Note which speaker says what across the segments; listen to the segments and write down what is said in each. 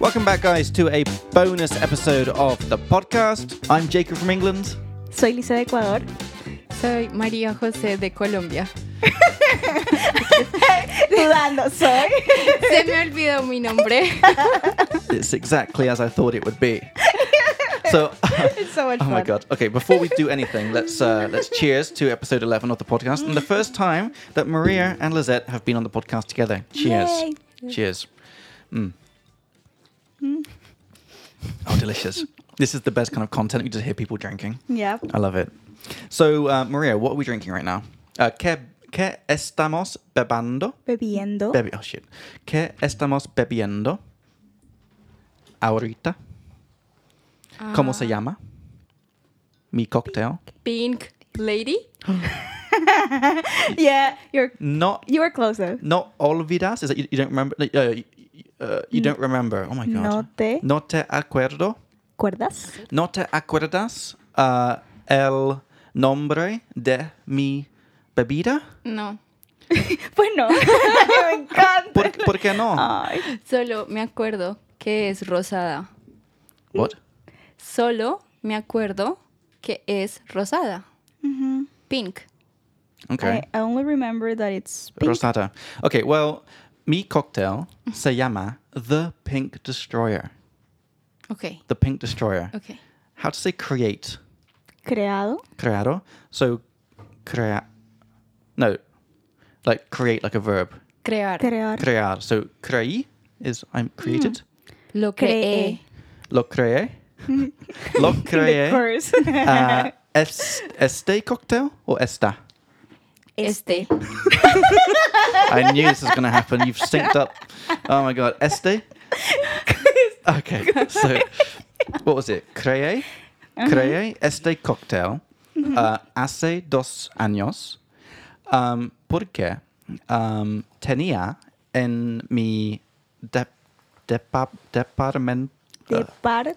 Speaker 1: Welcome back, guys, to a bonus episode of the podcast. I'm Jacob from England.
Speaker 2: Soy Lisa de Ecuador.
Speaker 3: Soy María José de Colombia.
Speaker 2: Dudando soy.
Speaker 3: Se me olvidó mi nombre.
Speaker 1: It's exactly as I thought it would be. So,
Speaker 2: It's so much
Speaker 1: oh my
Speaker 2: fun.
Speaker 1: god. Okay, before we do anything, let's uh, let's cheers to episode 11 of the podcast and the first time that Maria and Lizette have been on the podcast together. Cheers.
Speaker 2: Yay. Mm.
Speaker 1: Cheers. Mm. Oh, delicious. This is the best kind of content. You just hear people drinking.
Speaker 2: Yeah.
Speaker 1: I love it. So, uh, Maria, what are we drinking right now? Uh, que, que estamos bebando?
Speaker 2: Bebiendo.
Speaker 1: Bebi- oh, shit. Que estamos bebiendo? Ahorita. ¿Cómo se llama? Mi cocktail.
Speaker 3: Pink Lady.
Speaker 2: yeah, you're
Speaker 1: No,
Speaker 2: you were closer.
Speaker 1: no olvidas. Is that you, you don't remember? like, Uh, you, uh, you don't remember. Oh my god.
Speaker 2: No te-
Speaker 1: No te acuerdo.
Speaker 2: ¿Cuerdas?
Speaker 1: No te acuerdas uh, el nombre de mi bebida?
Speaker 3: No.
Speaker 2: Pues no. Me encanta.
Speaker 1: ¿Por, por qué no?
Speaker 2: Ay.
Speaker 3: Solo me acuerdo que es rosada.
Speaker 1: What?
Speaker 3: Solo me acuerdo que es rosada. Pink.
Speaker 1: Okay.
Speaker 2: I, I only remember that it's pink. Mm-hmm.
Speaker 1: Rosada. Okay, well, mi cocktail se llama The Pink Destroyer.
Speaker 3: Ok.
Speaker 1: The Pink Destroyer.
Speaker 3: Ok.
Speaker 1: How to say create?
Speaker 2: creado.
Speaker 1: Creado. So, crea. No. Like create, like a verb.
Speaker 3: Crear.
Speaker 2: Crear.
Speaker 1: Crear. So, creí is I'm created.
Speaker 2: Hmm.
Speaker 3: Lo creé.
Speaker 2: Creé.
Speaker 1: Lo creé. Lo
Speaker 2: The
Speaker 1: creé.
Speaker 2: curse.
Speaker 1: Uh, es, este cocktail or esta?
Speaker 3: Este.
Speaker 1: I knew this was going to happen. You've synced up. Oh my god, este. Okay, so what was it? Creé, creé este cocktail uh, hace dos años um, porque um, tenía en mi de, depa- departamento
Speaker 2: Departa.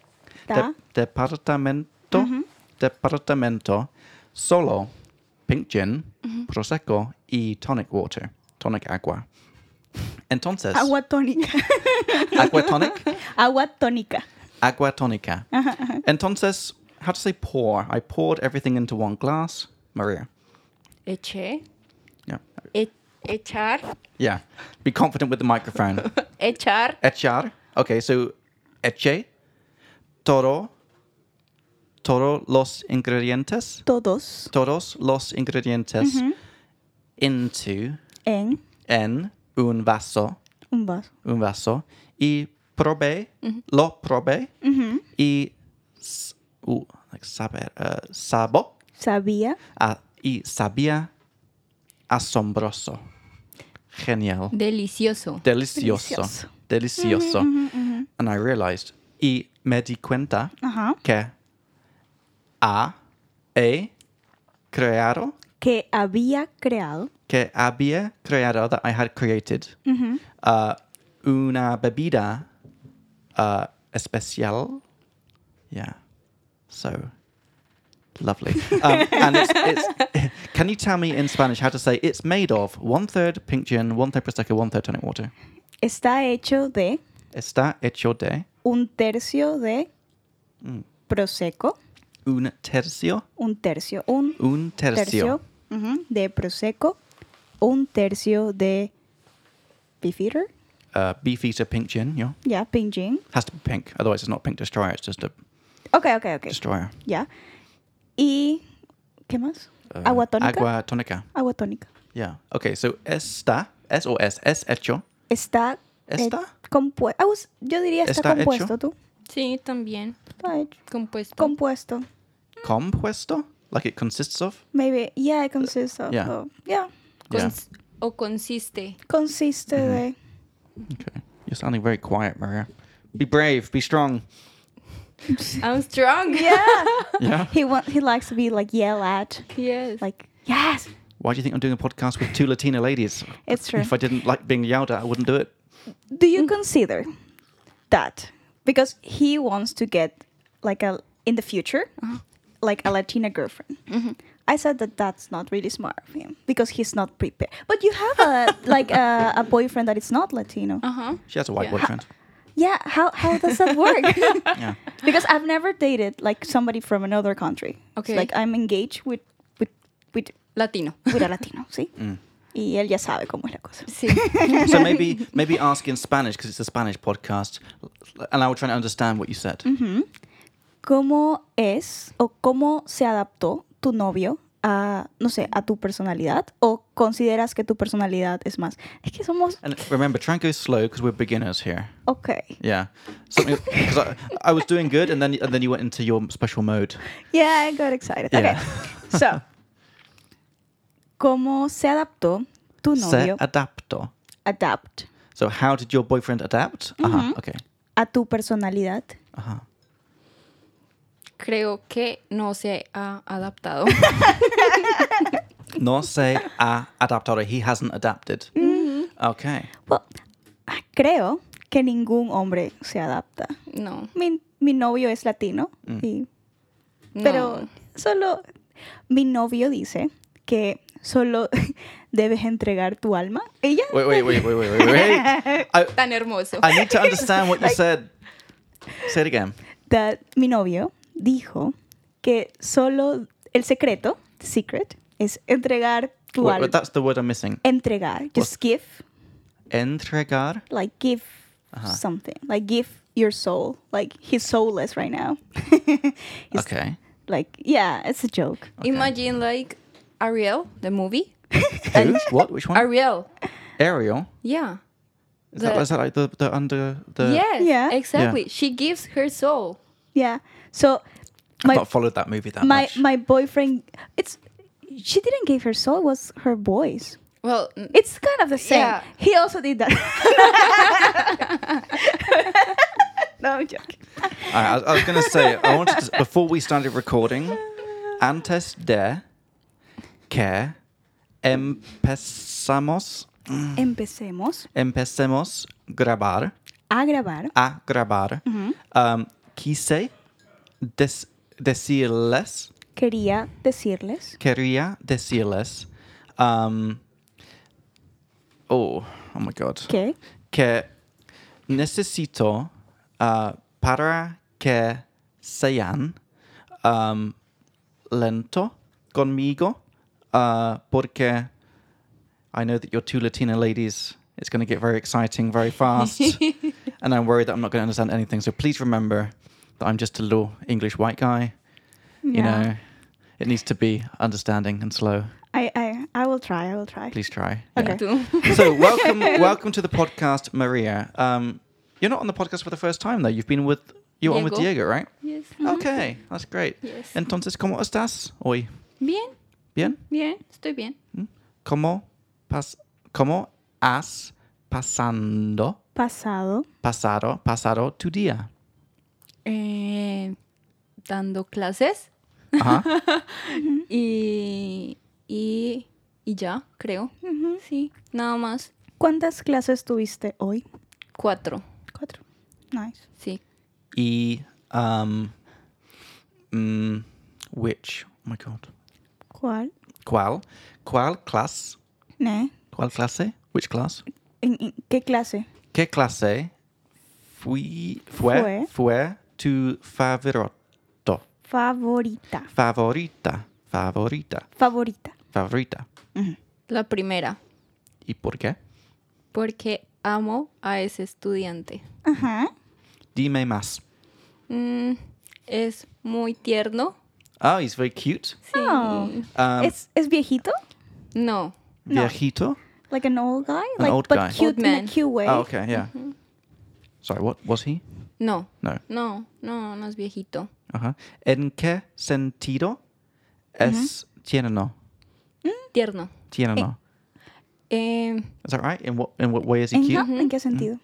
Speaker 1: Ah. de- departamento departamento solo pink gin, prosecco y tonic water, tonic agua. Entonces,
Speaker 2: Agua tónica.
Speaker 1: agua tonic,
Speaker 2: Agua tónica.
Speaker 1: agua tonica. Entonces, how to say pour? I poured everything into one glass. Maria.
Speaker 3: Eché.
Speaker 1: Yeah.
Speaker 3: E- echar.
Speaker 1: Yeah. Be confident with the microphone.
Speaker 3: Echar.
Speaker 1: Echar. Okay, so eche todo todo los ingredientes
Speaker 2: Todos
Speaker 1: todos los ingredientes into
Speaker 2: en
Speaker 1: en un vaso,
Speaker 2: un vaso.
Speaker 1: un vaso y probé, lo probé y s- uh, like saber, uh, sabo
Speaker 2: Sabía
Speaker 1: ah, y sabía asombroso, genial,
Speaker 3: Delicioso.
Speaker 1: delicioso,
Speaker 2: Delicioso.
Speaker 1: delicioso. And I realized y me di cuenta
Speaker 2: Ajá.
Speaker 1: que a E, he creado
Speaker 2: que había creado
Speaker 1: que había creado, that I had created, uh, una bebida uh, especial. Yeah. So lovely. um, and it's, it's, can you tell me in Spanish how to say it's made of one third pink gin, one third prosecco, one third tonic water?
Speaker 2: está hecho de
Speaker 1: Está hecho de
Speaker 2: un tercio de
Speaker 1: Mm.
Speaker 2: prosecco,
Speaker 1: un tercio,
Speaker 2: un tercio, un
Speaker 1: un tercio,
Speaker 2: tercio ujú, de prosecco, un tercio de beefeater,
Speaker 1: Uh, beefeater pink gin. Yeah,
Speaker 2: ya, pink gin.
Speaker 1: has to be pink, otherwise it's not pink destroyer. It's just a
Speaker 2: Ok, ok, ok, ya.
Speaker 1: destroyer.
Speaker 2: Y, ¿qué más?
Speaker 1: Uh,
Speaker 2: agua tónica. Agua.
Speaker 1: Agua tonica.
Speaker 2: tónica.
Speaker 1: Yeah. Okay. So está es o es es hecho.
Speaker 2: Está,
Speaker 1: ¿Está?
Speaker 2: compuesto. ah, yo diría está,
Speaker 1: ¿Está
Speaker 2: compuesto,
Speaker 1: hecho?
Speaker 2: tú.
Speaker 3: Sí, también.
Speaker 2: Está hecho.
Speaker 3: Compuesto.
Speaker 2: Compuesto.
Speaker 1: Compuesto, like it consists of.
Speaker 2: Maybe, yeah, it consists of.
Speaker 1: Eh, Yeah.
Speaker 2: oh, yeah.
Speaker 1: Yeah.
Speaker 3: Cons- O consiste.
Speaker 2: Consiste de.
Speaker 1: Okay. You're sounding very quiet, Maria. Be brave. Be strong.
Speaker 3: I'm strong.
Speaker 2: Yeah.
Speaker 1: Yeah.
Speaker 2: he want, he likes to be like yell at,
Speaker 3: Yes.
Speaker 2: like yes,
Speaker 1: Why do you think I'm doing a podcast with two Latina ladies?
Speaker 2: it's true.
Speaker 1: If I didn't like being yelled at, I wouldn't do it.
Speaker 2: Do you consider that because he wants to get like a in the future, like a Latina girlfriend? I said that that's not really smart of him because he's not prepared. But you have a like a, a boyfriend that is not Latino.
Speaker 3: Ajá.
Speaker 1: She has a white
Speaker 3: Yeah.
Speaker 1: boyfriend.
Speaker 2: Yeah, how how does that work?
Speaker 1: Yeah.
Speaker 2: because I've never dated like somebody from another country.
Speaker 3: Okay.
Speaker 2: like I'm engaged with with with
Speaker 3: Latino.
Speaker 2: with a latino, ¿sí? Y él ya sabe cómo es la cosa.
Speaker 3: Sí.
Speaker 1: So maybe maybe ask in Spanish because it's a Spanish podcast, and I will try to understand what you said.
Speaker 2: Mm-hmm. ¿Cómo es o cómo se adaptó tu novio a, no sé, a tu personalidad? ¿O consideras que tu personalidad es más? Es que somos...
Speaker 1: And remember, try and go slow because we're beginners here.
Speaker 2: Ok.
Speaker 1: Yeah, something because I, I was doing good, and then and then you went into your special mode.
Speaker 2: Yeah, I got excited.
Speaker 1: Yeah.
Speaker 2: Okay. So, ¿cómo se adaptó tu
Speaker 1: Se
Speaker 2: novio
Speaker 1: adapto.
Speaker 2: adapt
Speaker 1: So how did your boyfriend adapt?
Speaker 2: Mm-hmm.
Speaker 1: Uh-huh. Okay.
Speaker 2: a tu personalidad?
Speaker 1: Uh-huh.
Speaker 3: Creo que no se ha adaptado.
Speaker 1: No se ha adaptado. He hasn't adapted.
Speaker 2: Mm-hmm.
Speaker 1: Okay.
Speaker 2: Well, creo que ningún hombre se adapta.
Speaker 3: No.
Speaker 2: Mi, mi novio es latino
Speaker 1: Mm.
Speaker 2: y
Speaker 3: no.
Speaker 2: Pero solo mi novio dice que solo debes entregar tu alma. Ella.
Speaker 1: Wait, wait, wait, wait, wait, wait, wait. I,
Speaker 3: Tan hermoso.
Speaker 1: I need to understand what you said. Say it again.
Speaker 2: that- mi novio dijo que solo el secreto, secret, es entregar tu
Speaker 1: Wait,
Speaker 2: alma.
Speaker 1: wait, that's the word I'm missing.
Speaker 2: entregar, just give,
Speaker 1: Entregar.
Speaker 2: like give something, like give your soul, like he's soulless right now. He's
Speaker 1: Okay.
Speaker 2: Like yeah, it's a joke.
Speaker 3: Imagine like Ariel, the movie.
Speaker 1: Who? What? Which one?
Speaker 3: Ariel.
Speaker 1: Ariel.
Speaker 3: Yeah.
Speaker 1: Is that,
Speaker 3: The-
Speaker 1: is that like the, the under the?
Speaker 3: yes.
Speaker 2: Yeah.
Speaker 3: Exactly. She gives her soul.
Speaker 2: Yeah. So
Speaker 1: I've
Speaker 2: my
Speaker 1: not followed that movie that
Speaker 2: my
Speaker 1: much.
Speaker 2: my boyfriend it's she didn't give her soul it was her voice
Speaker 3: Well, n-
Speaker 2: it's kind of the same
Speaker 3: Yeah.
Speaker 2: he also did that no i'm joking
Speaker 1: All right, I, was- I was going to say I wanted to, before we started recording. Antes de que empezamos
Speaker 2: empecemos
Speaker 1: empecemos grabar
Speaker 2: a grabar
Speaker 1: a grabar um, quise des, decirles
Speaker 2: quería decirles
Speaker 1: quería decirles um, oh oh my god
Speaker 2: que
Speaker 1: que necesito uh, para que sean um, lento conmigo uh, porque I know that you're two Latina ladies. It's going to get very exciting very fast. and I'm worried that I'm not going to understand anything. So please remember that I'm just a little English white guy. You
Speaker 2: Yeah.
Speaker 1: know, it needs to be understanding and slow.
Speaker 2: i i i will try i will try
Speaker 1: Please try.
Speaker 2: Okay.
Speaker 3: tú.
Speaker 1: so welcome, welcome to the podcast, Maria. Um, you're not on the podcast for the first time though. You've been with you're on with
Speaker 3: Diego.
Speaker 1: Diego, right?
Speaker 3: Yes.
Speaker 1: Okay, that's great.
Speaker 3: Yes.
Speaker 1: Entonces, cómo estás hoy?
Speaker 3: Bien.
Speaker 1: Bien.
Speaker 3: Bien. Estoy bien.
Speaker 1: Cómo pas cómo has pasando
Speaker 2: pasado
Speaker 1: pasado pasado tu día?
Speaker 3: Eh, dando clases
Speaker 1: Ajá.
Speaker 3: y, y, y ya, creo. Sí. Nada más.
Speaker 2: cuántas clases tuviste hoy
Speaker 3: Cuatro.
Speaker 2: cuatro nice
Speaker 3: Sí.
Speaker 1: y um, mm, which? Oh my god.
Speaker 2: cuál
Speaker 1: ¿Cuál? ¿Cuál clase?
Speaker 2: ne
Speaker 1: ¿Cuál clase? Which class?
Speaker 2: ¿En, en qué clase
Speaker 1: ¿Qué clase fui, fue,
Speaker 2: Fue.
Speaker 1: fue. tu favorito?
Speaker 2: favorita
Speaker 1: Favorita, favorita,
Speaker 2: favorita
Speaker 1: favorita.
Speaker 3: La primera.
Speaker 1: ¿Y por qué?
Speaker 3: Porque amo a ese estudiante.
Speaker 2: ajá
Speaker 1: Dime más.
Speaker 3: Mm, es muy tierno.
Speaker 1: Oh, he's very cute.
Speaker 3: Sí.
Speaker 2: Oh.
Speaker 1: Um,
Speaker 2: es es viejito
Speaker 3: No.
Speaker 2: no.
Speaker 1: Viejito.
Speaker 2: Like an old guy?
Speaker 1: An
Speaker 2: like,
Speaker 1: old
Speaker 2: but
Speaker 1: guy. Old
Speaker 2: cute in
Speaker 3: man.
Speaker 2: a cute way.
Speaker 1: Oh, okay, yeah. Sorry, what was he?
Speaker 3: No.
Speaker 1: No.
Speaker 3: No. No, no es viejito.
Speaker 1: Ajá. ¿En qué sentido es tierno?
Speaker 3: Tierno.
Speaker 1: Tierno.
Speaker 3: Eh,
Speaker 1: Is that right? In what in what way is he
Speaker 2: ¿En,
Speaker 1: cute? Mm.
Speaker 2: ajá, ¿en qué sentido?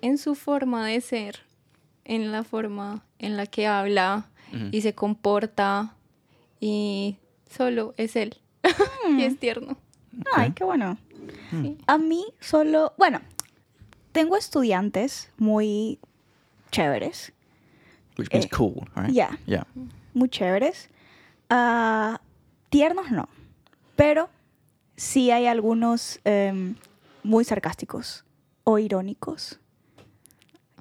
Speaker 3: en su forma de ser, en la forma en la que habla y se comporta y solo es él y
Speaker 2: Mm.
Speaker 3: es tierno.
Speaker 2: Ay, qué bueno.
Speaker 1: Mm.
Speaker 2: A mí solo, bueno, tengo estudiantes muy chéveres,
Speaker 1: Which means cool, right?
Speaker 2: Eh, yeah.
Speaker 1: Yeah.
Speaker 2: muy chéveres. Ah, tiernos no, pero sí hay algunos em, muy sarcásticos o irónicos.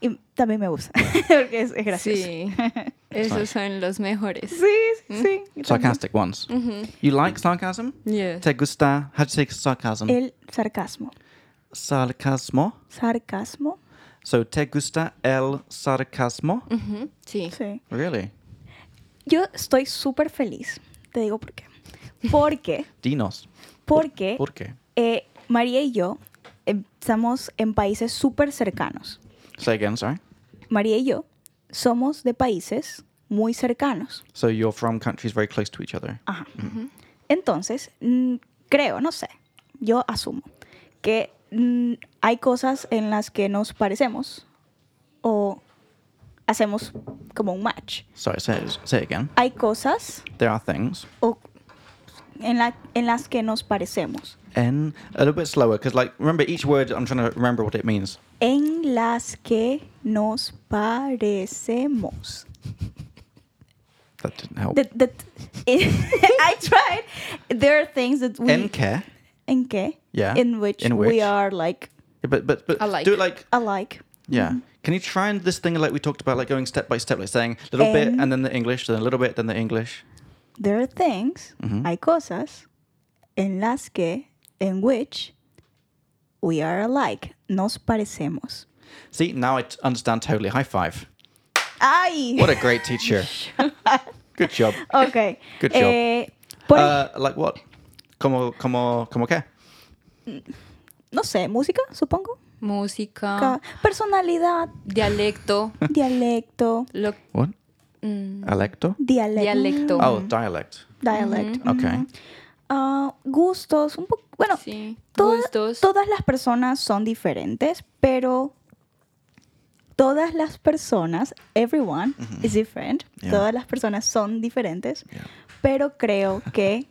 Speaker 2: Y también me gusta, porque es, es gracioso. Sí,
Speaker 3: Sí, esos son los mejores.
Speaker 2: sí, sí.
Speaker 1: Mm.
Speaker 2: también.
Speaker 1: Sarcastic ones. You like sarcasm?
Speaker 3: Yeah.
Speaker 2: Mm.
Speaker 1: Te gusta? How do you say sarcasm?
Speaker 2: El sarcasmo.
Speaker 1: sarcasmo.
Speaker 2: Sarcasmo.
Speaker 1: So te gusta el sarcasmo?
Speaker 3: Ujú, Sí.
Speaker 2: Sí.
Speaker 1: Really?
Speaker 2: Yo estoy súper feliz. Te digo por qué. Porque,
Speaker 1: Dinos.
Speaker 2: porque
Speaker 1: ¿Por qué?
Speaker 2: eh, María y yo eh, estamos en países súper cercanos.
Speaker 1: Say again, sorry.
Speaker 2: María y yo somos de países muy cercanos.
Speaker 1: So you're from countries very close to each other.
Speaker 2: Ajá. Entonces, mm, creo, no sé, yo asumo que mm, hay cosas en las que nos parecemos o hacemos como un match.
Speaker 1: Sorry, say, say it again.
Speaker 2: Hay cosas
Speaker 1: There are things.
Speaker 2: o en, la- en las que nos parecemos.
Speaker 1: En, a little bit slower, because like, remember each word, I'm trying to remember what it means.
Speaker 2: En las que nos parecemos.
Speaker 1: That didn't help.
Speaker 2: The- the- I tried. There are things that we...
Speaker 1: En que?
Speaker 2: ¿En qué?
Speaker 1: Yeah.
Speaker 2: In which,
Speaker 1: In
Speaker 2: we
Speaker 1: which.
Speaker 2: are like
Speaker 1: Yeah, but but but
Speaker 3: Alike.
Speaker 1: do it Mm-hmm. like
Speaker 2: alike.
Speaker 1: yeah. Can you try and this thing like we talked about, like going step by step, like saying a little bit
Speaker 2: Em.
Speaker 1: and then the English, then a little bit, then the English.
Speaker 2: There are things,
Speaker 1: Mhm.
Speaker 2: hay cosas, en las que, in which we are alike. Nos parecemos.
Speaker 1: See, now I t- understand totally. High five!
Speaker 2: ¡Ay!
Speaker 1: What a great teacher. Good job.
Speaker 2: ok.
Speaker 1: Good job.
Speaker 2: eh, por ej-
Speaker 1: Uh, like what? Como como como que?
Speaker 2: no sé, música, supongo.
Speaker 3: Música,
Speaker 2: Ca- Personalidad,
Speaker 3: dialecto,
Speaker 2: dialecto,
Speaker 3: lo,
Speaker 1: What?
Speaker 3: mm,
Speaker 1: Alecto?
Speaker 2: dialecto. Mm,
Speaker 3: dialecto.
Speaker 1: Oh, dialect.
Speaker 2: Dialect.
Speaker 1: Okay.
Speaker 2: Ah, gustos, un poco. Bueno,
Speaker 3: Sí,
Speaker 2: Toda-
Speaker 3: gustos.
Speaker 2: Todas las personas son diferentes, pero todas las personas, everyone is different.
Speaker 1: Yeah.
Speaker 2: Todas las personas son diferentes,
Speaker 1: Yeah.
Speaker 2: pero creo que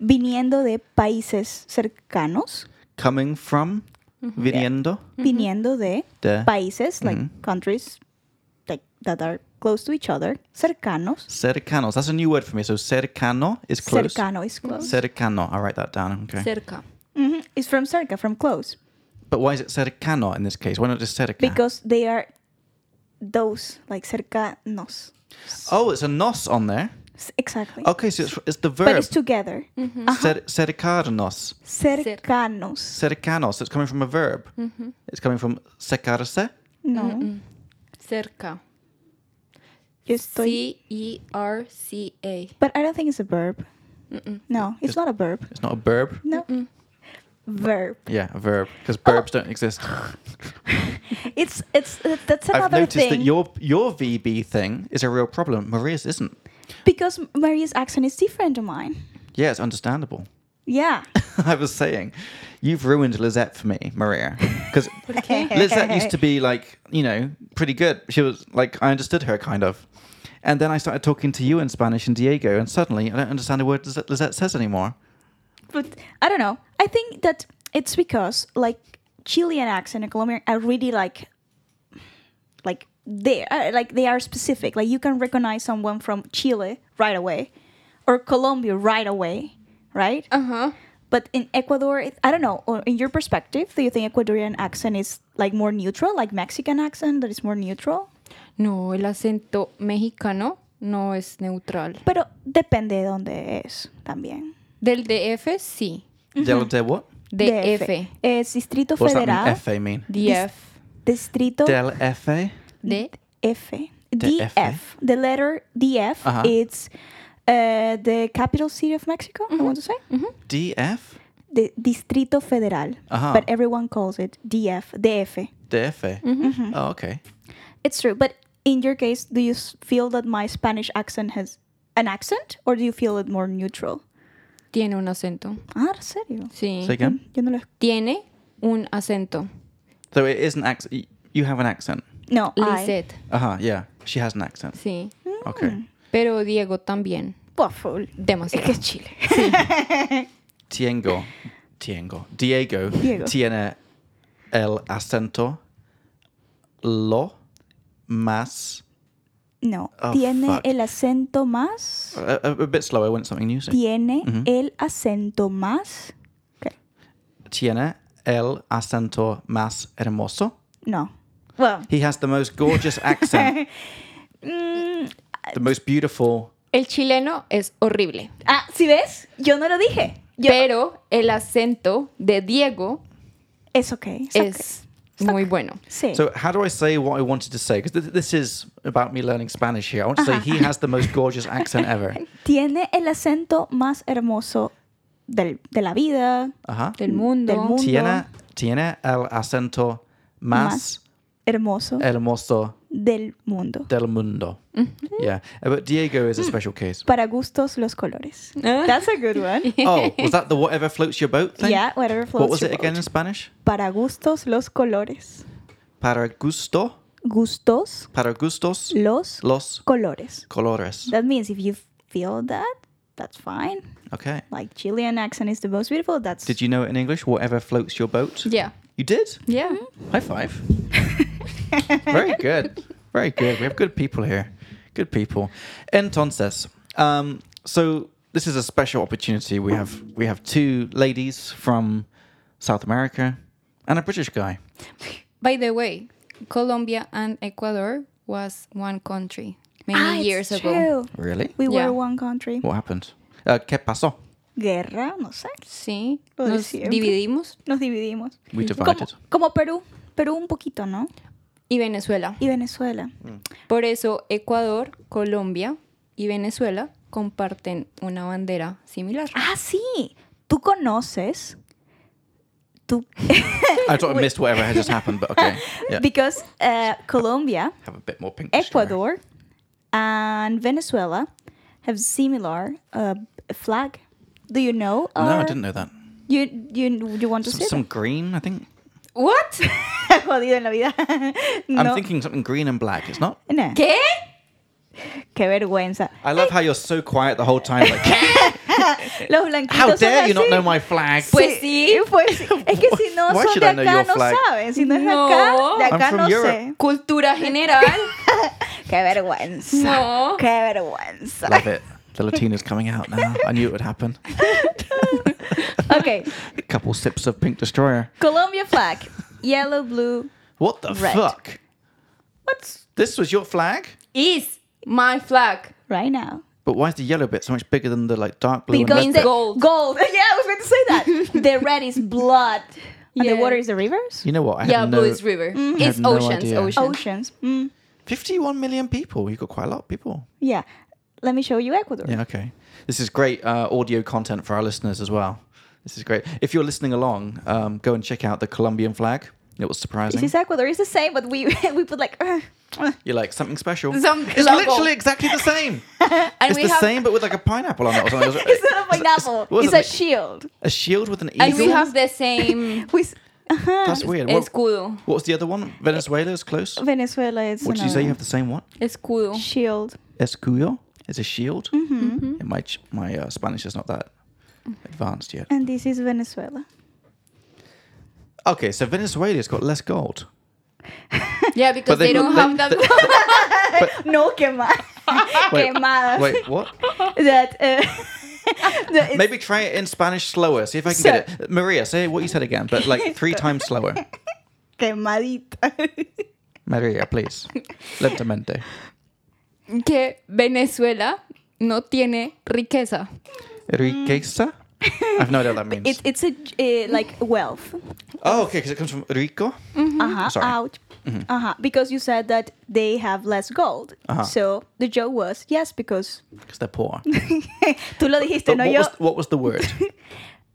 Speaker 2: viniendo de países cercanos,
Speaker 1: Coming from,
Speaker 2: Mm-hmm.
Speaker 1: viniendo,
Speaker 2: viniendo de
Speaker 1: de
Speaker 2: países, like
Speaker 1: Mhm.
Speaker 2: countries like, that are close to each other, cercanos.
Speaker 1: cercanos. That's a new word for me. So cercano is close. Mm-hmm.
Speaker 2: Cercano is close.
Speaker 1: Cercano. I'll write that down. Okay.
Speaker 3: cerca.
Speaker 2: Mhm, It's from cerca, from close,
Speaker 1: but why is it cercano in this case? Why not just cerca?
Speaker 2: because they are those, like cercanos.
Speaker 1: oh, it's a nos on there.
Speaker 2: S- Exactly.
Speaker 1: Okay, so it's, it's the Oh,
Speaker 2: But
Speaker 1: verb
Speaker 2: it's Uh-huh. together.
Speaker 3: Ah.
Speaker 1: cer- cercarnos,
Speaker 2: Cercanos.
Speaker 1: cercanos. It's coming from a verb. It's coming from secarse.
Speaker 2: No.
Speaker 3: Mm, Cerca. E
Speaker 2: Yo estoy.
Speaker 3: C-E-R-C-A.
Speaker 2: But I don't think it's a verb.
Speaker 3: Mm,
Speaker 2: No, it's not a verb.
Speaker 1: It's not a verb.
Speaker 2: No. Verb.
Speaker 1: Yeah, a verb because
Speaker 2: Oh.
Speaker 1: verbs don't exist.
Speaker 2: It's it's uh, that's
Speaker 1: I've
Speaker 2: another
Speaker 1: noticed
Speaker 2: thing.
Speaker 1: that your your VB thing is a real problem. Maria's isn't.
Speaker 2: because Maria's accent is different to mine.
Speaker 1: Yeah, it's understandable.
Speaker 2: Yeah.
Speaker 1: I was saying, you've ruined Lizette for me, Maria, because
Speaker 3: Okay.
Speaker 1: Lizette used to be like, you know, pretty good. She was like, I understood her kind of. And then I started talking to you in Spanish and Diego, and suddenly I don't understand a word Liz- Lizette says anymore.
Speaker 2: but I don't know. I think that it's because like Chilean accent and Colombian are really like like they are, like they are specific. Like you can recognize someone from Chile right away or Colombia right away, right?
Speaker 3: Ajá.
Speaker 2: But in Ecuador, it- I don't know. Or in your perspective, do you think Ecuadorian accent is like more neutral, like Mexican accent that is more neutral?
Speaker 3: No, el acento mexicano no es neutral.
Speaker 2: Pero uh, depende de dónde es también.
Speaker 3: Del DF, sí.
Speaker 2: Mm-hmm.
Speaker 1: Del de what?
Speaker 3: DF.
Speaker 2: Es Distrito
Speaker 1: What's
Speaker 2: Federal.
Speaker 1: that mean? FA mean?
Speaker 3: DF.
Speaker 2: Distrito
Speaker 1: Del FA?
Speaker 3: D.
Speaker 2: F. eh?
Speaker 1: DF.
Speaker 2: DF. The letter DF.
Speaker 1: Uh-huh.
Speaker 2: It's uh, the capital city of Mexico, I want to say.
Speaker 1: DF?
Speaker 2: The Distrito Federal.
Speaker 1: Uh-huh.
Speaker 2: But everyone calls it DF, DF.
Speaker 1: De FA?
Speaker 2: Mm-hmm.
Speaker 1: Oh, okay.
Speaker 2: It's true. But in your case, do you s- feel that my Spanish accent has an accent or do you feel it more neutral?
Speaker 3: Tiene un acento.
Speaker 2: Ah, ¿en serio? Mm,
Speaker 3: Sí.
Speaker 1: Say again.
Speaker 2: Yo no, lo,
Speaker 3: Tiene un acento.
Speaker 1: So it is an accent. You have an accent.
Speaker 2: no Mm. I.
Speaker 3: Lisette,
Speaker 1: Uh huh, yeah. She has an accent.
Speaker 3: sí.
Speaker 2: Hmm.
Speaker 1: Okay.
Speaker 3: Pero Diego también.
Speaker 2: Buah, full. Es
Speaker 3: Demasiado.
Speaker 2: que es Chile.
Speaker 1: Tiengo. Tiengo. Diego,
Speaker 2: Diego.
Speaker 1: tiene el acento lo más.
Speaker 2: No.
Speaker 1: Oh,
Speaker 2: Tiene
Speaker 1: fuck.
Speaker 2: el acento más.
Speaker 1: A, a- a bit slower when it's something new. So.
Speaker 2: Tiene el acento más.
Speaker 1: Tiene el acento más hermoso.
Speaker 2: No. Well,
Speaker 1: He has the most gorgeous accent,
Speaker 2: mm,
Speaker 1: the most beautiful.
Speaker 3: El chileno es horrible,
Speaker 2: ah, ¿sí ves? Yo no lo dije. Yo,
Speaker 3: pero el acento de Diego
Speaker 2: es okay. it's
Speaker 3: es
Speaker 2: Está
Speaker 3: muy bueno.
Speaker 2: okay. Sí.
Speaker 1: So, how do I say what I wanted to say? Because th- this is about me learning Spanish here. I want to say he has the most gorgeous accent ever.
Speaker 2: Tiene el acento más hermoso del- de la vida.
Speaker 1: Uh huh.
Speaker 3: Del mundo.
Speaker 2: Del mundo.
Speaker 1: Tiene, tiene el acento más,
Speaker 2: Hermoso
Speaker 1: Eh. hermoso
Speaker 2: del mundo.
Speaker 1: del mundo.
Speaker 2: Mm-hmm.
Speaker 1: Yeah. Uh, But Diego
Speaker 2: Hmm.
Speaker 1: is a special case.
Speaker 2: Para gustos los colores.
Speaker 3: Ah.
Speaker 2: That's a good one.
Speaker 1: Oh, was that the whatever floats your boat thing?
Speaker 2: Yeah, whatever floats
Speaker 1: What was
Speaker 2: your
Speaker 1: it again
Speaker 2: boat.
Speaker 1: in Spanish?
Speaker 2: Para gustos los colores.
Speaker 1: Para gusto,
Speaker 2: Gustos
Speaker 1: para gustos,
Speaker 2: los
Speaker 1: los
Speaker 2: colores.
Speaker 1: colores.
Speaker 2: That means if you feel that, that's fine.
Speaker 1: Okay.
Speaker 2: Like Chilean accent is the most beautiful. That's
Speaker 1: Did you know it in English? Whatever floats your boat.
Speaker 3: Yeah, Mm-hmm.
Speaker 1: You did?
Speaker 3: yeah.
Speaker 1: High five. Very good. Very good. We have good people here. Good people. Entonces, um, so this is a special opportunity. We have we have two ladies from South America and a British guy.
Speaker 3: By the way, Colombia and Ecuador was one country many
Speaker 2: Ah, it's
Speaker 3: years ago.
Speaker 2: true.
Speaker 1: Really?
Speaker 2: We
Speaker 3: Yeah.
Speaker 2: were one country.
Speaker 1: What happened? Uh, ¿Qué pasó?
Speaker 2: Guerra, no sé.
Speaker 3: Sí,
Speaker 2: Lo de
Speaker 3: nos
Speaker 2: siempre.
Speaker 3: dividimos
Speaker 2: Nos dividimos.
Speaker 1: We
Speaker 2: Como,
Speaker 1: divided.
Speaker 2: como Perú. Perú un poquito, ¿no?
Speaker 3: y Venezuela.
Speaker 2: Y Venezuela.
Speaker 1: Mm.
Speaker 3: Por eso Ecuador, Colombia y Venezuela comparten una bandera similar.
Speaker 2: Ah, sí. Tú conoces. Tú.
Speaker 1: I thought I missed whatever had just happened, but okay. Yeah.
Speaker 2: Because uh, Colombia,
Speaker 1: Have a bit more pink.
Speaker 2: Ecuador, and Venezuela have similar uh, flag. Do you know?
Speaker 1: No, I
Speaker 2: or-
Speaker 1: didn't know that.
Speaker 2: You, you, you want to
Speaker 1: Some,
Speaker 2: see
Speaker 1: some green, I think.
Speaker 3: What?
Speaker 2: it? Jodido en la vida. no.
Speaker 1: I'm thinking something green and black. It's not.
Speaker 2: No.
Speaker 3: ¿Qué?
Speaker 2: Qué vergüenza.
Speaker 1: I love how you're so quiet the whole time. Like,
Speaker 2: Los blanquitos
Speaker 1: how
Speaker 2: son
Speaker 1: dare you not
Speaker 2: así.
Speaker 1: know my flag?
Speaker 3: Pues sí.
Speaker 2: Pues sí. Es que si no
Speaker 1: Why
Speaker 2: son
Speaker 1: should
Speaker 2: de
Speaker 1: I know
Speaker 2: acá,
Speaker 1: your
Speaker 2: no
Speaker 1: flag?
Speaker 2: saben. Si no es de
Speaker 3: No.
Speaker 2: acá, de
Speaker 3: I'm
Speaker 2: acá
Speaker 1: from
Speaker 2: no sé.
Speaker 1: Europe.
Speaker 3: Cultura general.
Speaker 2: Qué vergüenza.
Speaker 3: No.
Speaker 2: Qué vergüenza.
Speaker 1: Love it. The Latina's coming out now. I knew it would happen.
Speaker 2: Okay.
Speaker 1: A couple sips of Pink Destroyer.
Speaker 2: Colombia flag. Yellow, blue.
Speaker 1: What the
Speaker 2: Red.
Speaker 1: fuck?
Speaker 2: What's
Speaker 1: This was your flag?
Speaker 3: Is my flag.
Speaker 2: right now?
Speaker 1: But why is the yellow bit so much bigger than the like dark blue?
Speaker 2: Because
Speaker 1: and
Speaker 3: means
Speaker 2: the
Speaker 1: red?
Speaker 3: gold.
Speaker 2: Gold. Yeah, I was going to say that. the red is blood. And
Speaker 3: Yeah.
Speaker 2: the water is the rivers?
Speaker 1: you know what? I
Speaker 3: Yeah,
Speaker 1: have no.
Speaker 3: blue is river.
Speaker 1: I
Speaker 3: It's
Speaker 1: had no
Speaker 3: oceans,
Speaker 1: idea.
Speaker 3: oceans.
Speaker 2: Oceans. Mm,
Speaker 1: 51 million people. You've got quite a lot of people.
Speaker 2: yeah. Let me show you Ecuador.
Speaker 1: Yeah, okay. This is great uh, audio content for our listeners as well. This is great. If you're listening along, um, go and check out the Colombian flag. It was surprising.
Speaker 2: This is Ecuador. It's the same, but we we put like. uh, uh.
Speaker 1: You're like something special.
Speaker 3: Some
Speaker 1: it's
Speaker 3: logo.
Speaker 1: literally exactly the same.
Speaker 3: And
Speaker 1: It's
Speaker 3: we
Speaker 1: the
Speaker 3: have,
Speaker 1: same, but with like a pineapple on it or something. It was-
Speaker 2: It's not a pineapple.
Speaker 1: what is
Speaker 2: It's a
Speaker 1: it?
Speaker 2: shield.
Speaker 1: a shield with an eagle.
Speaker 3: And we have the same
Speaker 2: We, s- uh-huh.
Speaker 1: That's weird. What,
Speaker 3: escudo.
Speaker 1: what was the other one? Venezuela is close.
Speaker 2: Venezuela is.
Speaker 1: What did you say? You have
Speaker 2: another
Speaker 1: the same one?
Speaker 3: Escudo.
Speaker 2: one. shield?
Speaker 1: Escudo is a shield.
Speaker 3: Mm-hmm.
Speaker 1: And my ch- my uh, Spanish is not that advanced yet.
Speaker 2: And this is Venezuela.
Speaker 1: Okay, so Venezuela's got less gold.
Speaker 3: Yeah, because
Speaker 1: they-
Speaker 3: they, don't
Speaker 1: they-
Speaker 3: have that.
Speaker 1: they-
Speaker 2: No quemada.
Speaker 1: Wait,
Speaker 2: quemada.
Speaker 1: wait, what?
Speaker 2: That. Uh, that it's-
Speaker 1: Maybe try it in Spanish slower. See if I can
Speaker 2: So-
Speaker 1: get it. Maria, say what you said again, but like three times slower.
Speaker 2: quemadita.
Speaker 1: Maria, please. Lentamente.
Speaker 3: que Venezuela no tiene riqueza.
Speaker 1: Riqueza? I've no idea what that means.
Speaker 2: It, it's a uh, like wealth.
Speaker 1: oh, okay, because it comes from rico.
Speaker 2: Uh huh.
Speaker 1: Sorry. Mm-hmm.
Speaker 2: Out. Uh huh. Because you said that they have less gold.
Speaker 1: Ajá.
Speaker 2: So the joke was yes because.
Speaker 1: Because they're poor.
Speaker 2: Tú lo dijiste,
Speaker 1: But
Speaker 2: no
Speaker 1: what,
Speaker 2: yo.
Speaker 1: was, what was the word?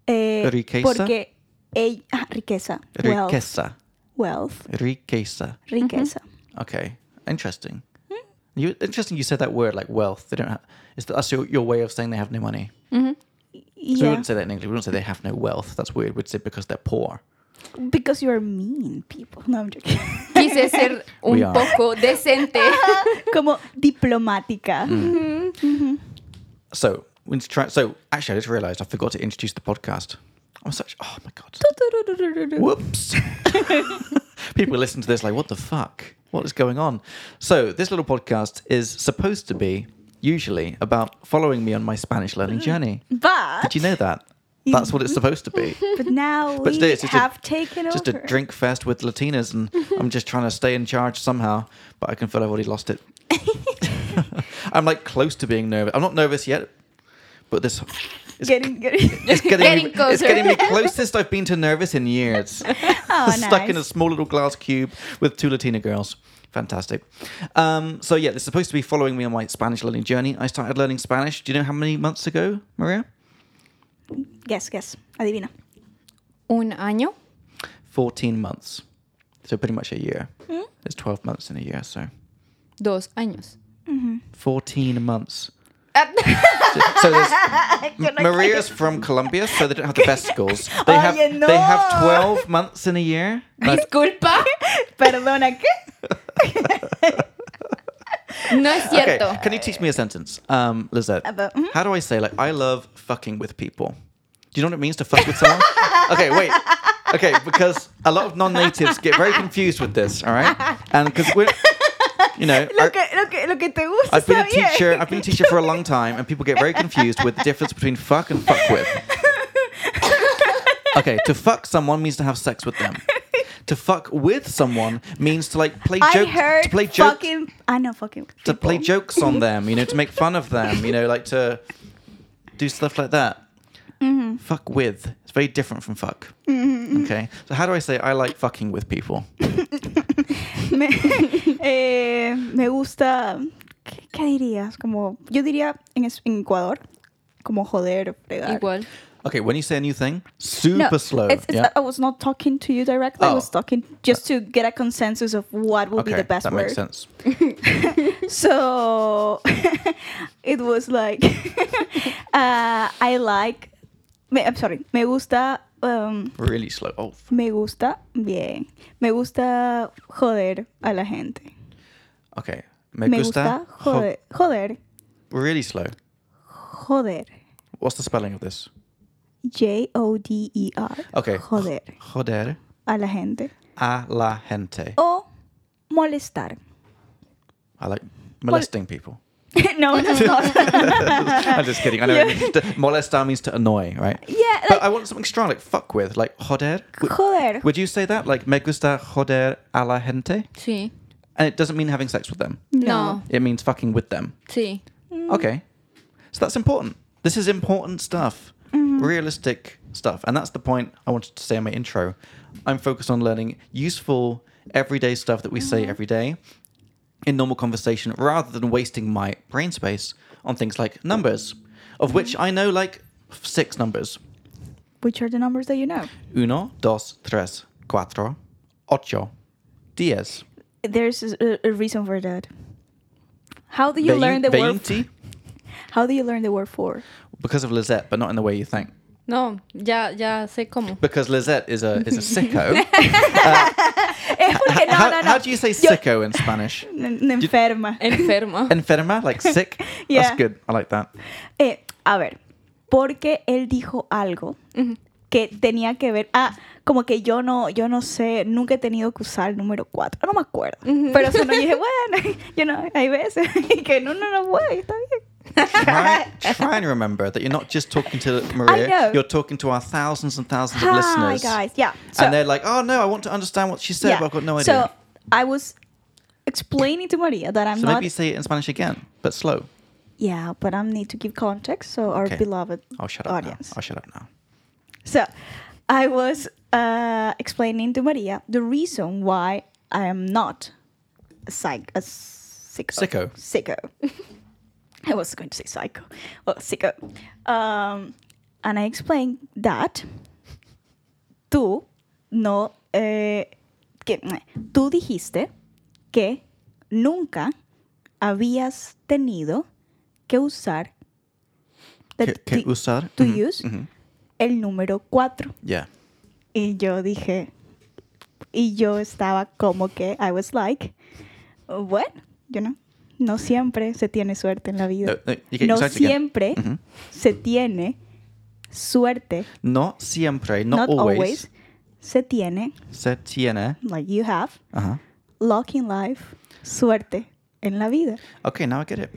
Speaker 2: Eh,
Speaker 1: riqueza?
Speaker 2: Porque ella- ah, riqueza. Wealth.
Speaker 1: Riqueza.
Speaker 2: Wealth.
Speaker 1: Riqueza.
Speaker 2: Riqueza.
Speaker 1: Okay, interesting.
Speaker 2: Hmm?
Speaker 1: You interesting. You said that word like wealth. They don't. Have, is that that's your, your way of saying they have no money? So we
Speaker 2: Yeah.
Speaker 1: wouldn't say that in English. We wouldn't say they have no wealth. That's weird. We'd say because they're poor.
Speaker 2: Because you are mean people. No, I'm joking.
Speaker 3: Quise ser un
Speaker 1: We are.
Speaker 3: poco decente.
Speaker 2: Como diplomática.
Speaker 1: Mm. So we need to try. So actually, I just realised I forgot to introduce the podcast. I'm such. Oh my god. Whoops. People listen to this like, what the fuck? What is going on? So this little podcast is supposed to be usually about following me on my Spanish learning journey.
Speaker 2: But
Speaker 1: Did you know that? That's what it's supposed to be.
Speaker 2: But now
Speaker 1: But
Speaker 2: we
Speaker 1: today it's just a-
Speaker 2: have taken
Speaker 1: Just a
Speaker 2: over.
Speaker 1: drink fest with Latinas, and I'm just trying to stay in charge somehow. But I can feel I've already lost it. I'm like close to being nervous. I'm not nervous yet, but this it's
Speaker 2: Getting, getting.
Speaker 1: It's getting,
Speaker 3: Getting
Speaker 1: me, it's
Speaker 3: closer.
Speaker 1: getting me closest I've been to nervous in years.
Speaker 2: Oh,
Speaker 1: Stuck in a
Speaker 2: nice.
Speaker 1: small little glass cube with two Latina girls. Fantastic. Um, so yeah, they're supposed to be following me on my Spanish learning journey. I started learning Spanish. Do you know how many months ago, Maria?
Speaker 2: Guess, guess. Adivina.
Speaker 3: Un año.
Speaker 1: Fourteen months. So pretty much a year. There's twelve months in a year, so
Speaker 3: Dos años.
Speaker 1: fourteen months. so, so there's Maria's from Colombia, so they don't have the best schools. They
Speaker 2: Oye,
Speaker 1: have
Speaker 2: no.
Speaker 1: they have twelve months in a year. No,
Speaker 3: Disculpa.
Speaker 2: Perdona, ¿qué?
Speaker 3: No es cierto.
Speaker 1: Okay, can you teach me a sentence, um, Lizette?
Speaker 2: About- mhm.
Speaker 1: How do I say like I love fucking with people? Do you know what it means to fuck with someone? okay, wait. Okay, because a lot of non-natives get very confused with this. All right, and because we're, you know,
Speaker 2: Lo
Speaker 1: our-
Speaker 2: que, lo que, lo que te gusta.
Speaker 1: I've been a
Speaker 2: está bien.
Speaker 1: teacher. I've been a teacher for a long time, and people get very confused with the difference between fuck and fuck with. Okay, to fuck someone means to have sex with them. To fuck with someone means to like play
Speaker 2: I
Speaker 1: jokes.
Speaker 2: heard
Speaker 1: to play jokes
Speaker 2: fucking. I know fucking.
Speaker 1: to play
Speaker 2: people.
Speaker 1: jokes on them, you know, to make fun of them, you know, like to do stuff like that.
Speaker 2: Mm-hmm.
Speaker 1: Fuck with. It's very different from fuck. Okay. So how do I say I like fucking with people?
Speaker 2: Me, eh, me gusta. ¿qué, qué dirías? Como. Yo diría en, es- en Ecuador. Como joder, o fregar.
Speaker 3: Igual.
Speaker 1: Okay, when you say a new thing, super slow.
Speaker 2: It's, it's,
Speaker 1: yeah.
Speaker 2: I was not talking to you directly. I
Speaker 1: Oh.
Speaker 2: was talking just to get a consensus of what would
Speaker 1: okay,
Speaker 2: be the best
Speaker 1: that
Speaker 2: word.
Speaker 1: makes sense.
Speaker 2: So it was like uh, I like. Me, I'm sorry. Me gusta. Um,
Speaker 1: Really slow. Oh, f-
Speaker 2: me gusta bien. Me gusta joder a la gente.
Speaker 1: okay. Me gusta. jo-
Speaker 2: joder. Joder.
Speaker 1: really slow.
Speaker 2: Joder.
Speaker 1: What's the spelling of this?
Speaker 2: J O D E R.
Speaker 1: Okay.
Speaker 2: Joder
Speaker 1: Joder
Speaker 2: a la gente.
Speaker 1: a la gente.
Speaker 2: O molestar.
Speaker 1: I like molesting people.
Speaker 2: no, it's not.
Speaker 1: I'm just kidding. I know. it means to- Molestar means to annoy, right?
Speaker 2: yeah,
Speaker 1: But uh,
Speaker 2: like
Speaker 1: I want something strong, like fuck with, like joder. Would,
Speaker 2: joder.
Speaker 1: would you say that? Like me gusta joder a la gente?
Speaker 3: Sí.
Speaker 1: And it doesn't mean having sex with them.
Speaker 3: No.
Speaker 1: It means fucking with them.
Speaker 3: Sí.
Speaker 1: Okay. So that's important. This is important stuff. Realistic stuff. And that's the point I wanted to say in my intro. I'm focused on learning useful everyday stuff that we say every day in normal conversation rather than wasting my brain space on things like numbers, of which I know like six numbers.
Speaker 2: Which are the numbers that you know?
Speaker 1: Uno, dos, tres, cuatro, ocho, diez.
Speaker 2: There's a, a reason for that. How do you
Speaker 1: Vein-
Speaker 2: learn the word?
Speaker 1: veinti,
Speaker 2: How do you learn the word for?
Speaker 1: Because of Lizette, but not in the way you think.
Speaker 3: No, ya, ya sé cómo.
Speaker 1: Because Lizette is a is a sicko. Uh,
Speaker 2: Es Eh, porque no,
Speaker 1: how,
Speaker 2: no, no.
Speaker 1: how do you say
Speaker 2: Yo-
Speaker 1: sicko in Spanish?
Speaker 2: N- n- enferma.
Speaker 3: Enferma.
Speaker 1: Enferma, like sick.
Speaker 2: Yeah.
Speaker 1: That's good. I like that.
Speaker 2: Eh, a ver, porque él dijo algo que tenía que ver. Ah, como que yo no, yo no sé, nunca he tenido que usar el número 4. No me acuerdo. Pero eso no dije, bueno, yo no, hay veces que no, no, no puedo, y está bien.
Speaker 1: Try, try and remember that you're not just talking to Maria.
Speaker 2: I know.
Speaker 1: You're talking to our thousands and thousands of
Speaker 2: Hi,
Speaker 1: listeners.
Speaker 2: guys. Yeah.
Speaker 1: and they're like, oh no, I want to understand what she said,
Speaker 2: yeah.
Speaker 1: but I've got no
Speaker 2: So
Speaker 1: idea.
Speaker 2: I was explaining to Maria that I'm
Speaker 1: So,
Speaker 2: not.
Speaker 1: maybe say it in Spanish again, but slow.
Speaker 2: Yeah, but I need to give context, so our
Speaker 1: Okay.
Speaker 2: beloved
Speaker 1: I'll Oh, shut up
Speaker 2: audience.
Speaker 1: now. I'll shut up now.
Speaker 2: So, I was uh, explaining to Maria the reason why I am not a, psych- a sicko.
Speaker 1: Sicko.
Speaker 2: Sicko. I was going to say psycho. Well, sicko. Um, and I explained that tú no. Eh, que, tú dijiste que nunca habías tenido que usar.
Speaker 1: Que, que
Speaker 2: to-
Speaker 1: usar.
Speaker 2: to
Speaker 1: Mhm.
Speaker 2: use el número 4.
Speaker 1: Yeah.
Speaker 2: Y yo dije, y yo estaba como que, I was like, what? You know, no siempre se tiene suerte en la vida.
Speaker 1: No, no, you get
Speaker 2: No
Speaker 1: excited again.
Speaker 2: siempre
Speaker 1: Ujú.
Speaker 2: se tiene suerte.
Speaker 1: No siempre,
Speaker 2: Not,
Speaker 1: not,
Speaker 2: always.
Speaker 1: always,
Speaker 2: Se tiene,
Speaker 1: Se tiene.
Speaker 2: like you have,
Speaker 1: Uh-huh.
Speaker 2: luck in life, suerte en la vida.
Speaker 1: Okay, now I get it.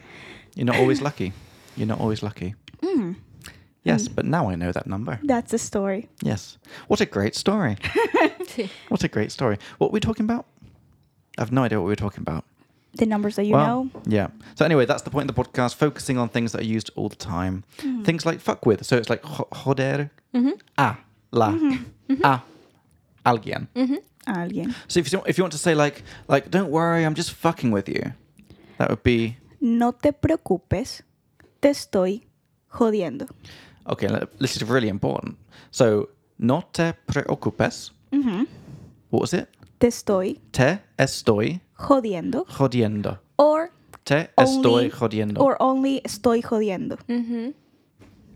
Speaker 1: You're not always lucky. You're not always lucky. Yes, but now I know that number.
Speaker 2: Mm, That's the story.
Speaker 1: Yes. What a great story.
Speaker 3: Sí.
Speaker 1: What a great story. What were we talking about? I have no idea what we were talking about.
Speaker 2: The numbers that you
Speaker 1: Wow.
Speaker 2: know.
Speaker 1: Yeah. So anyway, that's the point of the podcast, focusing on things that are used all the time.
Speaker 2: Mm-hmm.
Speaker 1: Things like fuck with. So it's like jo- joder a la
Speaker 2: Mm-hmm.
Speaker 1: a alguien.
Speaker 2: Alguien.
Speaker 1: So if you, if you want to say like like don't worry, I'm just fucking with you. That would be
Speaker 2: No te preocupes. Te estoy jodiendo.
Speaker 1: okay, le- this is really important. So no te preocupes. What was it?
Speaker 2: Te estoy
Speaker 1: Te estoy
Speaker 2: jodiendo.
Speaker 1: jodiendo.
Speaker 2: Or
Speaker 1: Te estoy
Speaker 2: only,
Speaker 1: jodiendo.
Speaker 2: Or only estoy jodiendo.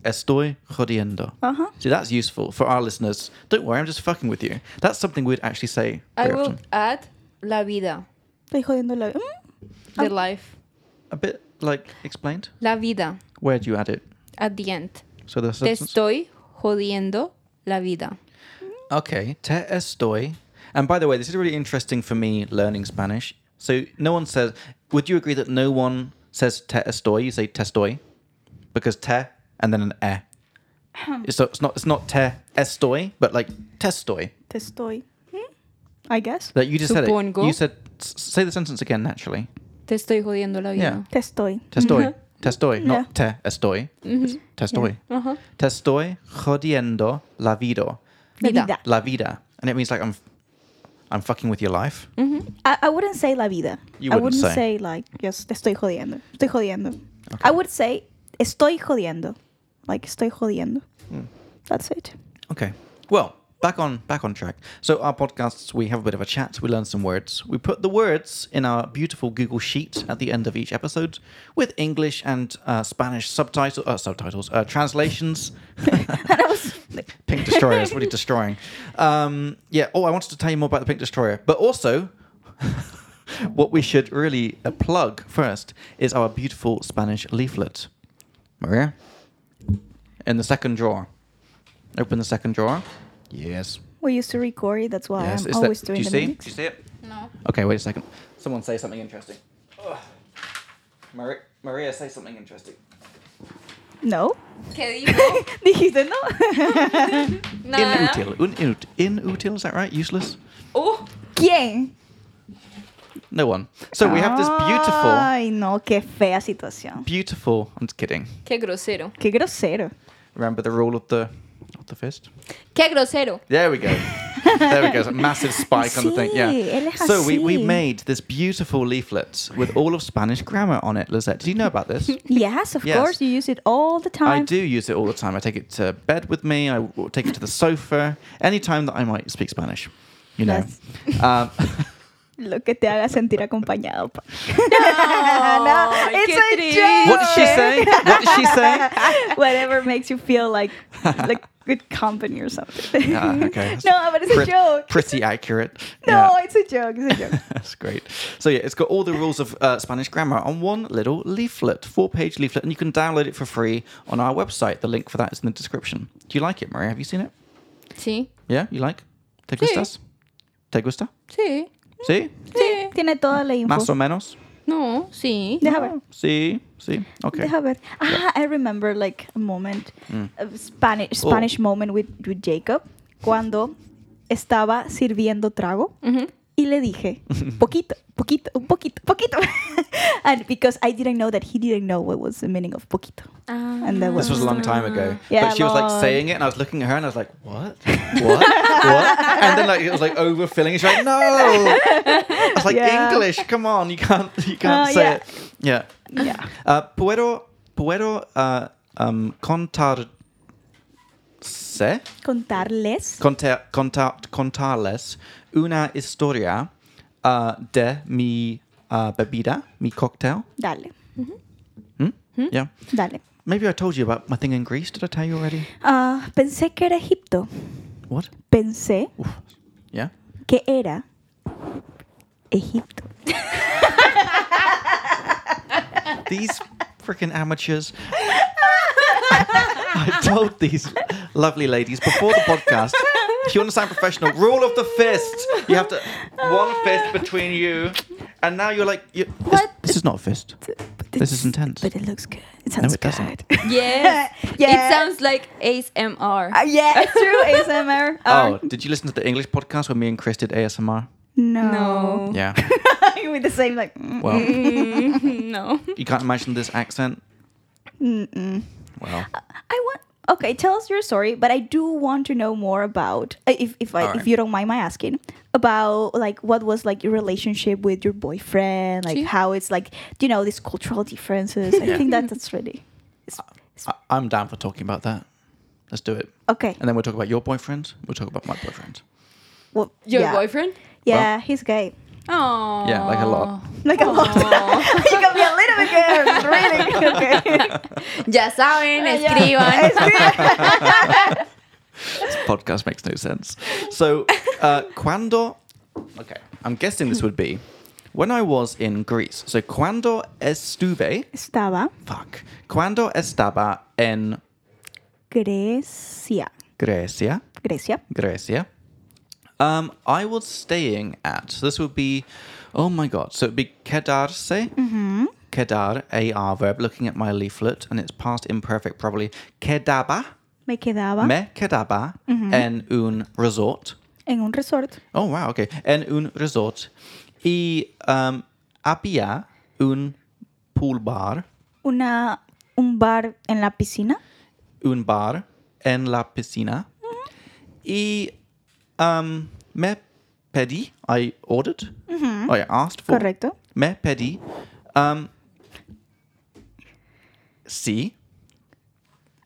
Speaker 1: Estoy jodiendo.
Speaker 2: Uh-huh.
Speaker 1: See, that's useful for our listeners. Don't worry, I'm just fucking with you. That's something we'd actually say
Speaker 3: I
Speaker 1: very
Speaker 3: will
Speaker 1: often.
Speaker 3: add la vida.
Speaker 2: Estoy jodiendo la... Mm.
Speaker 3: The life.
Speaker 1: A bit like explained.
Speaker 3: La vida.
Speaker 1: Where do you add it?
Speaker 3: At the end.
Speaker 1: So the
Speaker 3: Te
Speaker 1: sentence.
Speaker 3: estoy jodiendo la vida.
Speaker 1: Okay, te estoy. And by the way, this is really interesting for me learning Spanish. So no one says. Would you agree that no one says te estoy? You say te estoy, because te and then an e. It's not, it's not it's not te estoy, but like te estoy.
Speaker 2: Te estoy... Mm, I guess.
Speaker 1: That you just said
Speaker 3: Supongo.
Speaker 1: it. You said s- say the sentence again naturally.
Speaker 3: Te estoy jodiendo la vida.
Speaker 2: Te estoy.
Speaker 1: Te estoy. Te estoy.
Speaker 2: Yeah.
Speaker 1: Not te estoy. It's Te estoy. Te estoy jodiendo la vida.
Speaker 2: La
Speaker 3: Vida.
Speaker 2: vida.
Speaker 1: La vida. And it means like I'm f- I'm fucking with your life.
Speaker 2: I, I wouldn't say la vida.
Speaker 1: You
Speaker 2: I
Speaker 1: wouldn't
Speaker 2: wouldn't
Speaker 1: say.
Speaker 2: say. like just estoy jodiendo. Estoy jodiendo. I would say estoy jodiendo. Like estoy jodiendo.
Speaker 1: Hmm.
Speaker 2: That's it.
Speaker 1: Okay. Well, back on back on track. So our podcasts, we have a bit of a chat, we learn some words. We put the words in our beautiful Google sheet at the end of each episode with English and uh, Spanish subtitle uh, subtitles, uh, translations. Pink Destroyer is really destroying. Um, yeah. Oh, I wanted to tell you more about the Pink Destroyer, but also what we should really uh, plug first is our beautiful Spanish leaflet. Maria, in the second drawer. Open the second drawer. Yes.
Speaker 2: We used to record it. That's why
Speaker 1: yes.
Speaker 2: I'm
Speaker 1: Is
Speaker 2: always
Speaker 1: that, do
Speaker 2: doing
Speaker 1: you
Speaker 2: the
Speaker 1: see?
Speaker 2: mimics.
Speaker 1: Do you see it?
Speaker 3: No.
Speaker 1: Okay, wait a second. Someone say something interesting. Ugh. Mari- Maria, say something interesting.
Speaker 2: No.
Speaker 3: ¿Qué dijo?
Speaker 2: Dijiste no.
Speaker 3: Nada.
Speaker 1: Inútil. Un- inut- Inútil, is that right? Useless?
Speaker 3: Uh,
Speaker 2: ¿Quién?
Speaker 1: No one. So we have this beautiful,
Speaker 2: Ay, no, qué fea situación.
Speaker 1: beautiful. I'm just kidding.
Speaker 3: qué grosero.
Speaker 2: Qué grosero.
Speaker 1: Remember the rule of the, of the fist?
Speaker 3: Qué grosero.
Speaker 1: There we go. there we go. It's a massive spike on the thing. Yeah.
Speaker 2: Sí, él es
Speaker 1: So we, we
Speaker 2: así.
Speaker 1: made this beautiful leaflet with all of Spanish grammar on it. Lizette, did you know about this?
Speaker 2: Yes, of
Speaker 1: Yes.
Speaker 2: course. You use it all the
Speaker 1: I
Speaker 2: time.
Speaker 1: do use it all the time. I take it to bed with me. I w- take it to the sofa. Anytime that I might speak Spanish, you know. Um,
Speaker 2: Lo que te haga sentir acompañado. pa.
Speaker 3: No,
Speaker 2: it's
Speaker 3: qué
Speaker 2: a
Speaker 3: triste.
Speaker 2: joke.
Speaker 1: what did she say? What did she say?
Speaker 2: Whatever makes you feel like like good company or something.
Speaker 1: Ah, okay.
Speaker 2: no, but it's a
Speaker 1: Pret-
Speaker 2: joke.
Speaker 1: Pretty accurate.
Speaker 2: No,
Speaker 1: Yeah.
Speaker 2: it's a joke. It's a joke.
Speaker 1: That's great. So yeah, it's got all the rules of uh, Spanish grammar on one little leaflet, four-page leaflet, and you can download it for free on our website. The link for that is in the description. Do you like it, Maria? Have you seen it?
Speaker 3: Sí,
Speaker 1: Yeah, you like? ¿Te
Speaker 3: Sí.
Speaker 1: gustas? ¿Te gusta?
Speaker 3: sí,
Speaker 1: Sí.
Speaker 3: sí.
Speaker 2: Tiene toda la info.
Speaker 1: Más o menos.
Speaker 3: No, sí.
Speaker 2: Deja ver.
Speaker 1: Sí, sí. Okay. Mm.
Speaker 2: Deja ver. Ah, I remember like a moment, a Spanish
Speaker 1: Oh.
Speaker 2: Spanish moment with, with Jacob, cuando estaba sirviendo trago y le dije poquito, poquito, un poquito, poquito, and because I didn't know that he didn't know what was the meaning of poquito,
Speaker 3: Ah.
Speaker 2: and that
Speaker 1: This was a long time ago.
Speaker 2: Mm. Yeah,
Speaker 1: but she was like
Speaker 2: long.
Speaker 1: saying it, and I was looking at her, and I was like, "What? What? what?" And then like it was like overfilling. She's like, "No!" I was like,
Speaker 2: Yeah.
Speaker 1: "English, come on! You can't, you can't
Speaker 2: Oh,
Speaker 1: say
Speaker 2: yeah.
Speaker 1: it." Yeah.
Speaker 2: yeah.
Speaker 1: Uh, puedo, puedo uh, um, contar, se,
Speaker 2: Contarles
Speaker 1: contar, contar, contarles una historia uh, de mi uh, bebida, mi cocktail.
Speaker 2: Dale,
Speaker 1: Hmm? Yeah.
Speaker 2: dale.
Speaker 1: Maybe I told you about my thing in Greece. Did I tell you already?
Speaker 2: Ah, pensé que era Egipto.
Speaker 1: What?
Speaker 2: Pensé
Speaker 1: Yeah.
Speaker 2: que era Egipto.
Speaker 1: These freaking amateurs. I told these lovely ladies before the podcast. If you want to sound professional, rule of the fist. You have to one fist between you, and now you're like, you, this,
Speaker 2: What?
Speaker 1: this is not a fist.
Speaker 2: But
Speaker 1: This is intense.
Speaker 2: But it looks good. It sounds
Speaker 1: it doesn't.
Speaker 2: good.
Speaker 3: Yes.
Speaker 2: Yeah.
Speaker 3: It sounds like ASMR.
Speaker 2: Uh, yeah, it's true. ASMR.
Speaker 1: Oh,
Speaker 2: Uh,
Speaker 1: did you listen to the English podcast where me and Chris did ASMR?
Speaker 2: No.
Speaker 3: no.
Speaker 1: Yeah.
Speaker 2: With the same, like, mm,
Speaker 1: Well,
Speaker 3: Mm, no.
Speaker 1: you can't imagine this accent.
Speaker 2: mm-mm. Uh,
Speaker 1: Well,
Speaker 2: I want. Okay, tell us your story, but I do want to know more about uh, if if I,
Speaker 1: All
Speaker 2: if
Speaker 1: right.
Speaker 2: you don't mind my asking about like what was like your relationship with your boyfriend, like
Speaker 3: Sure.
Speaker 2: how it's like you know these cultural differences. I think that that's really
Speaker 1: I- I'm down for talking about that. Let's do it.
Speaker 2: okay.
Speaker 1: And then we'll talk about your boyfriend. We'll talk about my boyfriend.
Speaker 2: Well,
Speaker 3: Your
Speaker 2: yeah.
Speaker 3: boyfriend?
Speaker 2: Yeah, he's gay.
Speaker 3: Oh.
Speaker 1: Yeah, like a lot.
Speaker 2: Like a lot. you can be a little bit gay, really. Okay.
Speaker 3: Ya saben,
Speaker 2: Ah, yeah.
Speaker 3: escriban.
Speaker 1: This podcast makes no sense. So, uh, cuando. Okay, I'm guessing this would be when I was in Greece. So, cuando estuve.
Speaker 2: Estaba
Speaker 1: Fuck. Cuando estaba en
Speaker 2: Grecia,
Speaker 1: Grecia.
Speaker 2: Grecia.
Speaker 1: Grecia. Um, I was staying at. So this would be, oh my god. So it'd be quedarse. Mm-hmm. Quedar, a r verb. Looking at my leaflet, and it's past imperfect probably. Quedaba,
Speaker 2: Me quedaba
Speaker 1: me quedaba en un resort.
Speaker 2: en un resort.
Speaker 1: Oh wow, okay. En un resort y um, había un pool bar,
Speaker 2: una un bar en la piscina.
Speaker 1: un bar en la piscina
Speaker 2: Mm-hmm.
Speaker 1: y um, me pedí, I ordered,
Speaker 2: Mm-hmm.
Speaker 1: I asked for.
Speaker 2: Correcto.
Speaker 1: Me pedí, um, si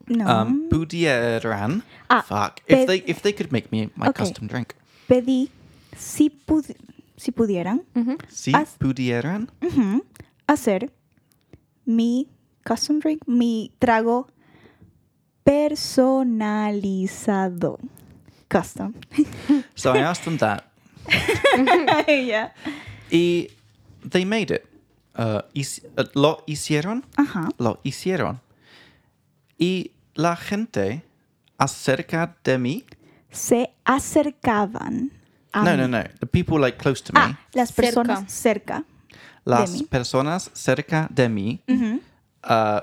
Speaker 2: No.
Speaker 1: um, pudieran.
Speaker 2: Mm-hmm. Ah,
Speaker 1: Fuck. If
Speaker 2: ped-
Speaker 1: they if they could make me my
Speaker 2: Okay.
Speaker 1: custom drink.
Speaker 2: Pedí si pudi- si pudieran
Speaker 1: Si
Speaker 2: As-
Speaker 1: pudieran.
Speaker 2: hacer mi custom drink, mi trago personalizado. Custom.
Speaker 1: So I asked them that.
Speaker 2: yeah.
Speaker 1: Y they made it. Uh, hic- uh, lo hicieron.
Speaker 2: Ajá.
Speaker 1: Lo hicieron. Y la gente acerca de mí.
Speaker 2: Se acercaban a
Speaker 1: No,
Speaker 2: mí.
Speaker 1: no, no. The people like close to me.
Speaker 2: Ah, las
Speaker 3: Cerca.
Speaker 2: personas cerca.
Speaker 1: Las
Speaker 2: de mí. Mm-hmm.
Speaker 1: personas cerca de mí. uh,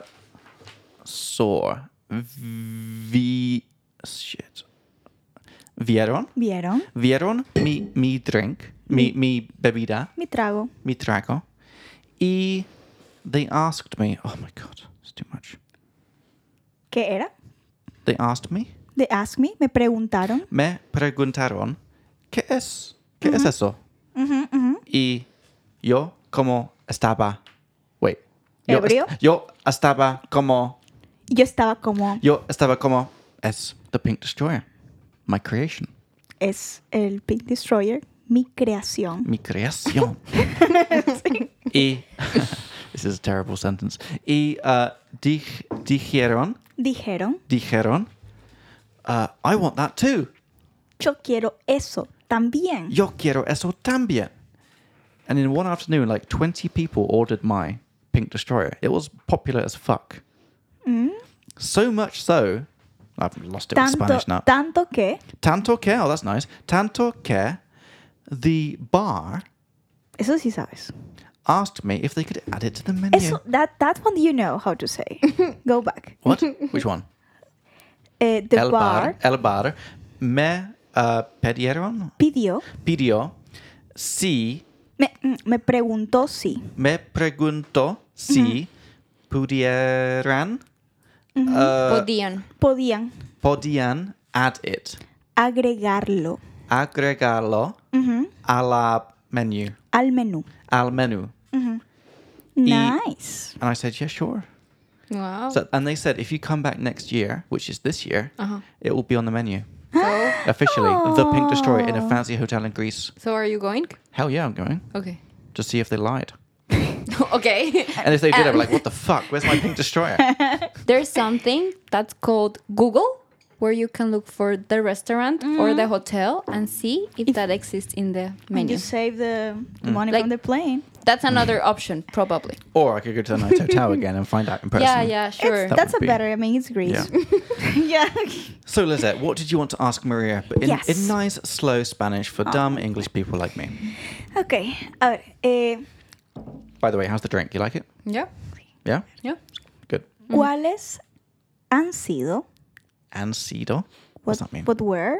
Speaker 1: saw. Vi. Shit. Vieron.
Speaker 2: ¿Vieron?
Speaker 1: Vieron mi, mi drink. Mi, mi bebida.
Speaker 2: Mi trago.
Speaker 1: mi trago. Y E they asked me, oh my god, it's too much.
Speaker 2: ¿Qué era?
Speaker 1: They asked me,
Speaker 2: They asked me. Me preguntaron.
Speaker 1: me preguntaron, ¿qué es? ¿Qué es eso? Y yo como estaba, wait. Yo, est-
Speaker 2: ¿Ebrio?
Speaker 1: yo estaba como,
Speaker 2: Yo estaba como,
Speaker 1: yo estaba como, es The Pink Destroyer, my creation,
Speaker 2: es el Pink Destroyer, mi creación.
Speaker 1: mi creación. y, this is a terrible sentence. Y uh, dij- dijeron,
Speaker 2: Dijeron,
Speaker 1: dijeron, uh, I want that too.
Speaker 2: yo quiero eso también.
Speaker 1: Yo quiero eso también. And in one afternoon, like 20 people ordered my Pink Destroyer. It was popular as fuck. So much so, I've lost it with
Speaker 2: Mm, tanto,
Speaker 1: Spanish now.
Speaker 2: tanto que
Speaker 1: Tanto que, oh, that's nice. Tanto que, the bar
Speaker 2: eso sí sabes.
Speaker 1: asked me if they could add it to the menu.
Speaker 2: Eso that that one you know how to say. Go back.
Speaker 1: What? Which one?
Speaker 2: Eh, the
Speaker 1: el
Speaker 2: bar,
Speaker 1: El bar. Me uh, pedieron,
Speaker 2: pidió,
Speaker 1: pidió, si
Speaker 2: me, mm, me preguntó si
Speaker 1: Me pregunto si
Speaker 3: Mm-hmm.
Speaker 1: pudieran, uh,
Speaker 3: Podían.
Speaker 2: podían
Speaker 1: podían add it,
Speaker 2: agregarlo
Speaker 1: agregarlo
Speaker 3: Mm-hmm.
Speaker 1: a la menu,
Speaker 2: al menú.
Speaker 1: al menú.
Speaker 2: Nice.
Speaker 1: And I said, yeah, sure.
Speaker 3: Wow.
Speaker 1: So, and they said, if you come back next year, which is this year,
Speaker 3: Uh-huh.
Speaker 1: it will be on the menu. Officially, the Pink Destroyer in a fancy hotel in Greece.
Speaker 3: so are you going?
Speaker 1: Hell yeah, I'm going
Speaker 3: Okay.
Speaker 1: to see if they lied.
Speaker 3: okay.
Speaker 1: And if they did, I'm
Speaker 3: Um,
Speaker 1: like, what the fuck? Where's my Pink Destroyer?
Speaker 3: There's something that's called Google where you can look for the restaurant or the hotel and see Mm. if, that exists in the
Speaker 2: And
Speaker 3: menu.
Speaker 2: you save the money
Speaker 3: Like-
Speaker 2: from the plane.
Speaker 3: That's another option, probably.
Speaker 1: or I could go to the Night Hotel again and find out in person.
Speaker 3: Yeah, yeah, sure.
Speaker 2: It's- that's a
Speaker 1: would be-
Speaker 2: better. I mean, it's Greece. yeah.
Speaker 1: So, Lizette, what did you want to ask Maria? But in,
Speaker 2: Yes. Oh.
Speaker 1: in nice, slow Spanish for dumb English people like me.
Speaker 2: Ok, a ver, eh,
Speaker 1: By the way, how's the drink? You like it?
Speaker 3: yeah.
Speaker 1: Yeah?
Speaker 3: Yeah.
Speaker 1: Good.
Speaker 3: Mm.
Speaker 2: ¿Cuáles han sido?
Speaker 1: And Cedo. What does that mean?
Speaker 2: What were?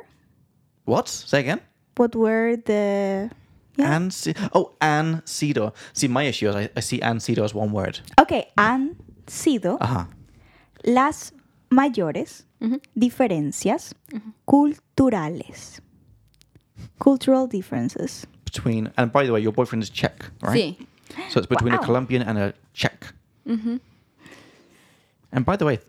Speaker 1: What? Say again.
Speaker 2: What were the? Yeah.
Speaker 1: And Ce- oh, and Cedo. See, my issue is I, I see and Cedo as one word.
Speaker 2: okay, han sido
Speaker 1: Uh huh.
Speaker 2: las mayores
Speaker 3: Mm-hmm.
Speaker 2: diferencias culturales. Cultural differences.
Speaker 1: Between and by the way, your boyfriend is Czech, right?
Speaker 3: Sí.
Speaker 1: So it's between
Speaker 2: Wow.
Speaker 1: a Colombian and a Czech. Mm-hmm. And by the way,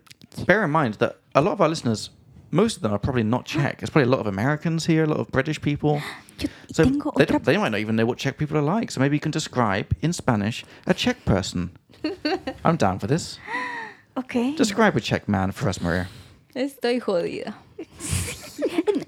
Speaker 1: bear in mind that a lot of our listeners, most of them are probably not Czech. There's probably a lot of Americans here, a lot of British people.
Speaker 2: Yo
Speaker 1: So
Speaker 2: tengo
Speaker 1: they,
Speaker 2: otra
Speaker 1: don't- they might not even know what Czech people are like. So maybe you can describe in Spanish a Czech person. I'm down for this.
Speaker 2: Okay.
Speaker 1: Describe a Czech man for us, Maria.
Speaker 3: Estoy jodida.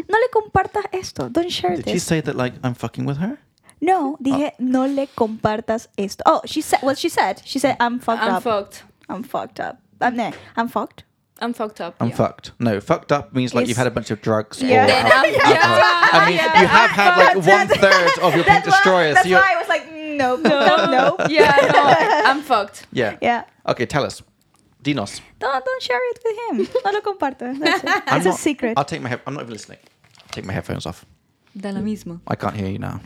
Speaker 2: No le compartas esto. Don't share
Speaker 1: Did she
Speaker 2: this.
Speaker 1: say Ah. that like I'm fucking with her?
Speaker 2: No, dije no le compartas esto. Oh, she said what she said. She said I'm fucked
Speaker 3: I'm
Speaker 2: up.
Speaker 3: fucked.
Speaker 2: I'm fucked up. I'm no, I'm fucked.
Speaker 3: I'm fucked up.
Speaker 1: I'm
Speaker 3: yeah.
Speaker 1: fucked. No, fucked up means like you've
Speaker 2: It's-
Speaker 1: had a bunch of drugs.
Speaker 2: Yeah.
Speaker 1: Or
Speaker 2: Then
Speaker 1: al-
Speaker 3: I'm-
Speaker 1: alcohol.
Speaker 3: yeah,
Speaker 1: I mean,
Speaker 3: yeah.
Speaker 1: you have had like one third of your pink
Speaker 2: that's
Speaker 1: destroyer.
Speaker 2: Why, that's
Speaker 1: so you're-
Speaker 2: why I was like, mm, no, no, no.
Speaker 3: Yeah, no, I'm fucked.
Speaker 1: yeah.
Speaker 2: Yeah.
Speaker 1: Okay, tell us, Dinos.
Speaker 2: Don't, don't share it with him. No lo compartas. That's it.
Speaker 1: I'm
Speaker 2: It's a
Speaker 1: not-
Speaker 2: secret.
Speaker 1: I'll take my. Head, I'm not even listening. Take my headphones off.
Speaker 3: Da la misma.
Speaker 1: I can't hear you now.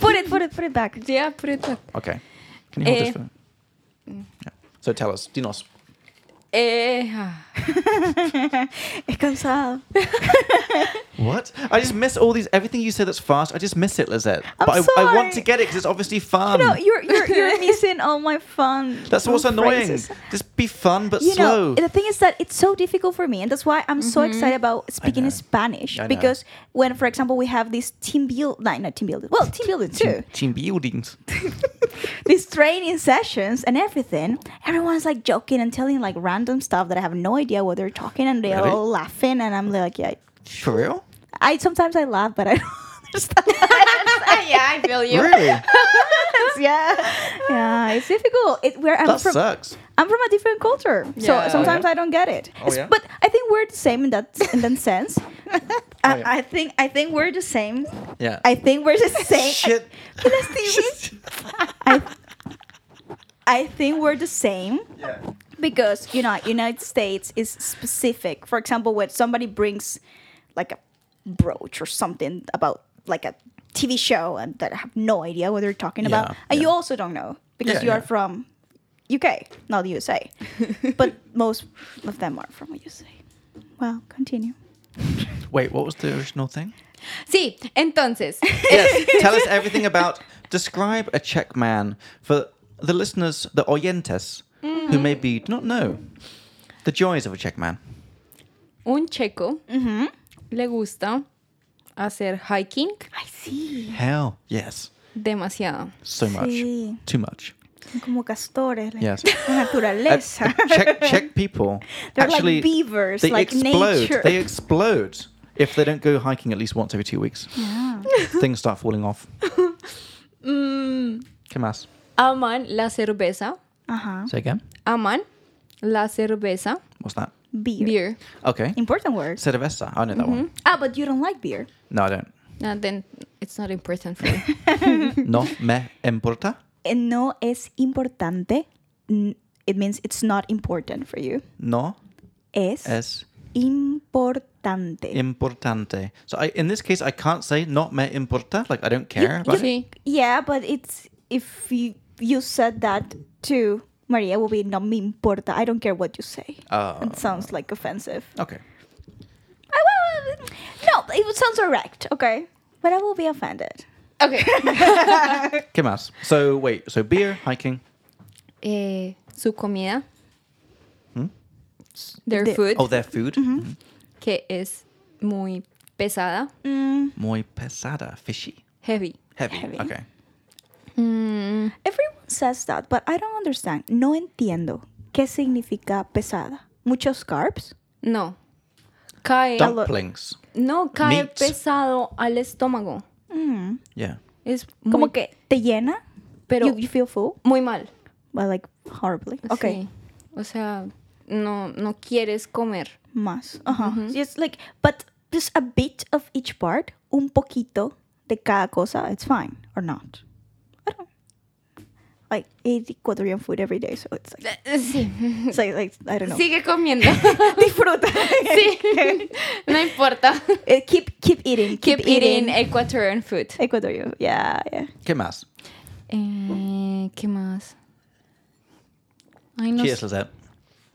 Speaker 2: Put it, put it, put it back.
Speaker 3: Yeah, put it back.
Speaker 1: Okay. Can you hold
Speaker 3: Eh.
Speaker 1: this? For yeah. So tell us, Dinos.
Speaker 3: Eh, ah.
Speaker 2: Es cansado.
Speaker 1: What? I just miss all these. Everything you say that's fast, I just miss it, Lizette.
Speaker 2: I'm
Speaker 1: but I, I want
Speaker 2: sorry.
Speaker 1: to get it because it's obviously fun.
Speaker 2: No, you're, you're, you're missing all my fun.
Speaker 1: that's what's
Speaker 2: little
Speaker 1: annoying.
Speaker 2: phrases.
Speaker 1: Just be fun but
Speaker 2: you
Speaker 1: slow.
Speaker 2: know the thing is that it's so difficult for me and that's why i'm so excited about
Speaker 1: know.
Speaker 2: speaking spanish
Speaker 1: I know.
Speaker 2: because when for example we have this team build no, not team building well team building too
Speaker 1: team, team buildings.
Speaker 2: these training sessions and everything everyone's like joking and telling like random stuff that i have no idea what they're talking and they're
Speaker 1: Really?
Speaker 2: all laughing and i'm like yeah
Speaker 1: For real?
Speaker 2: i sometimes i laugh but i don't understand
Speaker 3: yeah, I feel you.
Speaker 1: Really?
Speaker 2: yeah yeah it's difficult it where i'm
Speaker 1: that
Speaker 2: from
Speaker 1: sucks.
Speaker 2: I'm from a different culture,
Speaker 3: Yeah.
Speaker 2: so sometimes
Speaker 1: Oh, yeah?
Speaker 2: I don't get it.
Speaker 1: Oh, yeah?
Speaker 2: But I think we're the same in that in that sense. I,
Speaker 1: Oh, yeah.
Speaker 2: I think I think we're the same.
Speaker 1: Yeah.
Speaker 2: I think we're the same.
Speaker 1: Shit.
Speaker 2: Can I see I, I think we're the same
Speaker 1: yeah.
Speaker 2: because you know United States is specific. For example, when somebody brings like a brooch or something about like a TV show and that I have no idea what they're talking about,
Speaker 1: Yeah,
Speaker 2: and you
Speaker 1: yeah.
Speaker 2: also don't know because
Speaker 1: Yeah,
Speaker 2: you are
Speaker 1: yeah.
Speaker 2: from UK, not the USA. but most of them are from USA. Well, continue.
Speaker 1: Wait, what was the original thing?
Speaker 3: Sí, entonces,
Speaker 1: Yes. Tell us everything about. Describe a Czech man for the listeners, the oyentes,
Speaker 2: Mm.
Speaker 1: who maybe do not know the joys of a Czech man.
Speaker 3: un checo le gusta hacer hiking
Speaker 2: I see.
Speaker 1: Hell yes.
Speaker 3: demasiado.
Speaker 1: So
Speaker 2: Sí.
Speaker 1: much. Too much.
Speaker 2: Son como castores, la
Speaker 1: Yes.
Speaker 2: la
Speaker 1: Uh,
Speaker 2: naturaleza.
Speaker 1: Czech, Czech people
Speaker 2: They're like
Speaker 1: actually
Speaker 2: beavers,
Speaker 1: they
Speaker 2: like
Speaker 1: explode.
Speaker 2: nature.
Speaker 1: They explode if they don't go hiking at least once every two weeks. Things start falling off.
Speaker 2: Mm.
Speaker 1: ¿Qué más?
Speaker 3: Aman la cerveza,
Speaker 2: Ajá.
Speaker 1: Say again.
Speaker 3: aman la cerveza,
Speaker 1: What's that?
Speaker 2: Beer.
Speaker 3: beer.
Speaker 1: Okay.
Speaker 2: Important word.
Speaker 1: Cerveza. I know that one.
Speaker 2: Ah, but you don't like beer.
Speaker 1: No, I don't.
Speaker 3: And Ah, then it's not important for me.
Speaker 1: No me importa.
Speaker 2: Eh, No es importante. N- It means it's not important for you.
Speaker 1: No
Speaker 2: Es,
Speaker 1: es
Speaker 2: importante.
Speaker 1: importante. So I, in this case, I can't say no me importa. Like I don't care. about it.
Speaker 3: sí,
Speaker 2: yeah, but it's if you you said that to Maria will be no me importa. I don't care what you say.
Speaker 1: Oh.
Speaker 2: It sounds like offensive.
Speaker 1: Okay.
Speaker 2: I, well, no, but it sounds direct. Okay, but I will be offended.
Speaker 3: Okay.
Speaker 1: ¿Qué más? So wait. So beer, hiking.
Speaker 3: Eh, su comida.
Speaker 1: Hmm?
Speaker 3: Their
Speaker 2: The-
Speaker 3: food,
Speaker 1: Oh, their food.
Speaker 2: Mm-hmm.
Speaker 3: que es muy pesada,
Speaker 2: Mm,
Speaker 1: Muy pesada, fishy,
Speaker 3: heavy.
Speaker 1: heavy.
Speaker 2: Heavy.
Speaker 1: Okay.
Speaker 3: Mm,
Speaker 2: everyone says that, but I don't understand. No entiendo qué significa pesada. Muchos carbs.
Speaker 3: no. Cae,
Speaker 2: Dump-
Speaker 1: Dumplings.
Speaker 3: no, cae
Speaker 1: Meat.
Speaker 3: pesado al estómago.
Speaker 2: Mm.
Speaker 1: Yeah.
Speaker 3: Es
Speaker 2: Como
Speaker 3: muy-
Speaker 2: que te llena,
Speaker 3: pero
Speaker 2: you, you feel full,
Speaker 3: muy mal.
Speaker 2: but like horribly. Okay.
Speaker 3: Sí. O sea, no, no quieres comer.
Speaker 2: Más. Ajá. Just Uh-huh. like, but just a bit of each part, un poquito de cada cosa, it's fine or not. I don't. I eat Ecuadorian food every day, so it's like,
Speaker 3: Eh, Sí.
Speaker 2: it's like, like, I don't know.
Speaker 3: Sigue comiendo.
Speaker 2: Disfruta.
Speaker 3: sí. No importa.
Speaker 2: Eh, keep keep eating.
Speaker 3: Keep eating Ecuadorian food.
Speaker 2: Ecuadorian. Yeah, yeah.
Speaker 1: ¿Qué más?
Speaker 3: Eh, ¿Qué más? Ay, no
Speaker 1: Cheers,
Speaker 3: sé.
Speaker 1: Lizette.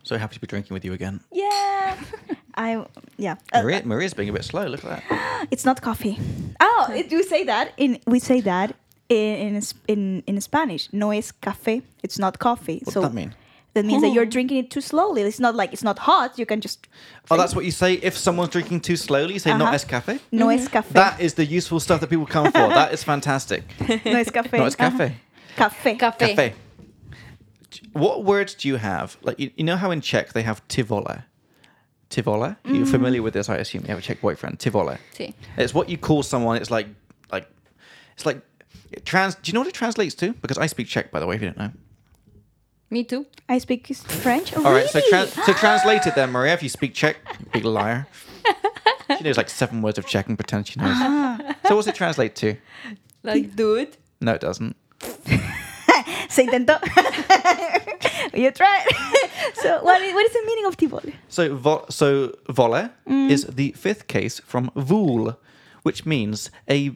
Speaker 1: So happy to be drinking with you again.
Speaker 2: Yeah. I yeah. Uh,
Speaker 1: Maria, Maria's being a bit slow. Look at that.
Speaker 2: it's not coffee. Oh, it, you say that in we say that in in Sp- in, in Spanish. No es café. It's not coffee.
Speaker 1: What
Speaker 2: so
Speaker 1: does that mean?
Speaker 2: That means that you're drinking it too slowly. It's not like it's not hot. You can just
Speaker 1: Oh, that's what you say if someone's drinking too slowly. You say not
Speaker 2: Uh-huh.
Speaker 1: es cafe.
Speaker 2: no es café.
Speaker 1: That is the useful stuff that people come for. That is fantastic.
Speaker 2: no es café.
Speaker 1: No es
Speaker 2: Ajá.
Speaker 1: cafe.
Speaker 2: Café.
Speaker 3: Café.
Speaker 1: Cafe. What words do you have? Like you, you know how in Czech they have tivola. Tivola. You're
Speaker 2: Mm.
Speaker 1: familiar with this, I assume. You have a Czech boyfriend. Tivola.
Speaker 3: Sí.
Speaker 1: It's what you call someone. It's like like it's like it trans. Do you know what it translates to? Because I speak Czech, by the way, if you don't know.
Speaker 3: Me too.
Speaker 2: I speak is- French.
Speaker 1: All right, so trans so translate it then, Maria. If you speak Czech, you big liar. She knows like seven words of Czech and pretends she knows. So what's it translate to?
Speaker 3: Like, dude.
Speaker 1: No, it doesn't.
Speaker 2: Se intentó. you tried. so what is, what is the meaning of tivoli?
Speaker 1: So vo- so volle is the fifth case from vool, which means a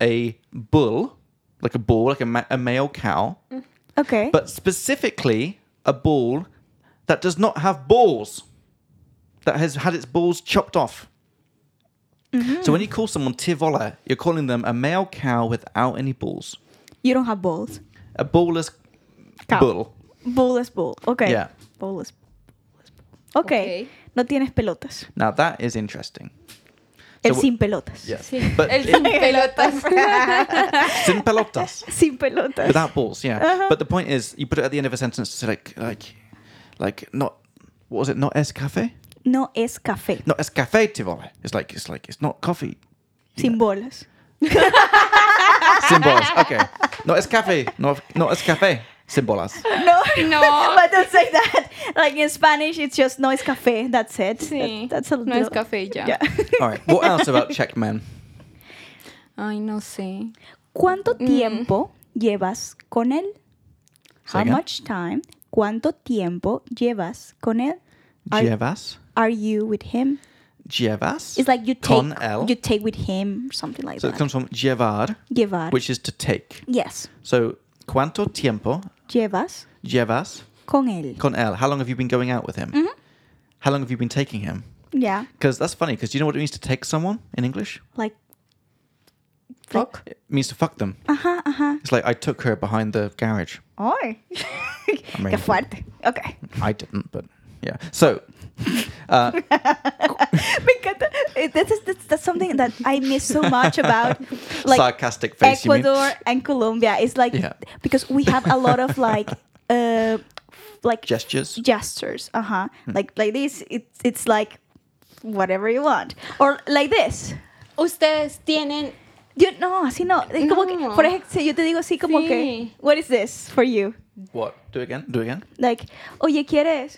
Speaker 1: a bull, like a bull, like a, ma- a male cow,
Speaker 2: Okay.
Speaker 1: but specifically a bull that does not have balls, that has had its balls chopped off.
Speaker 2: Mm-hmm.
Speaker 1: So when you call someone tivola, you're calling them a male cow without any balls,
Speaker 2: you don't have balls.
Speaker 1: a ballless
Speaker 2: Cow.
Speaker 1: bull.
Speaker 2: Bull is bull. Okay.
Speaker 1: Yeah.
Speaker 2: Bull is bull. Okay.
Speaker 3: Ok.
Speaker 2: No tienes pelotas.
Speaker 1: Now that is interesting.
Speaker 2: El
Speaker 1: So-
Speaker 2: sin pelotas.
Speaker 1: Yes,
Speaker 3: Sí.
Speaker 1: but
Speaker 3: El sin pelotas.
Speaker 1: sin pelotas.
Speaker 2: Sin pelotas.
Speaker 1: without balls yeah but the point is you put it at the end of a sentence to say like like like not what was it not es cafe
Speaker 2: no es café.
Speaker 1: not es cafe tivole it's like it's like it's not coffee
Speaker 2: Sin bolas.
Speaker 1: symbolas okay not es cafe not, not es cafe symbolas
Speaker 2: No.
Speaker 3: No.
Speaker 2: but don't say that. Like in Spanish, it's just no es café. That's it.
Speaker 3: Sí.
Speaker 2: That- that's a
Speaker 3: No es
Speaker 2: little-
Speaker 3: café y ya.
Speaker 2: Yeah.
Speaker 1: all right what else about czech men
Speaker 3: Ay, no sé.
Speaker 2: ¿Cuánto
Speaker 3: Mm.
Speaker 2: tiempo llevas con él?
Speaker 1: Say
Speaker 2: How
Speaker 1: again.
Speaker 2: much time? ¿Cuánto tiempo llevas con él? Are-
Speaker 1: Jevas.
Speaker 2: Are you with him?
Speaker 1: Jevas.
Speaker 2: It's like you
Speaker 1: Con
Speaker 2: take
Speaker 1: el.
Speaker 2: you take with him or something like
Speaker 1: so it
Speaker 2: that.
Speaker 1: comes from llevar
Speaker 2: Llevar.
Speaker 1: which is to take
Speaker 2: yes.
Speaker 1: so cuánto tiempo
Speaker 2: Llevas
Speaker 1: llevas
Speaker 2: con él. Mm-hmm.
Speaker 1: con él how long have you been going out with him how long have you been taking him
Speaker 2: Yeah.
Speaker 1: because that's funny because do you know what it means to take someone in english
Speaker 2: Like.
Speaker 3: Fuck.
Speaker 1: it means to fuck them.
Speaker 2: Ajá, ajá.
Speaker 1: It's like I took her behind the garage.
Speaker 2: Ay. Qué
Speaker 1: mean-
Speaker 2: fuerte. Okay.
Speaker 1: I didn't, but yeah. So, uh,
Speaker 2: Ah. Me encanta. Eh, This is, that's, that's something that I miss so much about like
Speaker 1: sarcastic face. you mean?
Speaker 2: Ecuador and Colombia. It's like
Speaker 1: Yeah.
Speaker 2: because we have a lot of like uh like
Speaker 1: Gestures.
Speaker 2: gestures. Uh huh. Like like this. It's it's like whatever you want or like this.
Speaker 3: Ustedes tienen.
Speaker 2: Yo, no, así no. Es como que,
Speaker 3: No.
Speaker 2: por ejemplo, yo te digo así como que,
Speaker 3: Sí.
Speaker 2: what is this for you?
Speaker 1: What? Do again. Do again.
Speaker 2: Like, oye, ¿quieres?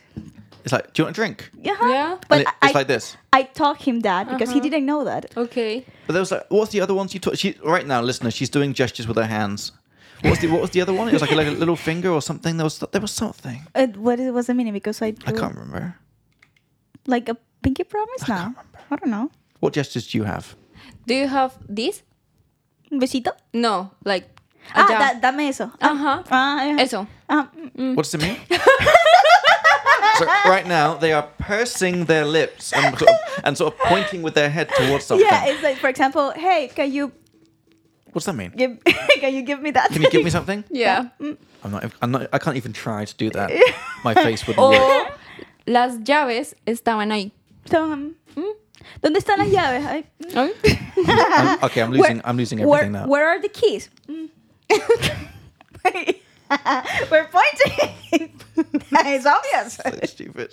Speaker 1: It's like, do you want a drink? And
Speaker 2: Ajá.
Speaker 3: Yeah.
Speaker 2: But
Speaker 1: it-
Speaker 2: I,
Speaker 1: it's like this.
Speaker 2: I taught him that because he didn't know that.
Speaker 3: Ok.
Speaker 1: But there was like, what's the other ones you taught? She right now, listener, she's doing gestures with her hands. What was the What was the other one? It was like a, like a little finger or something. There was there was something.
Speaker 2: Uh, what was the meaning? Because I,
Speaker 1: I
Speaker 2: do-
Speaker 1: can't remember.
Speaker 2: like a pinky promise now. I don't know.
Speaker 1: What gestures do you have?
Speaker 3: Do you have this?
Speaker 2: Un besito.
Speaker 3: No. Like.
Speaker 2: Ah,
Speaker 3: allá.
Speaker 2: da- dame eso. Ah,
Speaker 3: Ajá.
Speaker 2: ah, ah.
Speaker 3: Eso.
Speaker 2: Ah, mm.
Speaker 1: What does it mean? so right now they are pursing their lips and, sort of- and sort of pointing with their head towards something.
Speaker 2: yeah, it's like, for example, hey, can you
Speaker 1: What does that mean?
Speaker 2: give, can you give me that?
Speaker 1: Can you give me something?
Speaker 3: Yeah.
Speaker 1: I'm not. I'm not. I can't even try to do that. My face wouldn't
Speaker 2: Oh.
Speaker 1: work.
Speaker 3: O las llaves estaban ahí.
Speaker 2: Tom, mm, ¿Dónde están las llaves? Ay, mm.
Speaker 3: Ay.
Speaker 1: I'm, okay, I'm losing. I'm losing everything
Speaker 2: where,
Speaker 1: now.
Speaker 2: Where are the keys? Mm. We're pointing. it's obvious. Oh.
Speaker 1: So stupid.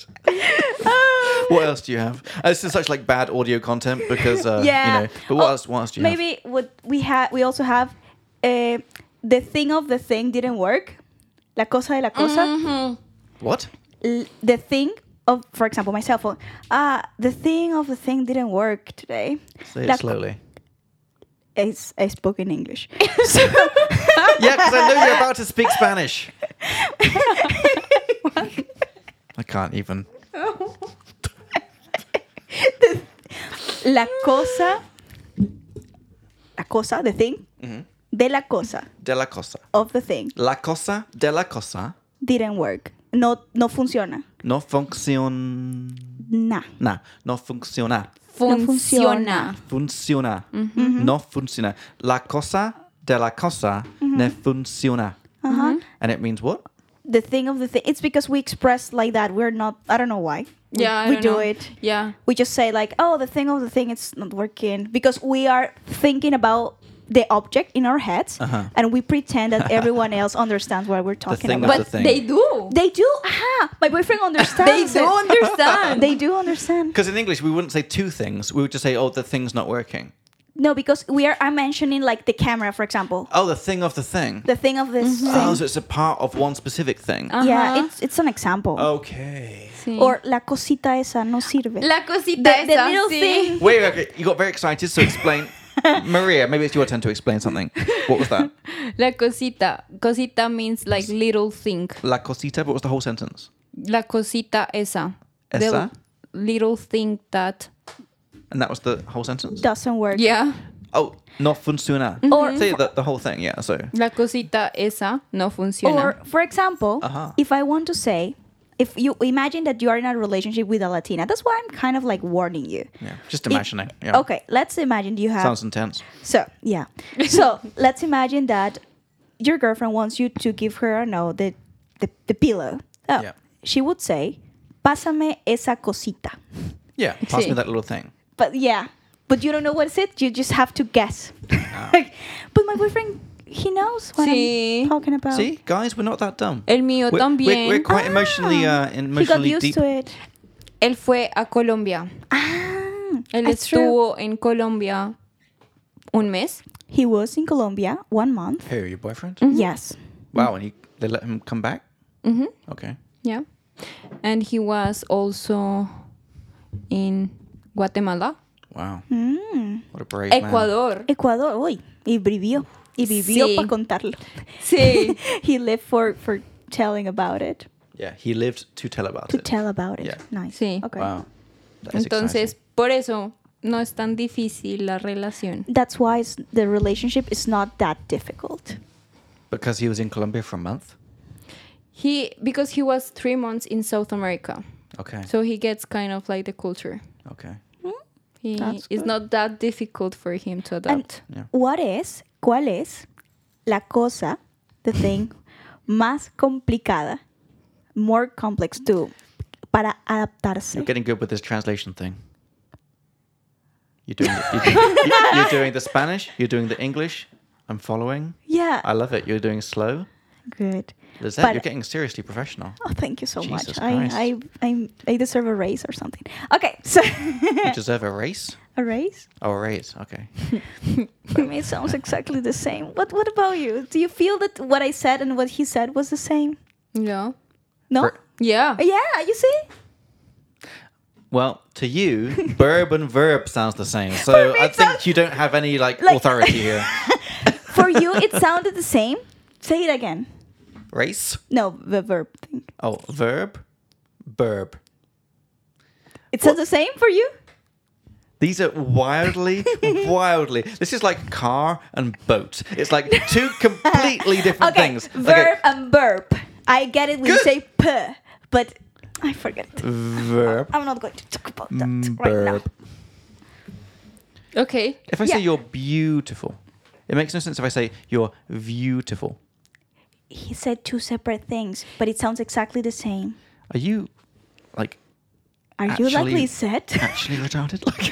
Speaker 1: What else do you have? Uh, this is such like bad audio content because uh,
Speaker 2: yeah.
Speaker 1: you know. But what
Speaker 2: Oh,
Speaker 1: else? What else do you have?
Speaker 2: Maybe what we have, we also have uh, the thing of the thing didn't work. La cosa de la cosa.
Speaker 3: Ujú.
Speaker 1: What?
Speaker 2: L- the thing of, for example, my cell phone. Ah, the thing of the thing didn't work today.
Speaker 1: Say
Speaker 2: La
Speaker 1: it
Speaker 2: co-
Speaker 1: slowly.
Speaker 2: It's, I spoke in English. so,
Speaker 1: Yeah, because I know you're about to speak Spanish. I can't even.
Speaker 2: La cosa. La cosa, the thing. De la cosa,
Speaker 1: De la cosa.
Speaker 2: of the thing.
Speaker 1: La cosa de la cosa
Speaker 2: Didn't work. No, no funciona.
Speaker 1: no funciona.
Speaker 2: Nah.
Speaker 1: No funciona.
Speaker 2: No
Speaker 3: Funciona.
Speaker 1: Funciona.
Speaker 2: Mm-hmm.
Speaker 1: No funciona. La cosa de la cosa
Speaker 2: Mm-hmm.
Speaker 1: no funciona.
Speaker 2: Uh-huh.
Speaker 1: And it means what?
Speaker 2: The thing of the thing. It's because we express like that. We're not. I don't know why. We-
Speaker 3: Yeah, I
Speaker 2: we
Speaker 3: don't
Speaker 2: do
Speaker 3: know.
Speaker 2: it.
Speaker 3: Yeah.
Speaker 2: We just say like, oh, the thing of the thing. It's not working because we are thinking about the object in our heads,
Speaker 1: Uh-huh.
Speaker 2: and we pretend that everyone else understands what we're talking
Speaker 1: thing of
Speaker 2: about.
Speaker 1: the
Speaker 3: But
Speaker 1: thing.
Speaker 3: they do.
Speaker 2: They do. Aha! My boyfriend understands.
Speaker 3: They do
Speaker 2: it.
Speaker 3: understand.
Speaker 2: they do understand.
Speaker 1: Because in English, we wouldn't say two things. We would just say, oh, the thing's not working.
Speaker 2: No, because we are. I'm mentioning like the camera, for example.
Speaker 1: Oh, the thing of the thing.
Speaker 2: The thing of this
Speaker 1: Oh,
Speaker 2: thing. Oh,
Speaker 1: so it's a part of one specific thing.
Speaker 2: Yeah,
Speaker 3: Ajá.
Speaker 2: it's it's an example.
Speaker 1: Oh. Okay.
Speaker 3: Sí.
Speaker 2: Or la cosita esa no sirve.
Speaker 3: la cosita
Speaker 2: the, the
Speaker 3: esa,
Speaker 2: little
Speaker 3: sí.
Speaker 2: thing.
Speaker 1: Wait, wait, wait, you got very excited, so explain. Maria, maybe it's your turn to explain something. What was that?
Speaker 3: La cosita. Cosita means like little thing.
Speaker 1: La cosita, but what was the whole sentence?
Speaker 3: La cosita esa. The
Speaker 1: Esa?
Speaker 3: little thing that.
Speaker 1: And that was the whole sentence?
Speaker 2: doesn't work.
Speaker 3: Yeah.
Speaker 1: Oh, no funciona.
Speaker 2: Or-
Speaker 1: Say the, the whole thing, yeah, so.
Speaker 3: La cosita esa no funciona.
Speaker 2: Or for example,
Speaker 1: Ajá.
Speaker 2: if I want to say, if you imagine that you are in a relationship with a Latina, that's why I'm kind of like warning you.
Speaker 1: Yeah, just
Speaker 2: If-
Speaker 1: imagining. Yeah.
Speaker 2: Okay, let's imagine you have.
Speaker 1: Sounds intense.
Speaker 2: So yeah. So let's imagine that your girlfriend wants you to give her, I know, the the, the pillow. Oh,
Speaker 1: Yeah.
Speaker 2: She would say, "Pásame esa cosita."
Speaker 1: Yeah, pass
Speaker 3: Sí.
Speaker 1: me that little thing.
Speaker 2: But yeah, but you don't know what's it. You just have to guess.
Speaker 1: Ah.
Speaker 2: Like, but my boyfriend, he knows what
Speaker 3: Sí.
Speaker 2: I'm talking about.
Speaker 1: See, guys, we're not that dumb.
Speaker 3: El mío
Speaker 1: we're, we're-
Speaker 3: también.
Speaker 1: We're, quite emotionally, uh,
Speaker 2: Ah. He got
Speaker 1: emotionally
Speaker 2: used
Speaker 1: deep.
Speaker 2: to it.
Speaker 3: Él fue a Colombia.
Speaker 2: Ah,
Speaker 3: Él
Speaker 2: that's true.
Speaker 3: estuvo en Colombia un mes.
Speaker 2: He was in Colombia one month.
Speaker 1: Who, your boyfriend?
Speaker 3: Mm-hmm.
Speaker 2: Yes.
Speaker 1: Wow, and he, they let him come back?
Speaker 3: Ujú.
Speaker 1: Okay.
Speaker 3: Yeah. And he was also in Guatemala.
Speaker 1: Wow.
Speaker 2: Mm.
Speaker 1: What a brave man.
Speaker 3: Ecuador.
Speaker 2: Ecuador, uy, y vivió, y vivió
Speaker 3: Sí.
Speaker 2: para contarlo.
Speaker 3: Sí.
Speaker 2: he lived for for telling about it,
Speaker 1: Yeah, he lived to tell about
Speaker 2: to
Speaker 1: it.
Speaker 2: tell about it.
Speaker 1: Yeah.
Speaker 2: Nice.
Speaker 3: Sí.
Speaker 2: Okay.
Speaker 1: Wow. That is
Speaker 3: Entonces,
Speaker 1: exciting.
Speaker 3: por eso no es tan difícil la relación.
Speaker 2: That's why it's, the relationship is not that difficult.
Speaker 1: Because he was in Colombia for a month?
Speaker 3: He because he was 3 months in South America.
Speaker 1: Okay.
Speaker 3: So he gets kind of like the culture.
Speaker 1: okay.
Speaker 2: Hmm?
Speaker 3: He,
Speaker 2: That's
Speaker 3: it's
Speaker 2: good.
Speaker 3: not that difficult for him to adapt.
Speaker 1: Yeah.
Speaker 2: What is, cuál es la cosa, the thing más complicada, more complex to para adaptarse?
Speaker 1: You're getting good with this translation thing. You're doing, the, you're, doing, you- you're doing the Spanish, you're doing the English. I'm following.
Speaker 2: Yeah.
Speaker 1: I love it. You're doing slow.
Speaker 2: Good.
Speaker 1: Lizette,
Speaker 2: But-
Speaker 1: you're getting seriously professional.
Speaker 2: Oh, thank you so
Speaker 1: Jesus
Speaker 2: much. I,
Speaker 1: Christ.
Speaker 2: I, I, I deserve a raise or something. Okay, so
Speaker 1: You deserve a race?
Speaker 2: a raise
Speaker 1: Oh, a raise. Okay.
Speaker 2: for me it sounds exactly the same. What What about you? Do you feel that what I said and what he said was the same?
Speaker 3: Yeah.
Speaker 2: No.
Speaker 1: Bur-
Speaker 3: Yeah.
Speaker 2: yeah, you see.
Speaker 1: Well, to you, verb and verb sounds the same. So
Speaker 2: me,
Speaker 1: I
Speaker 2: it
Speaker 1: think
Speaker 2: sounds-
Speaker 1: you don't have any like,
Speaker 2: Like-
Speaker 1: authority here.
Speaker 2: For you, it sounded the same. Say it again.
Speaker 1: Race?
Speaker 2: No, the verb thing.
Speaker 1: Oh, verb, verb.
Speaker 2: It sounds the same for you.
Speaker 1: These are wildly, wildly. This is like car and boat. It's like two completely different
Speaker 2: Okay,
Speaker 1: things.
Speaker 2: verb and burp. I get it when you
Speaker 1: Good.
Speaker 2: say p, but I forget. it.
Speaker 1: Verb.
Speaker 2: I'm not going to talk about that Oh,
Speaker 1: Mm,
Speaker 2: right now.
Speaker 1: Verb.
Speaker 3: Okay.
Speaker 1: If I
Speaker 2: Yeah.
Speaker 1: say you're beautiful, it makes no sense if I say you're beautiful.
Speaker 2: He said two separate things, but it sounds exactly the same.
Speaker 1: Are you like
Speaker 2: Are you like
Speaker 1: Actually-
Speaker 2: Lisette?
Speaker 1: actually retarded? Like,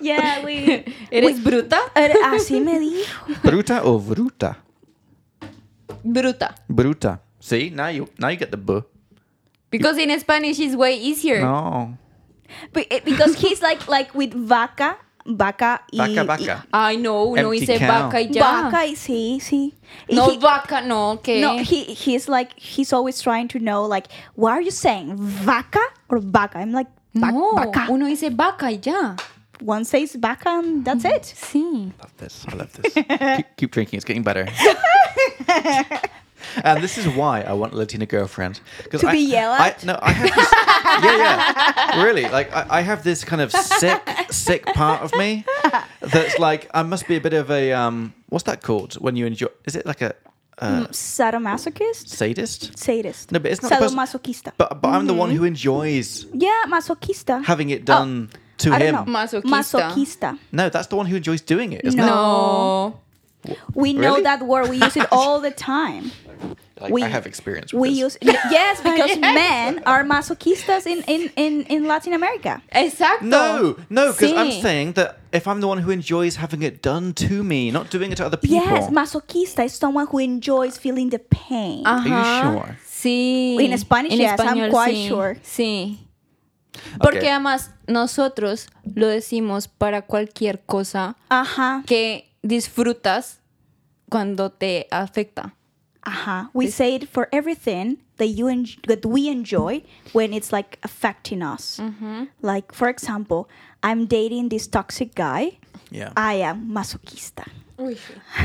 Speaker 2: yeah, we.
Speaker 3: ¿Eres bruta?
Speaker 2: Er, así me dijo.
Speaker 1: bruta or bruta?
Speaker 3: Bruta.
Speaker 1: Bruta. See, now you now you get the bu.
Speaker 3: Because in Spanish it's way easier.
Speaker 1: No.
Speaker 2: Be- eh, Because he's like like with vaca, vaca y.
Speaker 1: Vaca, vaca.
Speaker 3: Ay, no, no
Speaker 1: Empty
Speaker 3: hice
Speaker 1: cow.
Speaker 3: vaca y
Speaker 2: y-
Speaker 3: ya.
Speaker 2: Vaca y sí, sí. Y
Speaker 3: No,
Speaker 2: he-
Speaker 3: vaca, no, que.
Speaker 2: No, he he's like he's always trying to know like what are you saying, vaca or vaca? I'm like "Va-
Speaker 3: No,
Speaker 2: vaca.
Speaker 3: uno dice vaca y ya.
Speaker 2: one says back and that's
Speaker 1: Mm-hmm.
Speaker 2: it.
Speaker 3: Sí.
Speaker 1: love this. I love this. keep, keep drinking. It's getting better. and this is why I want a Latina girlfriend.
Speaker 2: To
Speaker 1: I,
Speaker 2: be yelled
Speaker 1: I,
Speaker 2: at?
Speaker 1: no, I have this. yeah, yeah. Really, like I, I have this kind of sick, sick part of me that's like I must be a bit of a um. What's that called when you enjoy? Is it like a
Speaker 2: Mm.
Speaker 1: uh,
Speaker 2: Sadomasochist?
Speaker 1: sadist?
Speaker 2: Sadist.
Speaker 1: No, but it's not. the person-
Speaker 2: Sadomasochista.
Speaker 1: but but I'm the
Speaker 2: Mm-hmm.
Speaker 1: one who enjoys
Speaker 2: yeah, masochista.
Speaker 1: having it done to
Speaker 2: Oh, I
Speaker 1: him.
Speaker 2: don't know.
Speaker 3: Masochista.
Speaker 2: Masochista.
Speaker 1: No, that's the one who enjoys doing it, isn't
Speaker 2: No.
Speaker 1: it?
Speaker 3: Oh.
Speaker 2: We know
Speaker 1: Really?
Speaker 2: that word. We use it all the time.
Speaker 1: Like,
Speaker 2: We-
Speaker 1: I have experience. With
Speaker 2: We
Speaker 1: this.
Speaker 2: use yes because men are masochistas in in in, in Latin America.
Speaker 3: Exacto.
Speaker 1: No, no, because I'm
Speaker 3: Sí.
Speaker 1: saying that if I'm the one who enjoys having it done to me, not doing it to other people.
Speaker 2: Yes, masochista is someone who enjoys feeling the pain.
Speaker 1: Are you
Speaker 2: uh-huh.
Speaker 3: Ajá.
Speaker 1: sure?
Speaker 3: Sí.
Speaker 2: In Spanish, yes, I'm quite
Speaker 3: sí.
Speaker 2: sure.
Speaker 3: Sí. Porque
Speaker 1: Okay.
Speaker 3: además nosotros lo decimos para cualquier cosa
Speaker 2: Ajá,
Speaker 3: que disfrutas cuando te afecta.
Speaker 2: ajá. We say it for everything that you en- that we enjoy when it's like affecting us. Like for example, I'm dating this toxic guy.
Speaker 1: Yeah.
Speaker 2: I am masochista.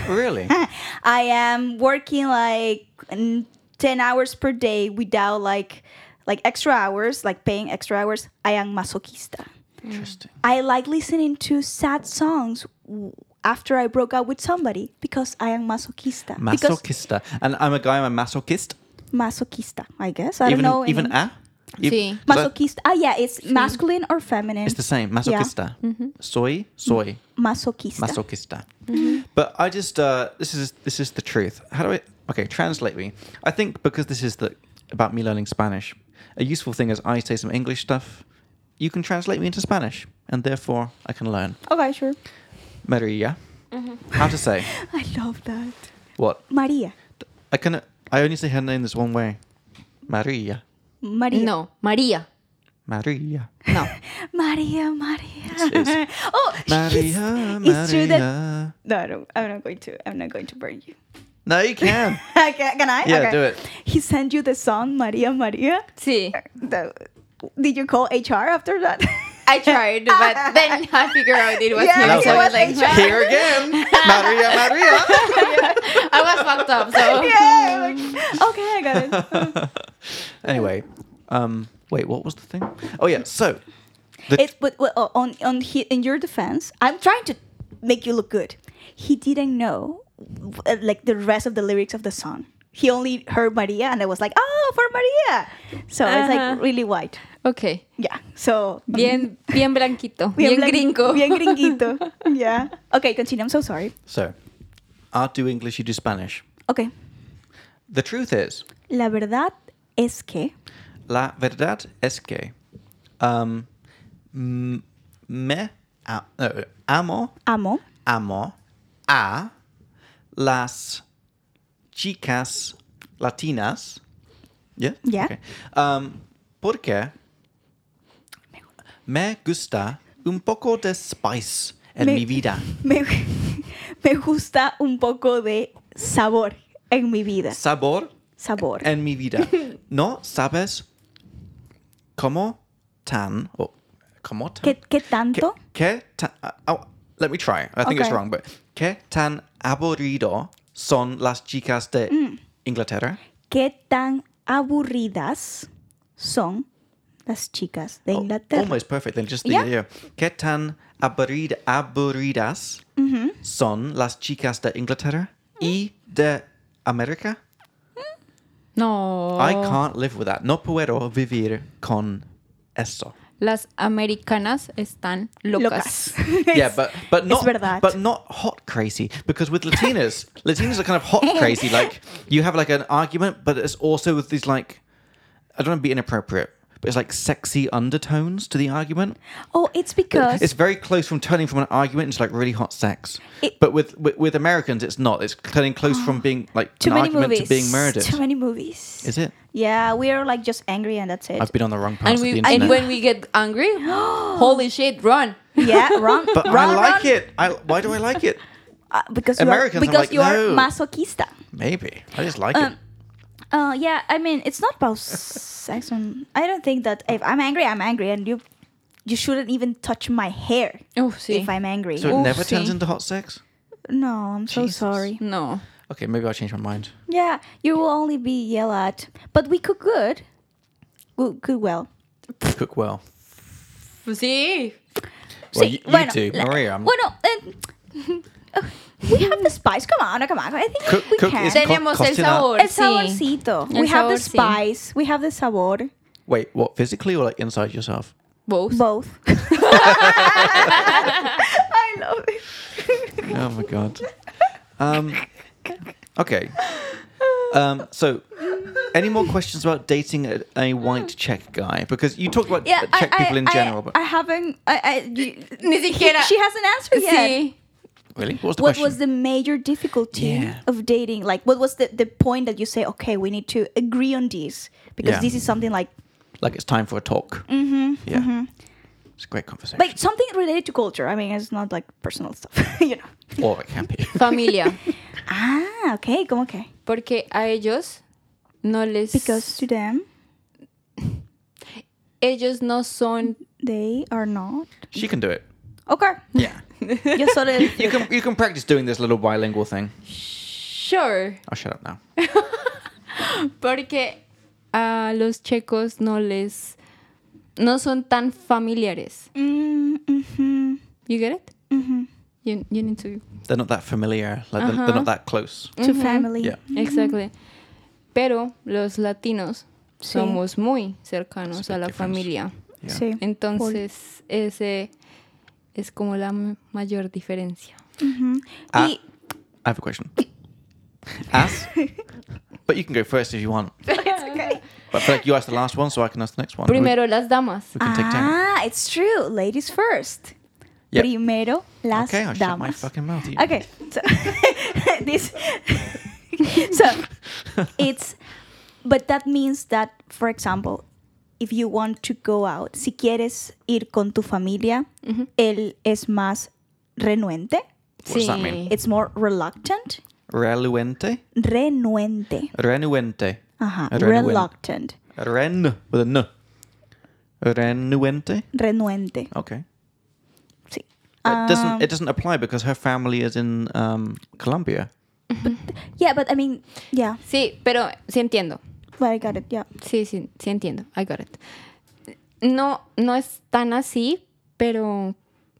Speaker 1: really?
Speaker 2: Mm. I am working like mm, 10 hours per day without like like extra hours, like paying extra hours. I am masochista.
Speaker 1: Interesting.
Speaker 2: I like listening to sad songs w- after I broke up with somebody because I am masochista. Because
Speaker 1: Masochista. And I'm a guy, I'm a masochist.
Speaker 2: masochista, I guess. I
Speaker 1: even
Speaker 2: don't know. in
Speaker 1: even
Speaker 2: English.
Speaker 1: a? Ev-
Speaker 3: Sí.
Speaker 1: so
Speaker 2: masochista. Ah, yeah, it's masculine or feminine.
Speaker 1: It's the same. Masochista.
Speaker 2: Mm-hmm.
Speaker 1: Soy, soy,
Speaker 2: masochista.
Speaker 1: masochista.
Speaker 2: Mm-hmm.
Speaker 1: But I just uh, this is this is the truth. How do I okay, translate me. I think because this is the about me learning Spanish, a useful thing is I say some English stuff, you can translate me into Spanish, and therefore I can learn.
Speaker 2: okay, sure.
Speaker 1: Maria.
Speaker 2: Mm-hmm.
Speaker 1: How to say
Speaker 2: I love that.
Speaker 1: what?
Speaker 2: Maria.
Speaker 1: I can. I only say her name this one way. Maria.
Speaker 2: Maria.
Speaker 3: No, María.
Speaker 1: Maria.
Speaker 3: No.
Speaker 2: Maria, Maria.
Speaker 1: it's-
Speaker 2: oh,
Speaker 1: Maria.
Speaker 2: it's-
Speaker 1: Maria.
Speaker 2: it's true that No, I don't, I'm not going to. I'm not going to burn you.
Speaker 1: No, you can.
Speaker 2: Okay, can I?
Speaker 1: Yeah,
Speaker 2: Okay.
Speaker 1: do it.
Speaker 2: He sent you the song Maria Maria.
Speaker 3: Sí.
Speaker 2: The- did you call HR after that?
Speaker 3: I tried, but then I figured out it was
Speaker 2: Yeah,
Speaker 3: him.
Speaker 1: it
Speaker 3: So I was
Speaker 1: was
Speaker 3: like,
Speaker 2: HR.
Speaker 1: Here again. Maria. Maria.
Speaker 3: I was fucked up. So
Speaker 2: yeah. like, okay, I got it.
Speaker 1: anyway, um, wait. What was the thing? Oh yeah. So the
Speaker 2: It's but well, uh, on on he, in your defense, I'm trying to make you look good. He didn't know uh, like the rest of the lyrics of the song. He only heard Maria, and I was like, oh, for Maria. So it's
Speaker 3: Uh-huh.
Speaker 2: like really white.
Speaker 3: Ok.
Speaker 2: Yeah. So
Speaker 3: Bien, bien blanquito. Bien,
Speaker 2: blan-
Speaker 3: gringo.
Speaker 2: Bien gringuito. yeah. Okay, continue. I'm so sorry.
Speaker 1: so I do English. You do Spanish.
Speaker 2: Okay.
Speaker 1: The truth is,
Speaker 2: La verdad es que.
Speaker 1: la verdad es que um, m- me a- no, amo
Speaker 2: Amo
Speaker 1: amo a las chicas latinas. Yeah?
Speaker 2: Yeah.
Speaker 1: Okay. Um, porque me gusta un poco de spice en
Speaker 2: Me-
Speaker 1: mi vida.
Speaker 2: me, me gusta un poco de sabor en mi vida.
Speaker 1: Sabor
Speaker 2: Sabor.
Speaker 1: en mi vida. No sabes cómo tan o cómo tan.
Speaker 2: ¿Qué, qué tanto?
Speaker 1: Que, que tan, oh, let me try. I think it's
Speaker 2: Okay.
Speaker 1: wrong, but que tan aburrido son las chicas de
Speaker 2: Mm.
Speaker 1: Inglaterra?
Speaker 2: ¿Qué, tan aburridas son las chicas de
Speaker 1: Oh,
Speaker 2: Inglaterra?
Speaker 1: almost perfect. Then just the
Speaker 2: Yeah.
Speaker 1: yeah. Que tan aburrid, aburridas
Speaker 2: Mm-hmm.
Speaker 1: son las chicas de Inglaterra y de América?
Speaker 3: No.
Speaker 2: Oh.
Speaker 1: I can't live with that. No puedo vivir con eso.
Speaker 3: Las americanas están locas.
Speaker 2: Locas.
Speaker 1: yeah, but but not
Speaker 2: verdad.
Speaker 1: but not hot crazy because with Latinas, Latinas are kind of hot crazy. Like you have like an argument, but it's also with these like I don't want to be inappropriate, but it's like sexy undertones to the argument.
Speaker 2: oh, it's because
Speaker 1: It's very close from turning from an argument into like really hot sex.
Speaker 2: It-
Speaker 1: but with, with with Americans, it's not. It's turning close from being like
Speaker 2: too
Speaker 1: an
Speaker 2: many
Speaker 1: argument
Speaker 2: movies.
Speaker 1: to being murdered.
Speaker 2: Too many movies.
Speaker 1: Is it?
Speaker 2: yeah, we are like just angry and that's it.
Speaker 1: I've been on the wrong path
Speaker 3: And,
Speaker 1: of the
Speaker 3: we,
Speaker 1: internet.
Speaker 3: and when we get angry, holy shit, run.
Speaker 2: yeah, wrong.
Speaker 1: but I
Speaker 2: wrong,
Speaker 1: like
Speaker 2: wrong.
Speaker 1: it. I, why do I like it?
Speaker 2: Uh, because
Speaker 1: Americans,
Speaker 2: you are,
Speaker 1: I'm
Speaker 2: because
Speaker 1: like,
Speaker 2: you are
Speaker 1: no.
Speaker 2: masochista.
Speaker 1: Maybe I just like it.
Speaker 2: Uh, yeah, I mean, it's not about sex. And I don't think that if I'm angry, I'm angry, and you you shouldn't even touch my hair
Speaker 3: Uf, sí.
Speaker 2: if I'm angry.
Speaker 1: So it
Speaker 3: Oof,
Speaker 1: never turns
Speaker 3: sí.
Speaker 1: into hot sex?
Speaker 2: no, I'm so
Speaker 1: Jesus.
Speaker 2: sorry.
Speaker 3: No.
Speaker 1: Okay, maybe I'll change my mind.
Speaker 2: Yeah, you will only be yelled at. But we cook good. Good, good well.
Speaker 1: Cook well.
Speaker 3: Pues Sí.
Speaker 1: Well,
Speaker 2: Sí,
Speaker 1: you, you
Speaker 2: bueno,
Speaker 1: do,
Speaker 2: la-
Speaker 1: Maria. I'm,
Speaker 2: Bueno, eh, we have the spice. Come on, come on. I think
Speaker 1: cook,
Speaker 2: we
Speaker 1: cook
Speaker 2: can.
Speaker 1: is co-
Speaker 3: Tenemos el
Speaker 1: costing out-
Speaker 3: sabor.
Speaker 2: El
Speaker 3: Sí.
Speaker 2: saborcito.
Speaker 3: El
Speaker 2: we have the
Speaker 3: sabor, sí.
Speaker 2: spice. We have the sabor.
Speaker 1: Wait, what? Physically or like inside yourself?
Speaker 3: Both.
Speaker 2: Both. I love it.
Speaker 1: Oh my god. Um, okay. Um, so, any more questions about dating a, a white Czech guy? Because you talked about
Speaker 2: Yeah, I-
Speaker 1: Czech
Speaker 2: I,
Speaker 1: people in
Speaker 2: I-
Speaker 1: general, but
Speaker 2: I haven't. I, I, you-
Speaker 3: Ni siquiera.
Speaker 2: she hasn't answered yet.
Speaker 3: Sí.
Speaker 1: really, what was the
Speaker 2: What
Speaker 1: question?
Speaker 2: was the major difficulty
Speaker 1: Yeah.
Speaker 2: of dating? Like, what was the, the point that you say, okay, we need to agree on this because
Speaker 1: Yeah.
Speaker 2: this is something like
Speaker 1: like it's time for a talk. Mm-hmm. Yeah, it's a great conversation.
Speaker 2: like something related to culture. I mean, it's not like personal stuff, you know.
Speaker 1: or it can be.
Speaker 3: Familia.
Speaker 2: Ah, okay, como que.
Speaker 3: Porque a ellos no les.
Speaker 2: Because to them,
Speaker 3: Ellos no son.
Speaker 2: they are not.
Speaker 1: she can do it.
Speaker 2: Okay.
Speaker 1: Yeah,
Speaker 2: Yo solo.
Speaker 1: you can. You can practice doing this little bilingual thing.
Speaker 3: Sure.
Speaker 1: I'll shut up now.
Speaker 3: Porque a los checos no les. No son tan familiares.
Speaker 2: Mm, mhm,
Speaker 3: You get it?
Speaker 2: mhm.
Speaker 3: You, you need to.
Speaker 1: They're not that familiar. Like they're, they're
Speaker 3: Uh-huh.
Speaker 1: not that close.
Speaker 2: To family.
Speaker 1: Yeah.
Speaker 3: Exactly. Pero los latinos
Speaker 2: Sí.
Speaker 3: somos muy cercanos
Speaker 1: It's a
Speaker 3: a
Speaker 1: big
Speaker 3: la
Speaker 1: difference.
Speaker 3: familia.
Speaker 1: Yeah.
Speaker 2: Sí.
Speaker 3: Entonces, ese es como la m- mayor diferencia.
Speaker 2: Mhm.
Speaker 1: Ah.
Speaker 2: Y-
Speaker 1: I have a question. Ask, but you can go first if you want. But I feel like you asked the last one, so I can ask the next one. We-
Speaker 3: Primero las damas.
Speaker 1: we can take turns.
Speaker 2: ah, it's true. Ladies first.
Speaker 1: Yep.
Speaker 2: Primero las
Speaker 1: Okay, I
Speaker 2: damas.
Speaker 1: shut my fucking mouth. You.
Speaker 2: Okay, so this. so it's, but that means that, for example, if you want to go out, si quieres ir con tu familia, él es más renuente.
Speaker 1: What does that mean?
Speaker 2: It's more reluctant.
Speaker 1: Reluente?
Speaker 2: Renuente.
Speaker 1: Renuente.
Speaker 2: Ajá.
Speaker 1: Renuen-
Speaker 2: Reluctant.
Speaker 1: Ren with a n. Renuente?
Speaker 2: Renuente.
Speaker 1: Okay.
Speaker 2: Sí.
Speaker 1: it doesn't it doesn't apply because her family is in um, Colombia.
Speaker 2: Yeah, but I mean, yeah,
Speaker 3: Sí, pero sí entiendo.
Speaker 2: but I got it. Yeah.
Speaker 3: Sí, sí, sí entiendo. I got it. No, no es tan así, pero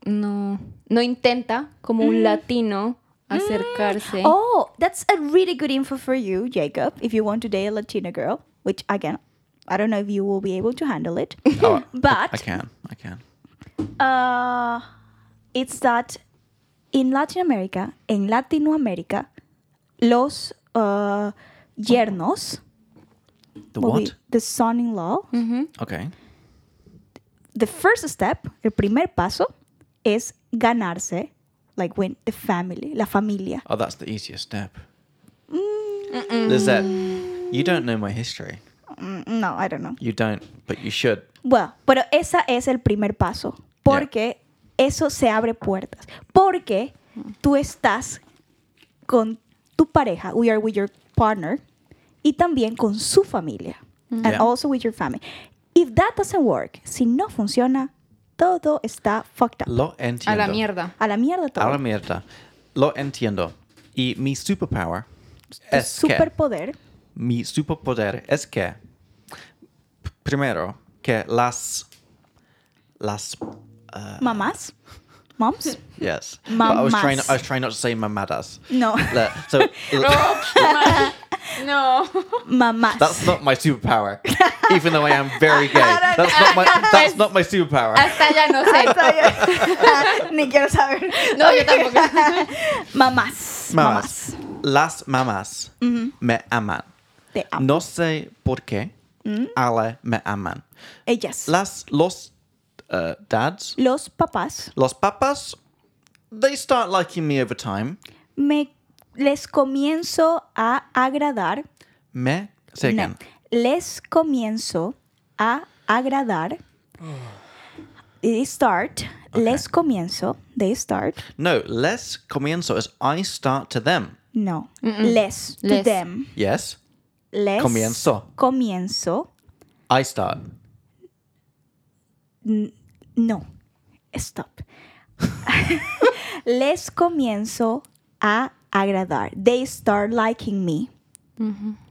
Speaker 3: no, no intenta como un latino acercarse.
Speaker 2: Mm. Oh, that's a really good info for you, Jacob, if you want to date a Latina girl, which again, I don't know if you will be able to handle it.
Speaker 1: Oh,
Speaker 2: but
Speaker 1: I can. I can.
Speaker 2: uh, it's that in Latin America, in Latinoamérica, los uh, yernos,
Speaker 1: The
Speaker 2: will be
Speaker 1: what?
Speaker 2: the son in law,
Speaker 1: Okay.
Speaker 2: the first step, el primer paso, es ganarse, like win the family, la familia.
Speaker 1: Oh, that's the easiest step. Lizette, you don't know my history.
Speaker 2: Mm, No, I don't know.
Speaker 1: You don't, but you should.
Speaker 2: Bueno, pero ese es el primer paso, porque eso se abre puertas, porque tú estás con tu pareja, we are with your partner, y también con su familia,
Speaker 3: Mm.
Speaker 2: and
Speaker 1: Yeah.
Speaker 2: also with your family. If that doesn't work, si no funciona, todo está fucked up.
Speaker 1: Lo entiendo.
Speaker 3: a la mierda.
Speaker 2: A la mierda todo.
Speaker 1: A la mierda. Lo entiendo. Y mi superpower
Speaker 2: Tu
Speaker 1: es que-
Speaker 2: superpoder.
Speaker 1: mi superpoder es que p- primero que las las
Speaker 3: Ah.
Speaker 2: Mamás. Moms.
Speaker 1: yes But I was trying
Speaker 2: Mamás.
Speaker 1: I was trying not to say mamadas
Speaker 2: No.
Speaker 1: Le- so l-
Speaker 3: No.
Speaker 2: Mamás.
Speaker 1: that's not my superpower even though I am very gay that's not my that's not my superpower
Speaker 3: Hasta ya no sé.
Speaker 2: Ni quiero saber.
Speaker 3: No, yo tampoco.
Speaker 2: Mamás.
Speaker 1: Mamás. las mamás me aman
Speaker 2: Te Mm-hmm. amo. Mm-hmm.
Speaker 1: no sé por qué ale me aman
Speaker 2: Ellas.
Speaker 1: las los uh, dads
Speaker 2: Los papás
Speaker 1: los papas they start liking me over time
Speaker 2: me les comienzo a agradar.
Speaker 1: Me, say again.
Speaker 2: No. Les comienzo a agradar. They start. Les comienzo. They start.
Speaker 1: No, les comienzo is I start to them.
Speaker 2: No. Les to
Speaker 3: Les.
Speaker 2: them.
Speaker 1: Yes,
Speaker 2: Les
Speaker 1: Comienzo.
Speaker 2: Comienzo.
Speaker 1: I start.
Speaker 2: No, stop. Les comienzo a agradar. They start liking me.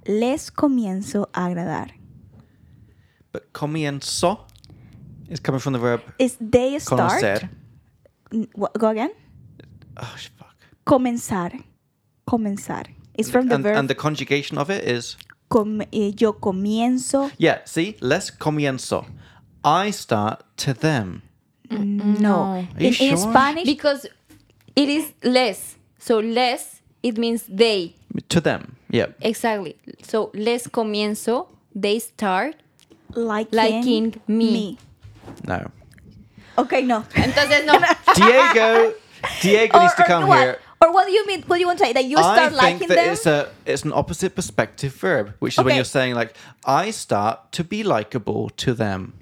Speaker 2: Les comienzo a agradar.
Speaker 1: But comienzo is coming from the verb
Speaker 2: Is they start?
Speaker 1: conocer.
Speaker 2: N- wha- Go again.
Speaker 1: Oh, sh- fuck.
Speaker 2: Comenzar. Comenzar. It's from the
Speaker 1: and,
Speaker 2: verb
Speaker 1: and the conjugation of it is
Speaker 2: com- eh, yo comienzo.
Speaker 1: yeah. See, les comienzo. I start to them.
Speaker 2: No.
Speaker 1: you
Speaker 2: In, in
Speaker 1: sure?
Speaker 2: Spanish,
Speaker 3: Because it is less. So less, it means they.
Speaker 1: To them. Yeah.
Speaker 3: Exactly. So les comienzo, they start.
Speaker 2: liking,
Speaker 3: liking me.
Speaker 1: No.
Speaker 2: Okay, no.
Speaker 3: Entonces no.
Speaker 1: Diego. Diego needs to come
Speaker 2: what?
Speaker 1: here.
Speaker 2: Or what do you mean? What do you want to say? That you
Speaker 1: I
Speaker 2: start
Speaker 1: think
Speaker 2: liking
Speaker 1: that
Speaker 2: them?
Speaker 1: it's a it's an opposite perspective verb, which is when
Speaker 2: Okay.
Speaker 1: you're saying like I start to be likable to them.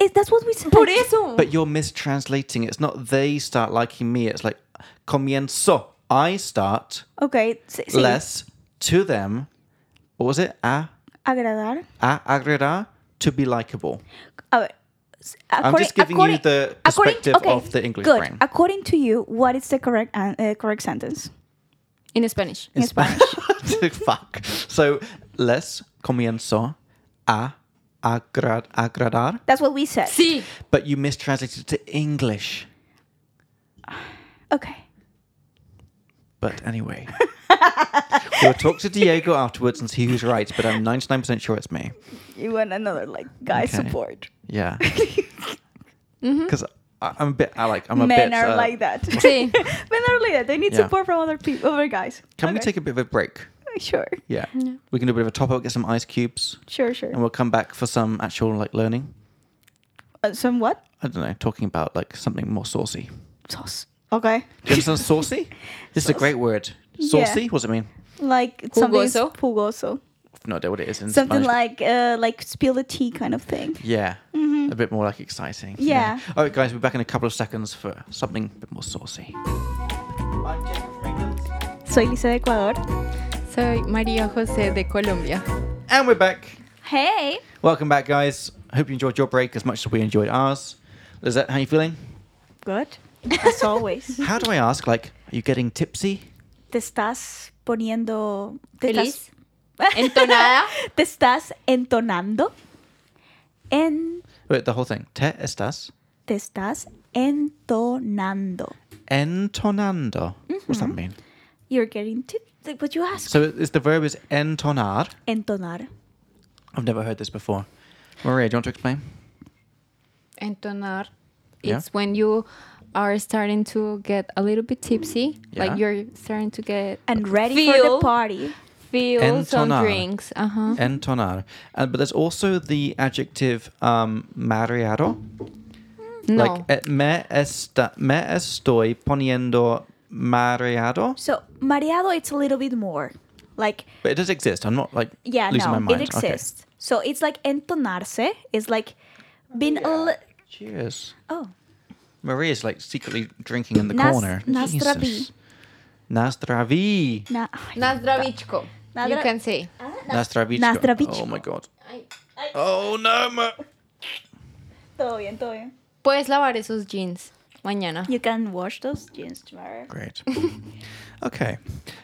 Speaker 2: Is- that's what we said.
Speaker 3: Por eso.
Speaker 2: Mm.
Speaker 1: But you're mistranslating. it. It's not they start liking me. It's like comienzo. I start
Speaker 2: Okay. sí, sí.
Speaker 1: less to them. What was it? A
Speaker 2: Agradar.
Speaker 1: a agradar to be likable.
Speaker 2: A ver. s-
Speaker 1: I'm just
Speaker 2: according-
Speaker 1: giving you
Speaker 2: according-
Speaker 1: the
Speaker 2: according-
Speaker 1: perspective
Speaker 2: okay,
Speaker 1: of the English
Speaker 2: good.
Speaker 1: brain.
Speaker 2: According to you, what is the correct an- uh, correct sentence?
Speaker 3: In Spanish.
Speaker 2: In Spanish.
Speaker 1: Fuck. So les comienzo a agrad agradar.
Speaker 2: That's what we said.
Speaker 3: Sí.
Speaker 1: But you mistranslated it to English.
Speaker 2: Okay.
Speaker 1: But anyway, we'll talk to Diego afterwards and see who's right. But I'm 99% sure it's me.
Speaker 2: You want another like guy
Speaker 1: Okay.
Speaker 2: support.
Speaker 1: Yeah.
Speaker 2: Mm-hmm.
Speaker 1: Because I'm a bit, I like, I'm a
Speaker 2: Men
Speaker 1: bit.
Speaker 2: are
Speaker 1: uh,
Speaker 2: like that. Men
Speaker 3: Sí.
Speaker 2: are like that. They need
Speaker 1: Yeah.
Speaker 2: support from other people, other guys.
Speaker 1: Can we
Speaker 2: Okay. Mm-hmm.
Speaker 1: take a bit of a break?
Speaker 2: Sure.
Speaker 1: Yeah. We can do a bit of a top up, get some ice cubes,
Speaker 2: Sure. Sure.
Speaker 1: and we'll come back for some actual like learning.
Speaker 2: Uh, some what?
Speaker 1: I don't know, talking about like something more saucy.
Speaker 2: Sauce. Okay.
Speaker 1: Do you understand saucy? This is a great word. Saucy? What does it mean?
Speaker 2: Like something is
Speaker 3: Jugoso.
Speaker 2: jugoso.
Speaker 1: I've no idea what it is in
Speaker 2: Something
Speaker 1: Spanish.
Speaker 2: like uh, like spill the tea kind of thing.
Speaker 1: Yeah. A bit more like exciting.
Speaker 2: Yeah.
Speaker 1: All right, guys, we'll be back in a couple of seconds for something a bit more saucy.
Speaker 2: Soy Lisa de Ecuador.
Speaker 3: Soy María José de Colombia.
Speaker 1: And we're back.
Speaker 2: Hey.
Speaker 1: Welcome back, guys. Hope you enjoyed your break as much as we enjoyed ours. Lizette, how you feeling?
Speaker 2: Good. As always.
Speaker 1: How do I ask? Like, are you getting tipsy?
Speaker 2: Te estás poniendo. Te
Speaker 3: Feliz.
Speaker 2: Estás,
Speaker 3: Entonada.
Speaker 2: te estás entonando. En.
Speaker 1: Wait, the whole thing. Te estás
Speaker 2: Te estás entonando.
Speaker 1: entonando. What's that mean?
Speaker 2: You're getting tip. What you ask?
Speaker 1: So it's the verb is entonar.
Speaker 2: Entonar.
Speaker 1: I've never heard this before. Maria, do you want to explain?
Speaker 3: Entonar.
Speaker 1: Yeah.
Speaker 3: It's when you are starting to get a little bit tipsy.
Speaker 1: Yeah.
Speaker 3: Like you're starting to get
Speaker 2: And ready for the
Speaker 3: Feel.
Speaker 2: party.
Speaker 3: feel some
Speaker 1: Entonar.
Speaker 3: drinks. Uh huh.
Speaker 1: Entonar. Uh, but there's also the adjective um, mareado.
Speaker 3: No.
Speaker 1: Like, eh, me, esta, me estoy poniendo mareado.
Speaker 2: So, mareado, it's a little bit more. Like,
Speaker 1: But it does exist. I'm not like
Speaker 2: Yeah,
Speaker 1: losing my
Speaker 2: no,
Speaker 1: mind.
Speaker 2: it
Speaker 1: Okay.
Speaker 2: exists. So it's like entonarse. It's like being a li-
Speaker 1: Cheers.
Speaker 2: oh
Speaker 1: Maria's like secretly drinking in the
Speaker 2: Nas-
Speaker 1: corner.
Speaker 2: Nastravi.
Speaker 1: Jesus. Nastravi.
Speaker 2: na-
Speaker 3: Nazdravichko. You
Speaker 2: Nazdra-
Speaker 3: can say.
Speaker 2: ah,
Speaker 1: Nastravichko.
Speaker 2: Nastravichko.
Speaker 1: Oh my god. Oh no. Ma-
Speaker 2: todo bien, todo bien.
Speaker 3: Puedes lavar esos jeans mañana.
Speaker 2: You can wash those jeans tomorrow.
Speaker 1: Great. Okay.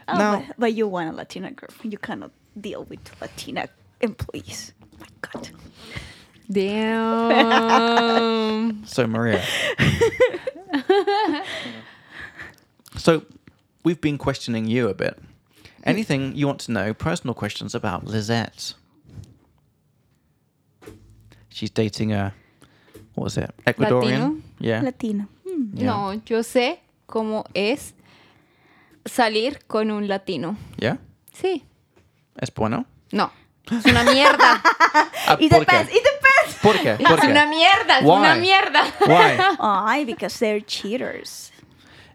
Speaker 2: Oh,
Speaker 1: now,
Speaker 2: but, but you want a Latina girlfriend. You cannot deal with Latina employees. Oh My God.
Speaker 3: Damn.
Speaker 1: so Maria. so we've been questioning you a bit. Anything you want to know, personal questions about Lizette? She's dating a what was it? Ecuadorian?
Speaker 3: Latino?
Speaker 1: Yeah.
Speaker 2: Latino. Hmm.
Speaker 1: yeah.
Speaker 3: No, yo sé cómo es salir con un latino.
Speaker 1: Yeah.
Speaker 3: Sí.
Speaker 1: Es bueno.
Speaker 3: No. Es una mierda.
Speaker 1: Ah,
Speaker 2: It
Speaker 1: ¿por qué?
Speaker 2: depends. It depends.
Speaker 1: ¿Por qué? ¿Por
Speaker 3: Es
Speaker 1: qué?
Speaker 3: una mierda. Es
Speaker 1: Why?
Speaker 3: una mierda.
Speaker 1: Why?
Speaker 2: Why? Because they're cheaters.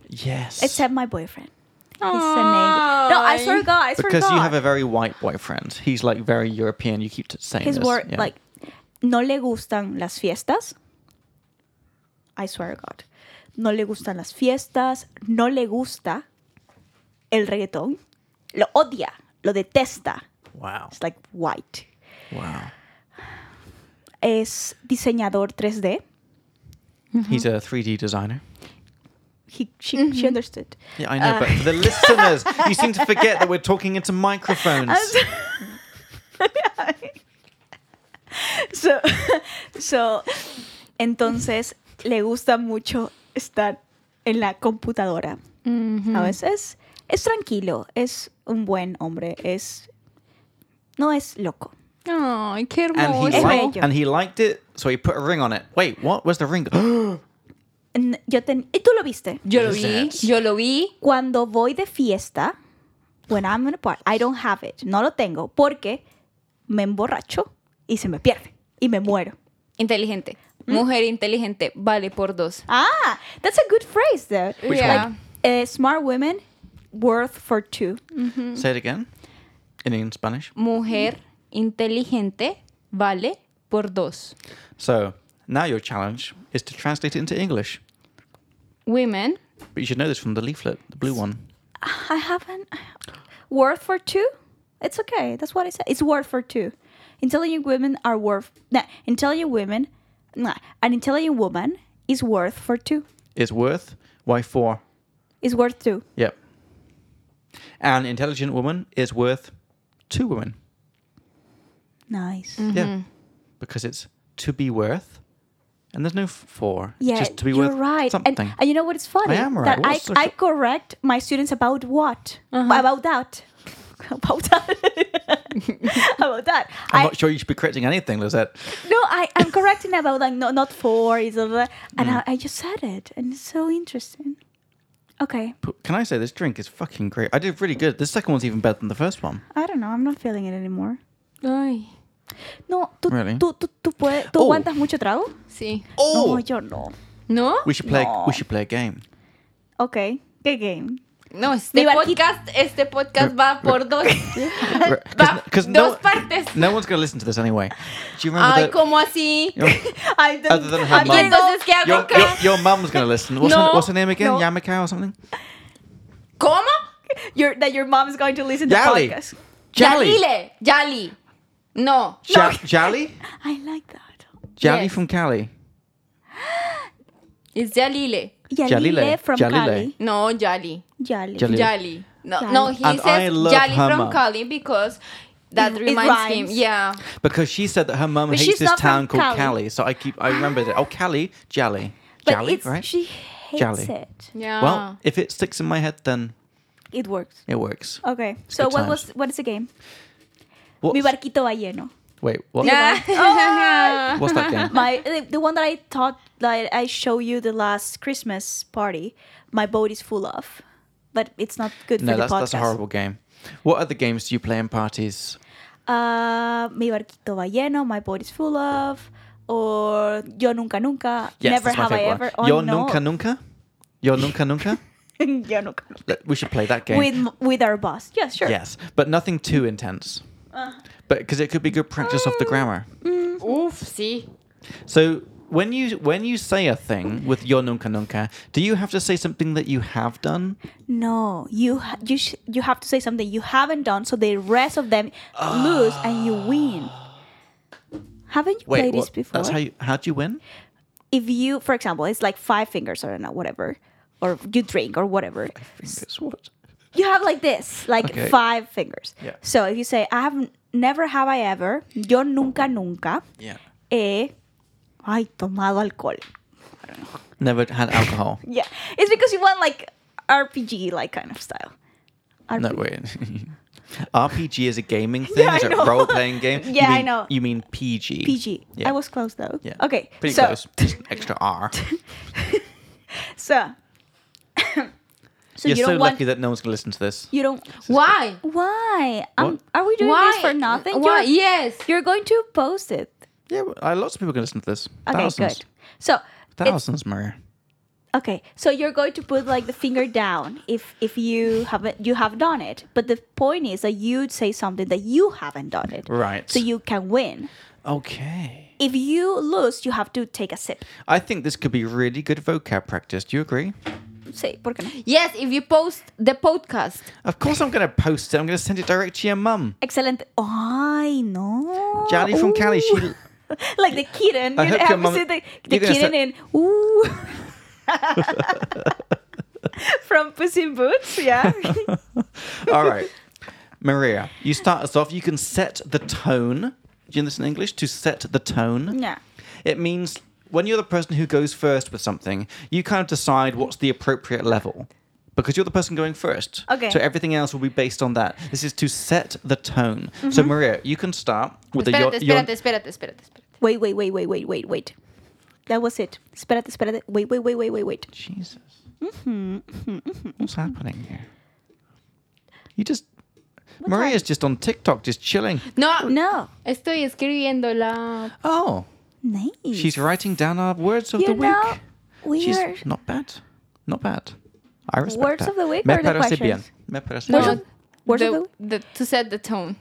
Speaker 1: Yes.
Speaker 2: Except my boyfriend. He's an angel. No, I
Speaker 3: Ay.
Speaker 2: forgot. I
Speaker 1: because
Speaker 2: forgot.
Speaker 1: you have a very white boyfriend. He's like very European. You keep t- saying
Speaker 2: His
Speaker 1: this.
Speaker 2: word,
Speaker 1: yeah.
Speaker 2: like, no le gustan las fiestas. I swear to God. No le gustan las fiestas. No le gusta el reggaetón. Lo odia. Lo detesta.
Speaker 1: wow,
Speaker 2: It's like white.
Speaker 1: wow.
Speaker 2: Es diseñador 3D.
Speaker 1: He's a 3D designer.
Speaker 2: He, she, she understood.
Speaker 1: Yeah, I know, but
Speaker 2: Uh,
Speaker 1: for the listeners, you seem to forget that we're talking into microphones.
Speaker 2: So, so, entonces le gusta mucho estar en la computadora. A veces es tranquilo, es un buen hombre, es no es loco.
Speaker 3: Ay, qué
Speaker 1: and he
Speaker 3: hermoso.
Speaker 1: liked,
Speaker 2: bello.
Speaker 1: and he liked it, so he put a ring on it. Wait, what? Where's the ring?
Speaker 2: Mm-hmm. N- Yo ten- y tú lo viste.
Speaker 3: Yo lo
Speaker 1: Is
Speaker 3: vi,
Speaker 1: that-
Speaker 3: yo lo vi.
Speaker 2: Cuando voy de fiesta, when I'm in a party, I don't have it, no lo tengo porque me emborracho y se me pierde y me muero.
Speaker 3: Inteligente. Mujer inteligente vale por dos.
Speaker 2: Ah, that's a good phrase though.
Speaker 1: Which
Speaker 3: Yeah.
Speaker 1: one?
Speaker 2: Eh, smart women worth for two.
Speaker 1: Say it again. In, in Spanish.
Speaker 3: Mujer inteligente vale por dos.
Speaker 1: So now your challenge is to translate it into English.
Speaker 3: Women.
Speaker 1: But you should know this from the leaflet, the blue one.
Speaker 2: I haven't. Worth for two? It's okay. That's what I said. It's worth for two. Intelligent women are worth. Nah, intelligent women. Nah, an intelligent woman is worth for two.
Speaker 1: Is worth Y four.
Speaker 2: Is worth two.
Speaker 1: Yep. An intelligent woman is worth two women.
Speaker 2: Nice.
Speaker 1: Yeah. Because it's to be worth, and there's no f- four. It's
Speaker 2: Yeah,
Speaker 1: just to be
Speaker 2: you're
Speaker 1: worth
Speaker 2: right. And-
Speaker 1: something.
Speaker 2: And, you know what is funny?
Speaker 1: I am right.
Speaker 2: That
Speaker 1: What
Speaker 2: I,
Speaker 1: is social-
Speaker 2: I correct my students about what? About that. about that. about that.
Speaker 1: I'm
Speaker 2: I-
Speaker 1: not sure you should be correcting anything, Lizette.
Speaker 2: No, I, I'm correcting about like no, not four is a, and
Speaker 1: Mm.
Speaker 2: I, I just said it, and it's so interesting. Okay,
Speaker 1: But can I say this drink is fucking great? I did really good. The second one's even better than the first one.
Speaker 2: I don't know, I'm not feeling it anymore.
Speaker 3: Ay,
Speaker 2: No, tú,
Speaker 1: Really?
Speaker 2: tú, tú, tú puedes, tú
Speaker 1: Oh.
Speaker 2: aguantas mucho trago.
Speaker 3: sí.
Speaker 2: No, yo no.
Speaker 3: ¿No?
Speaker 1: we should play.
Speaker 2: No.
Speaker 1: We should play a game.
Speaker 2: Okay, qué game.
Speaker 3: No, este
Speaker 2: Mi barquita.
Speaker 3: podcast, este podcast va por dos. Va
Speaker 1: Because no,
Speaker 3: dos partes.
Speaker 1: no one's going to listen to this anyway. Do you remember
Speaker 3: Ay,
Speaker 1: that?
Speaker 3: ¿cómo así?
Speaker 1: Your,
Speaker 2: I don't,
Speaker 1: Other than her
Speaker 2: I
Speaker 1: mom.
Speaker 2: don't know.
Speaker 3: Entonces, ¿qué hago
Speaker 1: your,
Speaker 3: acá?
Speaker 1: your, your mum's going to listen. What's,
Speaker 3: No,
Speaker 1: her, what's her name again?
Speaker 2: no.
Speaker 1: Yamaka or something?
Speaker 3: ¿Cómo?
Speaker 2: Your, that your mom is going to listen to the
Speaker 1: Yali.
Speaker 2: podcast.
Speaker 1: Jally.
Speaker 3: Yalile, Yali. No.
Speaker 1: Ja- Jally?
Speaker 2: I like that.
Speaker 1: Jally
Speaker 3: Yes.
Speaker 1: from Cali.
Speaker 3: Es Yalile.
Speaker 2: Yalile,
Speaker 1: Jalile.
Speaker 2: from
Speaker 1: Jalile.
Speaker 2: Cali.
Speaker 3: No, Yali.
Speaker 2: Yali.
Speaker 1: Jalile.
Speaker 3: Yali. No,
Speaker 2: Yali.
Speaker 3: no he
Speaker 1: And I
Speaker 3: says
Speaker 1: love
Speaker 3: Yali
Speaker 1: her
Speaker 3: from
Speaker 1: mom.
Speaker 3: Cali because that
Speaker 2: It- it
Speaker 3: reminds him.
Speaker 2: rhymes.
Speaker 3: Yeah.
Speaker 1: Because she said that her mum
Speaker 2: But
Speaker 1: hates
Speaker 2: she's
Speaker 1: this
Speaker 2: not
Speaker 1: town
Speaker 2: from
Speaker 1: called Cali.
Speaker 2: Cali.
Speaker 1: so I keep I remember it. Oh, Cali, Jally,
Speaker 2: But
Speaker 1: Jally,
Speaker 2: it's,
Speaker 1: right?
Speaker 2: she hates
Speaker 1: Jali.
Speaker 2: it.
Speaker 3: Yeah.
Speaker 1: Well, if it sticks in my head, then
Speaker 2: It works.
Speaker 1: it works.
Speaker 2: Okay, so
Speaker 1: good
Speaker 2: what
Speaker 1: times.
Speaker 2: was what is the game?
Speaker 1: What's-
Speaker 2: Mi barquito va lleno.
Speaker 1: wait, what?
Speaker 3: Yeah.
Speaker 1: What's that game?
Speaker 2: my the- the one that I thought that I show you the last Christmas party, my boat is full of, but it's not good
Speaker 1: No,
Speaker 2: for
Speaker 1: that's
Speaker 2: the podcast.
Speaker 1: that's a horrible game. What other games do you play in parties?
Speaker 2: Uh, mi barquito va lleno, my boat is full of, or yo nunca nunca, never have I ever. Oh,
Speaker 1: Yo
Speaker 2: no.
Speaker 1: nunca nunca. Yo nunca nunca.
Speaker 2: yo nunca nunca.
Speaker 1: Let- We should play that game.
Speaker 2: With with our boss, yeah, sure.
Speaker 1: Yes, but nothing too intense.
Speaker 2: Uh.
Speaker 1: But because it could be good practice of the
Speaker 2: Oh.
Speaker 1: grammar.
Speaker 3: Uf, sí.
Speaker 1: So when you when you say a thing with yo nunca nunca, do you have to say something that you have done?
Speaker 2: No, you ha- you sh- you have to say something you haven't done, so the rest of them lose and you win. Haven't you played this
Speaker 1: what?
Speaker 2: before?
Speaker 1: That's how you how do you win?
Speaker 2: if you, for example, it's like five fingers or not, whatever, or you drink or whatever,
Speaker 1: Fingers what?
Speaker 2: you have like this, like
Speaker 1: Okay.
Speaker 2: five fingers.
Speaker 1: Yeah.
Speaker 2: So if you say, I have never have I ever, yo nunca nunca
Speaker 1: Yeah.
Speaker 2: he, ay, tomado alcohol.
Speaker 1: Never had alcohol.
Speaker 2: Yeah, it's because you want like RPG like kind of style.
Speaker 1: no
Speaker 2: RPG.
Speaker 1: wait. RPG is a gaming thing.
Speaker 2: Yeah,
Speaker 1: it's
Speaker 2: I
Speaker 1: a
Speaker 2: know.
Speaker 1: role playing game. You
Speaker 2: Yeah, I
Speaker 1: mean-
Speaker 2: know.
Speaker 1: You mean PG?
Speaker 2: PG.
Speaker 1: Yeah.
Speaker 2: I was close though.
Speaker 1: Yeah.
Speaker 2: Okay.
Speaker 1: Pretty
Speaker 2: so,
Speaker 1: close. Just extra R.
Speaker 2: So. so
Speaker 1: You're
Speaker 2: you
Speaker 1: so
Speaker 2: don't want.
Speaker 1: lucky that no one's gonna listen to this.
Speaker 2: you don't.
Speaker 3: Why?
Speaker 2: Why? Um,
Speaker 1: What?
Speaker 2: are we doing
Speaker 3: Why?
Speaker 2: this for nothing?
Speaker 3: Why?
Speaker 2: You're,
Speaker 3: Yes.
Speaker 2: you're going to post it.
Speaker 1: Yeah, well, uh, lots of people can listen to this.
Speaker 2: Okay.
Speaker 1: Thousands.
Speaker 2: Good. So. It's,
Speaker 1: Thousands, Maria.
Speaker 2: okay. So you're going to put like the finger down if if you haven't you have done it. But the point is that you'd say something that you haven't done it.
Speaker 1: Right.
Speaker 2: So you can win.
Speaker 1: Okay.
Speaker 2: If you lose, you have to take a sip.
Speaker 1: I think this could be really good vocab practice. Do you agree?
Speaker 2: Say, por qué no?
Speaker 3: Yes, if you post the podcast.
Speaker 1: Of course, I'm going to post it. I'm going to send it direct to your mum.
Speaker 2: Excelente. Ay, no.
Speaker 1: Jali from Cali, she
Speaker 2: Ooh. like the kitten.
Speaker 1: I
Speaker 2: you
Speaker 1: hope
Speaker 2: have
Speaker 1: your
Speaker 2: to
Speaker 1: mom-
Speaker 2: see the, the
Speaker 1: you're gonna
Speaker 2: kitten
Speaker 1: say-
Speaker 2: in ooh. From Puss in Boots, yeah.
Speaker 1: All right. Maria, you start us off. You can set the tone. Do you know this in English? To set the tone.
Speaker 2: yeah.
Speaker 1: It means when you're the person who goes first with something, you kind of decide what's the appropriate level because you're the person going first.
Speaker 2: Okay.
Speaker 1: So everything else will be based on that. This is to set the tone. So
Speaker 2: Mm-hmm.
Speaker 1: Maria, you can start with
Speaker 3: espérate,
Speaker 1: the yo- yo-
Speaker 3: espérate, espérate, espérate, espérate.
Speaker 2: Wait, wait, wait, wait, wait, wait, wait. That was it. Espérate, espérate. Wait, wait, wait, wait, wait, wait.
Speaker 1: Jesus.
Speaker 2: Mm-hmm,
Speaker 1: What's happening here? You just Maria's just on TikTok, just chilling.
Speaker 3: No,
Speaker 2: No.
Speaker 3: Estoy escribiendo la.
Speaker 1: Oh,
Speaker 2: Nice.
Speaker 1: she's writing down our words of
Speaker 2: You
Speaker 1: the
Speaker 2: know,
Speaker 1: week.
Speaker 2: we
Speaker 1: She's
Speaker 2: are
Speaker 1: not bad, not bad. I respect
Speaker 2: Words
Speaker 1: that.
Speaker 2: of the week
Speaker 1: Me
Speaker 2: or the
Speaker 1: parece bien.
Speaker 2: questions?
Speaker 1: Me parece
Speaker 2: Words
Speaker 1: bien.
Speaker 2: of- words of
Speaker 3: the-
Speaker 2: the-
Speaker 3: the- to set the tone.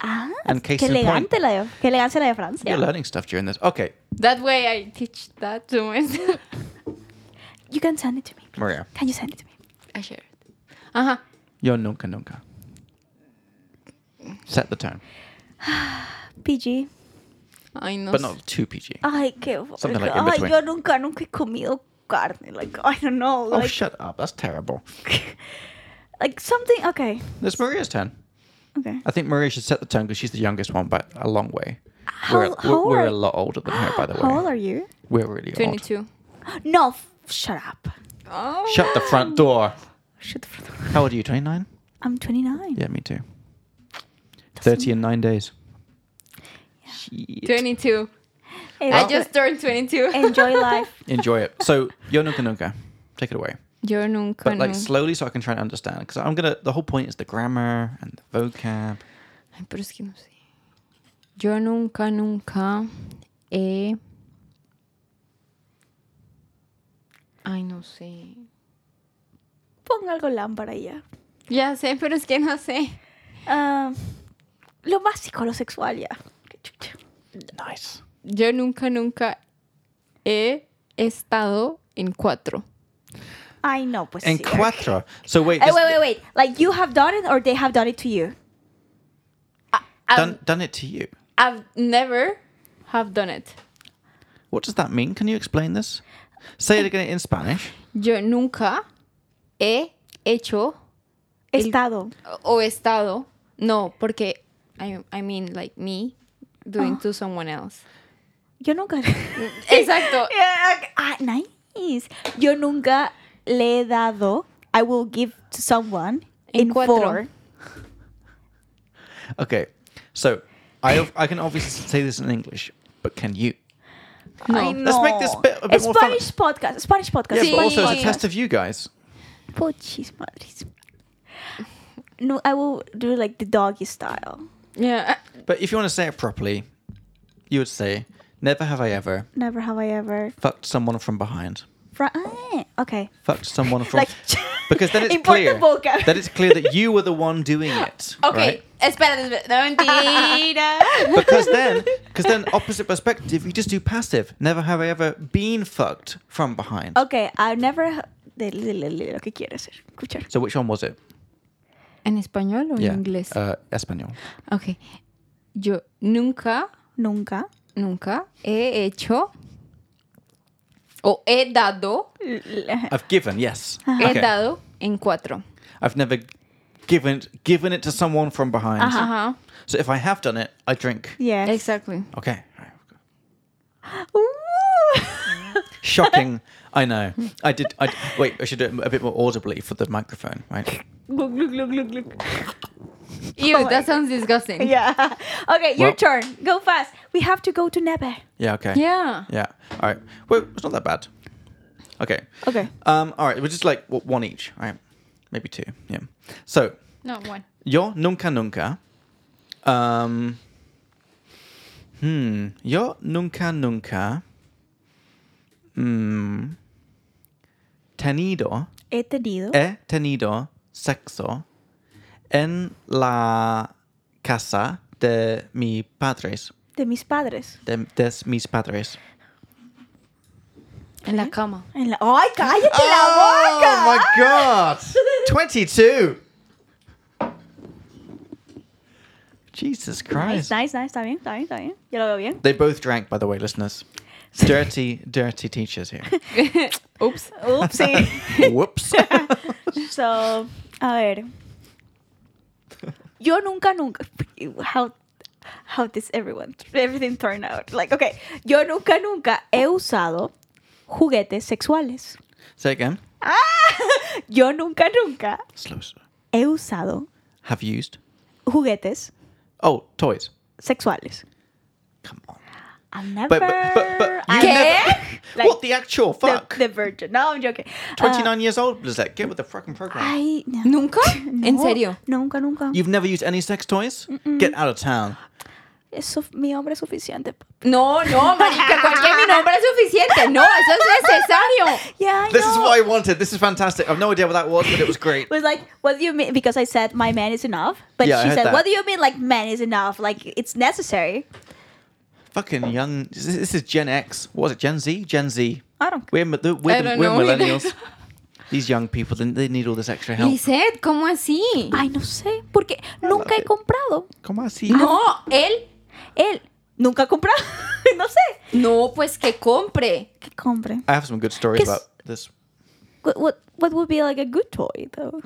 Speaker 2: Ah,
Speaker 1: And
Speaker 2: qué
Speaker 1: case in point.
Speaker 2: elegante la de, qué elegancia la de Francia.
Speaker 1: You're learning stuff during this. Okay,
Speaker 3: That way I teach that to myself.
Speaker 2: You can send it to me.
Speaker 1: Maria,
Speaker 2: Can you send it to me?
Speaker 3: I share it. Ajá.
Speaker 1: yo nunca nunca. Set the tone,
Speaker 2: PG.
Speaker 3: Ay, no.
Speaker 1: but
Speaker 3: sé.
Speaker 1: not too PG.
Speaker 2: Ay, qué
Speaker 1: Something like in
Speaker 2: Ay,
Speaker 1: between.
Speaker 2: yo nunca, nunca he comido carne. Like, I don't know.
Speaker 1: Oh,
Speaker 2: Like,
Speaker 1: shut up! That's terrible.
Speaker 2: like something. Okay.
Speaker 1: It's Maria's turn.
Speaker 2: Okay.
Speaker 1: I think Maria should set the tone because she's the youngest one, but a long way. we're,
Speaker 2: How-
Speaker 1: we're, we're
Speaker 2: how
Speaker 1: a
Speaker 2: old-
Speaker 1: lot older than her, by the way.
Speaker 2: How old are you?
Speaker 1: We're really old.
Speaker 3: 22.
Speaker 2: No, f- shut up.
Speaker 3: Oh.
Speaker 1: Shut the front door.
Speaker 2: Shut the fuck up.
Speaker 1: How old are you? 29?
Speaker 2: I'm 29.
Speaker 1: Yeah, me too. 30 in nine days.
Speaker 3: 22. I just turned 22.
Speaker 2: enjoy life.
Speaker 1: Enjoy it. So, yo nunca nunca. Take it away.
Speaker 3: Yo nunca.
Speaker 1: But like slowly so I can try and understand. Because I'm going to, the whole point is the grammar and the vocab.
Speaker 3: Ay, pero es que no sé. Yo nunca, nunca he. Ay, no sé.
Speaker 2: Ponga algo lámpara y ya.
Speaker 3: Ya sé, pero es que no sé.
Speaker 2: Ah, lo básico, lo sexual ya. Qué chucha.
Speaker 1: Nice.
Speaker 3: Yo nunca, nunca he estado en cuatro.
Speaker 2: Ay, no, pues
Speaker 1: En
Speaker 2: sí.
Speaker 1: cuatro. So, wait.
Speaker 2: Eh,
Speaker 1: this-
Speaker 2: wait, wait, wait. Like, you have done it or they have done it to you?
Speaker 3: I've,
Speaker 1: Done, done it to you.
Speaker 3: I've never have done it.
Speaker 1: What does that mean? Can you explain this? Say it again in Spanish.
Speaker 3: Yo nunca he hecho El-
Speaker 2: Estado.
Speaker 3: o estado. No, porque I, I mean like me doing to someone else.
Speaker 2: Yo nunca.
Speaker 3: Exacto.
Speaker 2: Yeah, like, ah, nice. Yo nunca le he dado. I will give to someone
Speaker 3: En
Speaker 2: in
Speaker 3: cuatro.
Speaker 2: four.
Speaker 1: Okay, so I I can obviously say this in English, but can you?
Speaker 3: No.
Speaker 2: Ay,
Speaker 1: Let's make this bit a bit more fun.
Speaker 2: Spanish podcast. Spanish podcast.
Speaker 1: Yeah,
Speaker 3: Sí.
Speaker 1: but also it's a
Speaker 3: Sí.
Speaker 1: test of you guys.
Speaker 2: Puchis madres. No, I will do like the doggy style.
Speaker 3: Yeah.
Speaker 1: But if you want to say it properly, you would say, "Never have I ever
Speaker 2: Never have I ever.
Speaker 1: fucked someone from behind,
Speaker 2: Fra- ah, okay.
Speaker 1: fucked someone from."
Speaker 2: Like,
Speaker 1: because then it's
Speaker 2: import the
Speaker 1: clear
Speaker 2: vocab.
Speaker 1: that it's clear that you were the one doing it,
Speaker 3: Ok,
Speaker 1: right?
Speaker 3: espérate, espérate. No, mentira.
Speaker 1: Because then, because then, opposite perspective, you just do passive. Never have I ever been fucked from behind.
Speaker 2: Okay, I never. ha- De, de- de- de- lo que quiero hacer. Escuchar.
Speaker 1: So which one was it?
Speaker 3: ¿En español o en
Speaker 1: yeah,
Speaker 3: inglés?
Speaker 1: Uh, Espanol.
Speaker 3: ok. Yo nunca,
Speaker 2: Nunca.
Speaker 3: nunca he hecho o he dado,
Speaker 2: l- l-
Speaker 1: I've given, yes.
Speaker 3: he
Speaker 1: Okay.
Speaker 3: dado en cuatro.
Speaker 1: I've never given given it to someone from behind.
Speaker 2: Uh-huh.
Speaker 3: Ajá.
Speaker 1: So if I have done it, I drink.
Speaker 2: Yes.
Speaker 3: Exactly.
Speaker 1: Okay.
Speaker 2: Ooh.
Speaker 1: Shocking. I know. I did. I wait. I should do it a bit more audibly for the microphone, right?
Speaker 2: look, look, look, look, look.
Speaker 3: Ew,
Speaker 2: Oh my
Speaker 3: that sounds disgusting.
Speaker 2: Yeah. Okay, your
Speaker 1: Well-
Speaker 2: turn. Go fast. We have to go to Nebe.
Speaker 1: Yeah. Okay.
Speaker 3: Yeah.
Speaker 1: Yeah. All right. Well, it's not that bad. Okay.
Speaker 2: Okay.
Speaker 1: Um. All right. We're just like what, one each, right? Maybe two. Yeah. So
Speaker 3: No, bueno.
Speaker 1: yo nunca nunca. Um. Hmm. Yo nunca nunca. Hmm. Tenido.
Speaker 2: He tenido.
Speaker 1: he tenido sexo en la casa de mis padres.
Speaker 2: De mis padres.
Speaker 1: De, de mis padres.
Speaker 3: En la cama.
Speaker 2: En la... ¡Ay, cállate la boca!
Speaker 1: Oh my god! 22! Jesus
Speaker 2: Nice,
Speaker 1: Christ.
Speaker 2: nice, nice, está bien, está bien, está bien. Yo lo veo bien.
Speaker 1: They both drank, by the way, listeners. Dirty, dirty teachers here.
Speaker 3: Ups.
Speaker 2: Oopsie.
Speaker 1: Whoops.
Speaker 2: so, a ver. Yo nunca, nunca. How, how does everyone, everything turn out? Like, okay. Yo nunca, nunca he usado juguetes sexuales.
Speaker 1: Say again.
Speaker 2: Yo nunca, nunca
Speaker 1: Slow, slow.
Speaker 2: he usado
Speaker 1: Have used.
Speaker 2: juguetes
Speaker 1: Oh, toys.
Speaker 2: sexuales.
Speaker 1: Come on.
Speaker 2: I never.
Speaker 1: But, but, but, but
Speaker 2: I
Speaker 1: you
Speaker 2: never.
Speaker 1: never.
Speaker 2: Like,
Speaker 1: what the actual fuck?
Speaker 2: The, uh, the virgin. No, I'm joking. Uh,
Speaker 1: 29 years old, Lizette. Get with the fucking program.
Speaker 2: I, no.
Speaker 3: ¿Nunca? ¿En
Speaker 2: No,
Speaker 3: serio?
Speaker 2: Nunca, nunca.
Speaker 1: You've never used any sex toys? Get out of town.
Speaker 2: Es suf- mi hombre es suficiente.
Speaker 3: No, no, marica, cualquier mi nombre es suficiente. No, eso es necesario.
Speaker 2: Yeah, I
Speaker 1: This
Speaker 2: know.
Speaker 1: is what I wanted. This is fantastic. I've no idea what that was, but it was great.
Speaker 2: It was like, what do you mean? Because I said my man is enough, but
Speaker 1: Yeah, I
Speaker 2: she
Speaker 1: heard
Speaker 2: said,
Speaker 1: that.
Speaker 2: what do you mean? Like man is enough? Like it's necessary?
Speaker 1: fucking young. This, this is Gen X. What was it? Gen Z? Gen Z.
Speaker 2: I don't.
Speaker 1: We're, mi- the, we're,
Speaker 3: I
Speaker 1: the,
Speaker 3: don't
Speaker 1: we're
Speaker 3: know either.
Speaker 1: millennials. These young people, they, they need all this extra help.
Speaker 3: Lisette, ¿cómo así?
Speaker 2: Ay, no sé, porque nunca he
Speaker 1: it.
Speaker 2: comprado.
Speaker 1: Come on, see.
Speaker 3: No, él.
Speaker 2: Él nunca ha comprado. no sé.
Speaker 3: No, pues que compre.
Speaker 2: Que compre.
Speaker 1: I have some good stories
Speaker 2: Guess-
Speaker 1: about this.
Speaker 2: What, what what would be like a good toy though?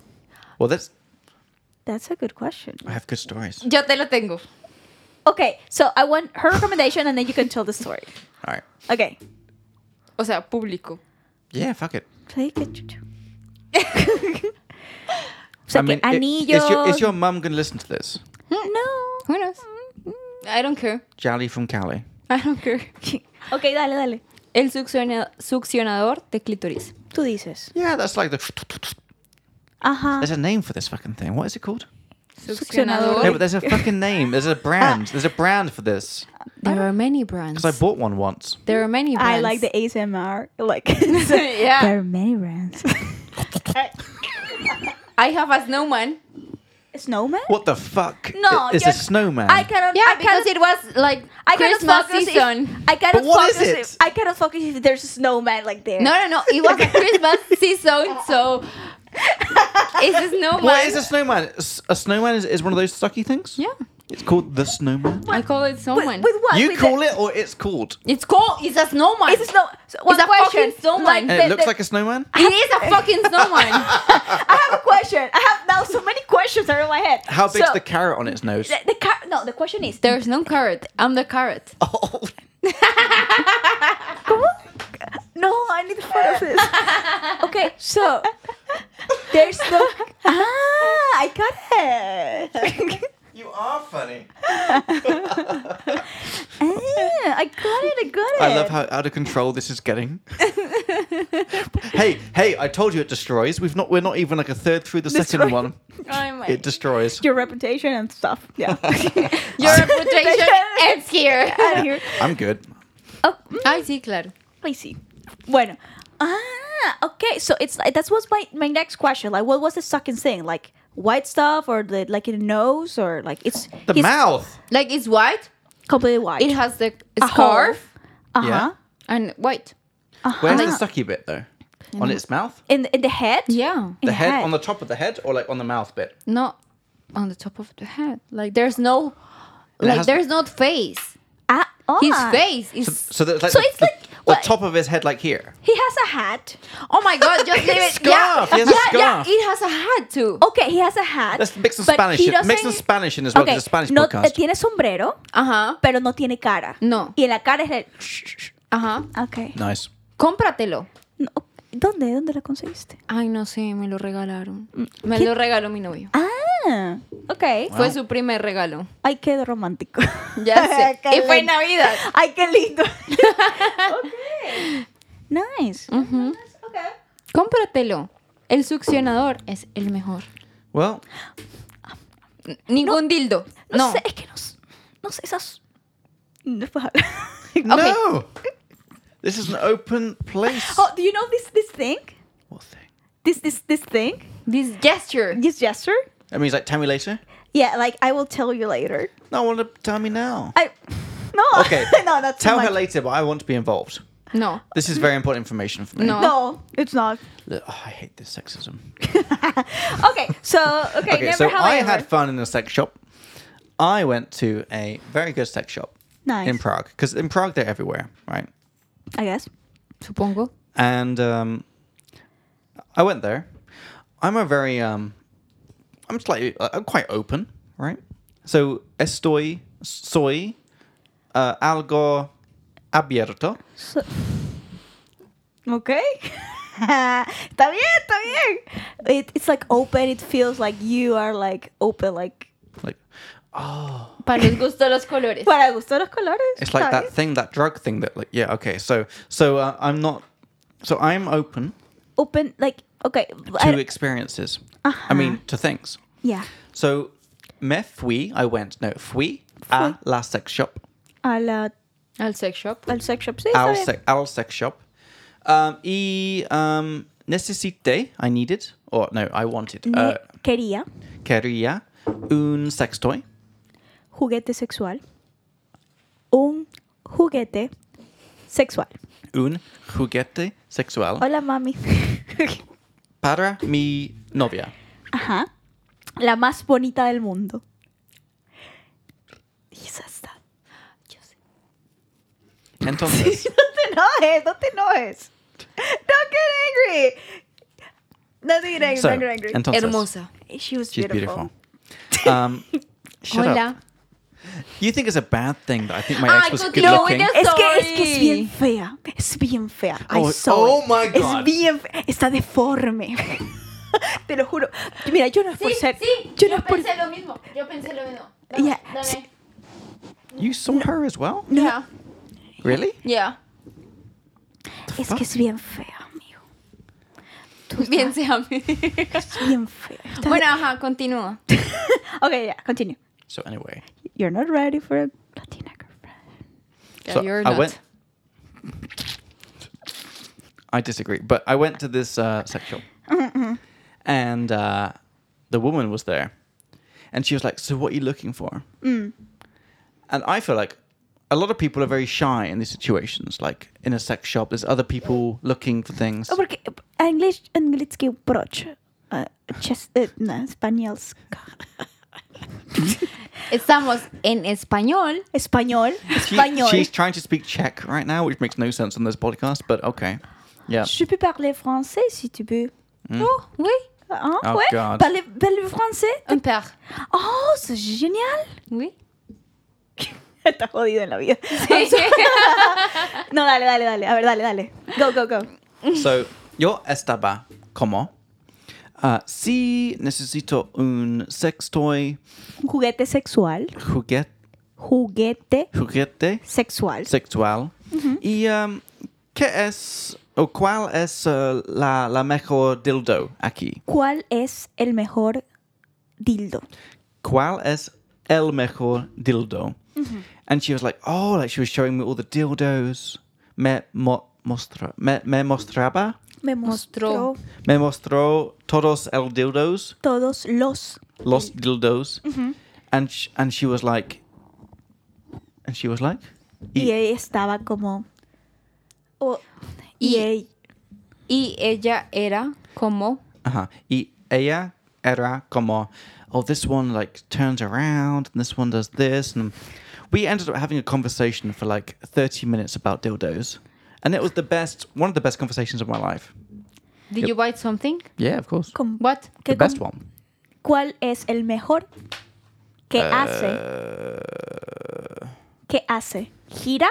Speaker 1: Well, that's.
Speaker 2: That's a good question.
Speaker 1: I have good stories.
Speaker 3: Yo te lo tengo.
Speaker 2: Okay, so I want her recommendation, and then you can tell the story.
Speaker 1: All right.
Speaker 2: Okay.
Speaker 3: O sea, público.
Speaker 1: Yeah, fuck it.
Speaker 2: Play it. o sea, que
Speaker 1: i-
Speaker 2: anillos. Mm,
Speaker 1: Is your, is your mum going to listen to this?
Speaker 2: No.
Speaker 3: Who knows?
Speaker 2: mm,
Speaker 3: I don't care.
Speaker 1: Jolly from Cali.
Speaker 3: I don't care.
Speaker 2: Okay, dale, dale.
Speaker 3: El succiona- succionador de clítoris.
Speaker 2: Tú dices.
Speaker 1: Yeah, that's like the.
Speaker 2: Ajá.
Speaker 1: There's a name for this fucking thing. What is it called?
Speaker 2: Succionador.
Speaker 1: No,
Speaker 2: Hey,
Speaker 1: but there's a fucking name. There's a brand. There's a brand for this.
Speaker 3: There are many brands.
Speaker 1: Because I bought one once.
Speaker 3: There are many brands.
Speaker 2: I like the ASMR. Like,
Speaker 3: yeah.
Speaker 2: there are many brands.
Speaker 3: I have a snowman.
Speaker 2: Snowman?
Speaker 1: What the fuck?
Speaker 2: No,
Speaker 1: Is a
Speaker 2: you're-
Speaker 1: snowman?
Speaker 2: I cannot.
Speaker 3: Yeah,
Speaker 2: I
Speaker 3: because
Speaker 2: cannot,
Speaker 3: it was like
Speaker 2: I cannot
Speaker 3: Christmas
Speaker 2: focus
Speaker 3: season.
Speaker 2: If, I cannot
Speaker 1: But what is
Speaker 2: focus
Speaker 1: it?
Speaker 2: If, I cannot focus if there's a snowman like there.
Speaker 3: No, no, no. It was Christmas season, so it's a snowman.
Speaker 1: What is a snowman? S- A snowman is, is one of those sucky things?
Speaker 3: Yeah,
Speaker 1: It's called the snowman.
Speaker 3: I call it
Speaker 2: With,
Speaker 3: snowman.
Speaker 2: with what?
Speaker 1: You
Speaker 2: with
Speaker 1: call
Speaker 2: the,
Speaker 1: it or it's called?
Speaker 3: it's called. It's a snowman.
Speaker 2: It's a snow. So one
Speaker 3: a fucking
Speaker 2: question.
Speaker 3: snowman.
Speaker 2: Like,
Speaker 1: And
Speaker 2: the-
Speaker 1: it looks
Speaker 2: the-
Speaker 1: like a snowman?
Speaker 3: It is a fucking snowman.
Speaker 2: I have a question. I have now so many questions are in my head.
Speaker 1: How big's
Speaker 2: So,
Speaker 1: the carrot on its nose?
Speaker 2: The, the car- no, the question is.
Speaker 3: There's no carrot. I'm the carrot.
Speaker 1: Oh,
Speaker 2: ¿Cómo? No, I need to photo this. Okay, so there's no. Ah, I got it.
Speaker 1: you are funny.
Speaker 2: Ah, I got it. I got it.
Speaker 1: I love how out of control this is getting. hey, hey! I told you it destroys. We've not. We're not even like a third through the
Speaker 2: Destroy-
Speaker 1: second one.
Speaker 3: Oh
Speaker 1: It destroys.
Speaker 2: your reputation and stuff. Yeah.
Speaker 3: Your reputation ends here.
Speaker 2: Out here.
Speaker 1: I'm good.
Speaker 2: Oh, mm,
Speaker 3: Ay, sí, claro.
Speaker 2: I see. Bueno. Ah, okay. So it's like that was my my next question. Like, what was the second thing? Like white stuff or the like in the nose or like it's
Speaker 1: The
Speaker 2: he's
Speaker 1: mouth.
Speaker 3: Like it's white.
Speaker 2: completely white.
Speaker 3: It has the
Speaker 2: A hole.
Speaker 3: scarf
Speaker 2: Uh-huh.
Speaker 1: Yeah.
Speaker 3: and white.
Speaker 1: Where's the sucky bit though? On its mouth.
Speaker 2: In in the head.
Speaker 3: Yeah.
Speaker 1: The
Speaker 2: the
Speaker 1: head,
Speaker 2: head.
Speaker 1: on the top of the head, or like on the mouth bit.
Speaker 3: Not on the top of the head. Like there's no.
Speaker 1: It
Speaker 3: Like
Speaker 1: has-
Speaker 3: there's not face.
Speaker 2: Ah, oh.
Speaker 3: His face is.
Speaker 1: So that's like,
Speaker 2: So
Speaker 1: the,
Speaker 2: it's like-
Speaker 1: the, the
Speaker 2: what-
Speaker 1: top of his head, like here.
Speaker 2: He has a hat.
Speaker 3: Oh my god, just leave it.
Speaker 1: Scarf,
Speaker 3: Yeah,
Speaker 1: he has a
Speaker 3: yeah,
Speaker 1: scarf.
Speaker 3: yeah, it has a hat too.
Speaker 2: Okay, he has a hat.
Speaker 1: Let's mix some
Speaker 2: but
Speaker 1: Spanish.
Speaker 2: he
Speaker 1: in- Mix
Speaker 2: doesn't-
Speaker 1: some Spanish in as well. 'cause
Speaker 2: Okay,
Speaker 1: It's a Spanish
Speaker 2: no, eh,
Speaker 1: podcast.
Speaker 2: tiene sombrero,
Speaker 3: Ajá,
Speaker 2: pero no tiene cara.
Speaker 3: No.
Speaker 2: Y en la cara es el.
Speaker 3: ajá.
Speaker 2: Ok.
Speaker 1: nice.
Speaker 3: Cómpratelo.
Speaker 2: No, ¿Dónde? ¿Dónde la conseguiste?
Speaker 3: Ay, no sé, me lo regalaron. Me
Speaker 2: ¿Qué?
Speaker 3: lo regaló mi novio.
Speaker 2: Ah, ok.
Speaker 3: Fue su primer regalo.
Speaker 2: Ay, qué romántico.
Speaker 3: Ya sé.
Speaker 2: Qué
Speaker 3: y fue en
Speaker 2: lindo.
Speaker 3: Navidad.
Speaker 2: Ay, qué lindo. ok. Nice. Okay.
Speaker 3: Cómpratelo. El succionador es el mejor.
Speaker 1: Well,
Speaker 3: N- Ningún dildo.
Speaker 2: No,
Speaker 3: No.
Speaker 2: sé, es que no, s- no sé, esas. No puedo
Speaker 3: Okay.
Speaker 2: hablar.
Speaker 1: no. This is an open place.
Speaker 2: oh, do you know this this thing?
Speaker 1: What thing?
Speaker 2: This this this thing?
Speaker 3: This gesture.
Speaker 2: This gesture?
Speaker 1: That means like tell me later.
Speaker 2: Yeah, like I will tell you later.
Speaker 1: No, I want to tell me now.
Speaker 2: I no.
Speaker 1: Okay.
Speaker 2: no, that's too
Speaker 1: tell
Speaker 2: much.
Speaker 1: her later, but I want to be involved.
Speaker 3: No.
Speaker 1: This is very important information for me.
Speaker 3: No.
Speaker 2: No, it's not.
Speaker 1: Look, oh, I hate this sexism.
Speaker 2: Okay, so okay,
Speaker 1: Okay,
Speaker 2: never
Speaker 1: so
Speaker 2: have
Speaker 1: I
Speaker 2: ever.
Speaker 1: had fun in a sex shop. I went to a very good sex shop
Speaker 2: Nice.
Speaker 1: in Prague because in Prague they're everywhere, right?
Speaker 2: I guess.
Speaker 3: Supongo.
Speaker 1: and um, I went there. I'm a very um, I'm slightly uh, I'm quite open, right? So estoy soy uh, algo abierto.
Speaker 2: So- ok. está bien, está bien. It, it's like open. It feels like you are like open, like.
Speaker 1: Like oh,
Speaker 3: Para los gustos, los colores.
Speaker 2: Para gusto los colores.
Speaker 1: it's like
Speaker 2: está
Speaker 1: that
Speaker 2: bien.
Speaker 1: thing, that drug thing that like yeah okay. So so uh, I'm not so I'm open
Speaker 2: Open, like, okay.
Speaker 1: to
Speaker 2: I,
Speaker 1: experiences. I mean to things.
Speaker 2: yeah.
Speaker 1: So me fui I went no fui a la sex shop.
Speaker 2: A la,
Speaker 3: Al sex shop.
Speaker 2: uh, al sex shop. Sí, está
Speaker 1: our,
Speaker 2: bien.
Speaker 1: sec- our sex shop. Um, y um, necesité, I needed, or no, I wanted,
Speaker 2: Ne-
Speaker 1: uh,
Speaker 2: quería
Speaker 1: quería un sex toy.
Speaker 2: juguete sexual. Un juguete sexual.
Speaker 1: Un juguete sexual
Speaker 2: Hola, mami.
Speaker 1: para mi novia.
Speaker 2: Ajá. La más bonita del mundo. Quizás está. Yo sé.
Speaker 1: Entonces,
Speaker 2: no te enojes, no te enojes. Don't get angry. Don't get angry,
Speaker 1: so,
Speaker 2: don't get angry.
Speaker 1: entonces
Speaker 3: Hermosa.
Speaker 2: She was
Speaker 1: she's
Speaker 2: beautiful.
Speaker 1: beautiful. Um, shut
Speaker 3: Hola.
Speaker 1: up. You think it's a bad thing that I think my
Speaker 3: Ay,
Speaker 1: ex was good
Speaker 3: continúa,
Speaker 1: looking?
Speaker 3: ya-
Speaker 2: Es que, es que es
Speaker 3: Sorry.
Speaker 2: bien fea. Es bien fea. I
Speaker 1: Oh,
Speaker 2: saw
Speaker 1: oh
Speaker 2: it.
Speaker 1: my God.
Speaker 2: Es bien fea. Está deforme. Te lo juro. Mira, yo no es por ser. yo no es por.
Speaker 3: lo mismo. Yo pensé lo mismo.
Speaker 2: Dame, Yeah. dame.
Speaker 1: You saw her as well?
Speaker 2: No,
Speaker 3: Yeah.
Speaker 1: Really?
Speaker 3: Yeah.
Speaker 2: es
Speaker 1: fuck?
Speaker 2: que es bien fea, amigo. Tú
Speaker 3: Bien,
Speaker 2: estás-
Speaker 3: se ame.
Speaker 2: es bien fea. Está-
Speaker 3: Bueno, ajá, continúa.
Speaker 2: Okay, yeah, continue.
Speaker 1: So anyway,
Speaker 2: You're not ready for a Latina girlfriend.
Speaker 3: Yeah,
Speaker 1: so
Speaker 3: you're
Speaker 1: I
Speaker 3: not.
Speaker 1: went. I disagree, but I went to this uh, sex shop, and uh, the woman was there, and she was like, "So what are you looking for?" And I feel like a lot of people are very shy in these situations. Like in a sex shop, there's other people looking for things.
Speaker 2: Oh, porque English, anglický proč? Uh, čes, uh, ne, espanělská.
Speaker 3: Estamos en español.
Speaker 2: Español,
Speaker 1: She-
Speaker 2: español.
Speaker 1: she's trying to speak Czech right now, which makes no sense on this podcast, but okay, yeah.
Speaker 2: Je peux parler français si tu veux. Hmm.
Speaker 3: Oh, oui.
Speaker 2: Hein,
Speaker 1: Oh,
Speaker 2: ouais?
Speaker 1: God.
Speaker 2: Parlez, parlez français?
Speaker 3: Un par.
Speaker 2: Oh, c'est génial!
Speaker 3: Oui.
Speaker 2: Estás jodido en la vida. No, dale, dale, dale. A ver, dale, dale. Go, go, go.
Speaker 1: So, yo estaba como. Uh, si necesito un sex toy,
Speaker 2: Un juguete sexual.
Speaker 1: juguete,
Speaker 2: Juguete
Speaker 1: juguete
Speaker 2: sexual.
Speaker 1: sexual. Y um, qué es o cuál es uh, la, la mejor dildo aquí?
Speaker 2: ¿Cuál es el mejor dildo?
Speaker 1: ¿Cuál es el mejor dildo? And she was like, oh, like she was showing me all the dildos. Me, mo, mostra, me, me mostraba,
Speaker 2: Me mostró
Speaker 3: Mostró.
Speaker 1: me mostró todos el dildos.
Speaker 2: todos los.
Speaker 1: lost dildos, and sh- and she was like, and she was like,
Speaker 2: Y
Speaker 1: "E-
Speaker 2: ella estaba como. oh,
Speaker 3: Y-
Speaker 2: y ella.
Speaker 3: Y ella era como.
Speaker 1: uh-huh. y ella era como, oh, this one like turns around, and this one does this, and we ended up having a conversation for like thirty minutes about dildos, and it was the best, one of the best conversations of my life.
Speaker 3: Did you buy something?
Speaker 1: Yeah, of course,
Speaker 2: com-
Speaker 3: What?
Speaker 2: que
Speaker 1: the best
Speaker 2: com-
Speaker 1: one. Eh,
Speaker 2: ¿Cuál es el mejor que hace? ¿Qué hace? ¿Gira?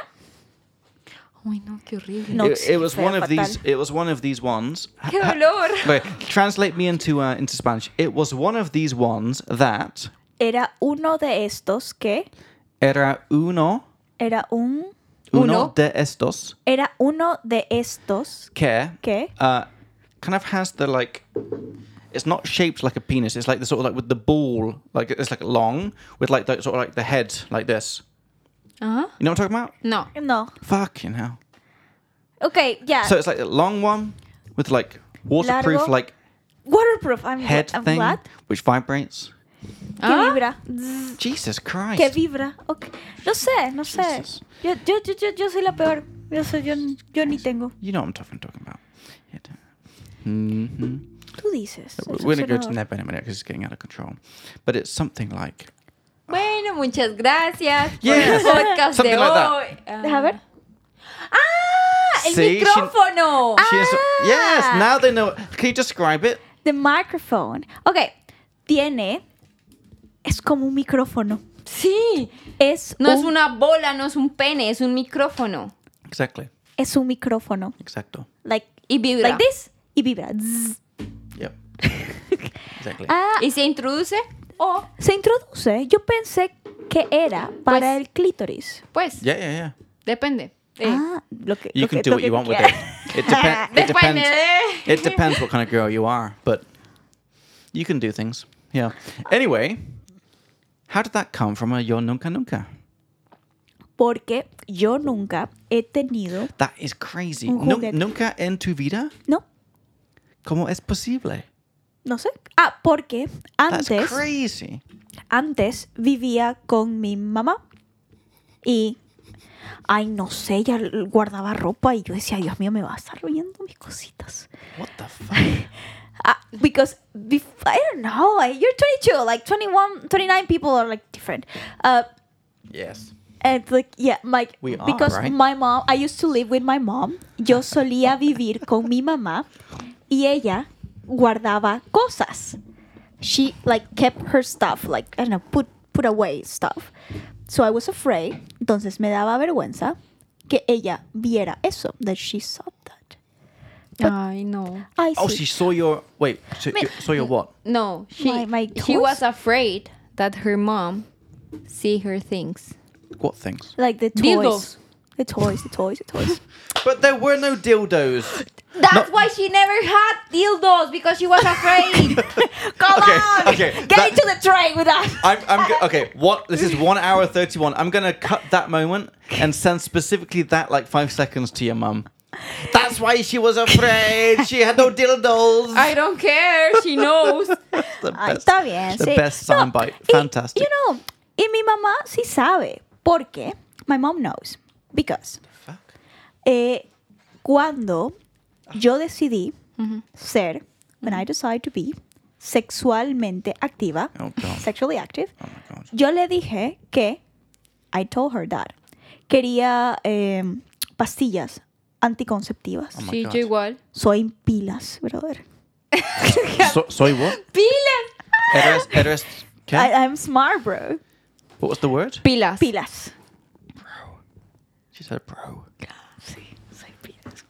Speaker 3: Ay, no, qué horrible.
Speaker 2: No,
Speaker 1: It, it was
Speaker 2: fue
Speaker 1: one of
Speaker 2: fatal.
Speaker 1: these. It was one of these ones.
Speaker 3: Qué dolor.
Speaker 1: Wait, translate me into uh, into Spanish. It was one of these ones that
Speaker 2: Era uno de estos que
Speaker 1: era uno
Speaker 2: era un
Speaker 1: uno,
Speaker 3: Uno.
Speaker 1: de estos
Speaker 2: era uno de estos
Speaker 1: que
Speaker 2: que
Speaker 1: uh, kind of has the like it's not shaped like a penis it's like the sort of like with the ball like it's like long with like the sort of like the head like this
Speaker 3: Ajá.
Speaker 1: you know what i'm talking about
Speaker 3: No.
Speaker 2: no.
Speaker 1: fucking hell
Speaker 2: Ok, ya.
Speaker 1: so it's like a long one with like waterproof
Speaker 2: Uh, Largo. uh,
Speaker 1: like
Speaker 2: Waterproof. I'm,
Speaker 1: head
Speaker 2: I'm
Speaker 1: thing
Speaker 2: glad.
Speaker 1: which vibrates
Speaker 2: Que
Speaker 3: Ah.
Speaker 2: vibra.
Speaker 1: jesus christ
Speaker 2: Que vibra. Ok. No sé, no sé.
Speaker 1: Jesus.
Speaker 2: Yo, yo, yo, yo, yo soy la peor. Yo, soy, yo, yo ni tengo.
Speaker 1: you know what i'm talking, talking about hmm
Speaker 2: Tú dices. el
Speaker 1: We're gonna go to
Speaker 2: succionador.
Speaker 1: Neb in a minute because it's getting out of control. But it's something like
Speaker 3: Bueno, muchas gracias
Speaker 1: Yes.
Speaker 3: por el podcast
Speaker 1: Something
Speaker 3: de
Speaker 1: like that.
Speaker 3: hoy. Ah.
Speaker 2: Deja ver.
Speaker 3: ¡El
Speaker 1: See, she-
Speaker 3: micrófono!
Speaker 1: She is- yes, now they know. Can you describe it?
Speaker 2: The microphone. Ok. Tiene. Es como un micrófono.
Speaker 3: Sí.
Speaker 2: Es
Speaker 3: No
Speaker 2: un,
Speaker 3: es una bola, no es un pene, es un micrófono.
Speaker 1: Exactly.
Speaker 2: es un micrófono.
Speaker 1: Exacto.
Speaker 2: Like,
Speaker 3: Y vibra.
Speaker 2: like this. Y vibra. Zzz.
Speaker 1: Yep. exactly.
Speaker 2: Ah,
Speaker 3: Y se introduce o,
Speaker 2: se introduce. Yo pensé que era para
Speaker 3: Pues- eh,
Speaker 2: el clítoris.
Speaker 3: pues,
Speaker 1: yeah, yeah, yeah.
Speaker 3: depende. de-
Speaker 2: Ah, lo que,
Speaker 1: You
Speaker 2: lo
Speaker 1: can do
Speaker 2: que- lo
Speaker 1: what
Speaker 2: que
Speaker 1: you want with it.
Speaker 2: quieras.
Speaker 1: It, depen- it
Speaker 3: Depende
Speaker 1: depends.
Speaker 3: de...
Speaker 1: It depends what kind of girl you are, but you can do things. Yeah. Anyway, how did that come from a Yo Nunca Nunca?
Speaker 2: Porque yo nunca he tenido.
Speaker 1: That is crazy.
Speaker 2: Un
Speaker 1: Nun-
Speaker 2: juguete.
Speaker 1: nunca en tu vida?
Speaker 2: No,
Speaker 1: ¿Cómo es posible?
Speaker 2: no sé. Ah, porque
Speaker 1: That's
Speaker 2: antes.
Speaker 1: crazy.
Speaker 2: antes vivía con mi mamá y ay no sé ella l- guardaba ropa y yo decía Dios mío me va a estar viendo mis cositas
Speaker 1: What the fuck?
Speaker 2: Ah, because bef- I don't know like, you're 22 like 21 29 people are like different uh,
Speaker 1: yes.
Speaker 2: and like yeah like
Speaker 1: We are,
Speaker 2: because
Speaker 1: right?
Speaker 2: my mom I used to live with my mom yo solía vivir con mi mamá y ella guardaba cosas she like kept her stuff like I don't know put put away stuff so I was afraid entonces me daba vergüenza que ella viera eso that she saw that
Speaker 3: Ay, no.
Speaker 2: Ah, I
Speaker 1: Oh, she
Speaker 2: see
Speaker 1: saw your. Wait, so, you, saw your what?
Speaker 3: No, she,
Speaker 2: My- my
Speaker 3: she
Speaker 2: toes?
Speaker 3: was afraid that her mom see her things.
Speaker 1: What things?
Speaker 2: like the toys
Speaker 3: Dildos.
Speaker 2: the toys the toys the toys
Speaker 1: But there were no dildos.
Speaker 3: That's why she never had dildos because she was afraid.
Speaker 2: come
Speaker 1: Okay,
Speaker 2: on
Speaker 1: okay,
Speaker 2: get
Speaker 1: that-
Speaker 2: into the train with us
Speaker 1: I'm, I'm go- okay. What this is one hour thirty one. I'm gonna cut that moment and send specifically that like five seconds to your mum. That's why she was afraid. She had no dildos.
Speaker 3: I don't care. She knows.
Speaker 1: the
Speaker 2: Ay, está bien,
Speaker 1: The
Speaker 2: sí.
Speaker 1: best
Speaker 2: No,
Speaker 1: soundbite.
Speaker 2: y,
Speaker 1: Fantastic.
Speaker 2: You know, y mi mamá sí sabe, porque my mom knows, because
Speaker 1: Fuck. Ah.
Speaker 2: eh, cuando yo decidí ser, when I decided to be, sexualmente activa,
Speaker 1: Oh, God.
Speaker 2: sexually active,
Speaker 1: Oh my god.
Speaker 2: yo le dije que, I told her that, quería em, pastillas anticonceptivas.
Speaker 1: Oh my
Speaker 3: sí,
Speaker 1: God.
Speaker 3: yo igual.
Speaker 2: Soy pilas, brother.
Speaker 1: So, soy what?
Speaker 3: Pilas.
Speaker 1: Eres, eres, ¿qué?
Speaker 2: I, I'm smart, bro.
Speaker 1: what was the word?
Speaker 3: Pilas.
Speaker 2: Pilas.
Speaker 1: She said bro.
Speaker 2: Sí, soy pilas.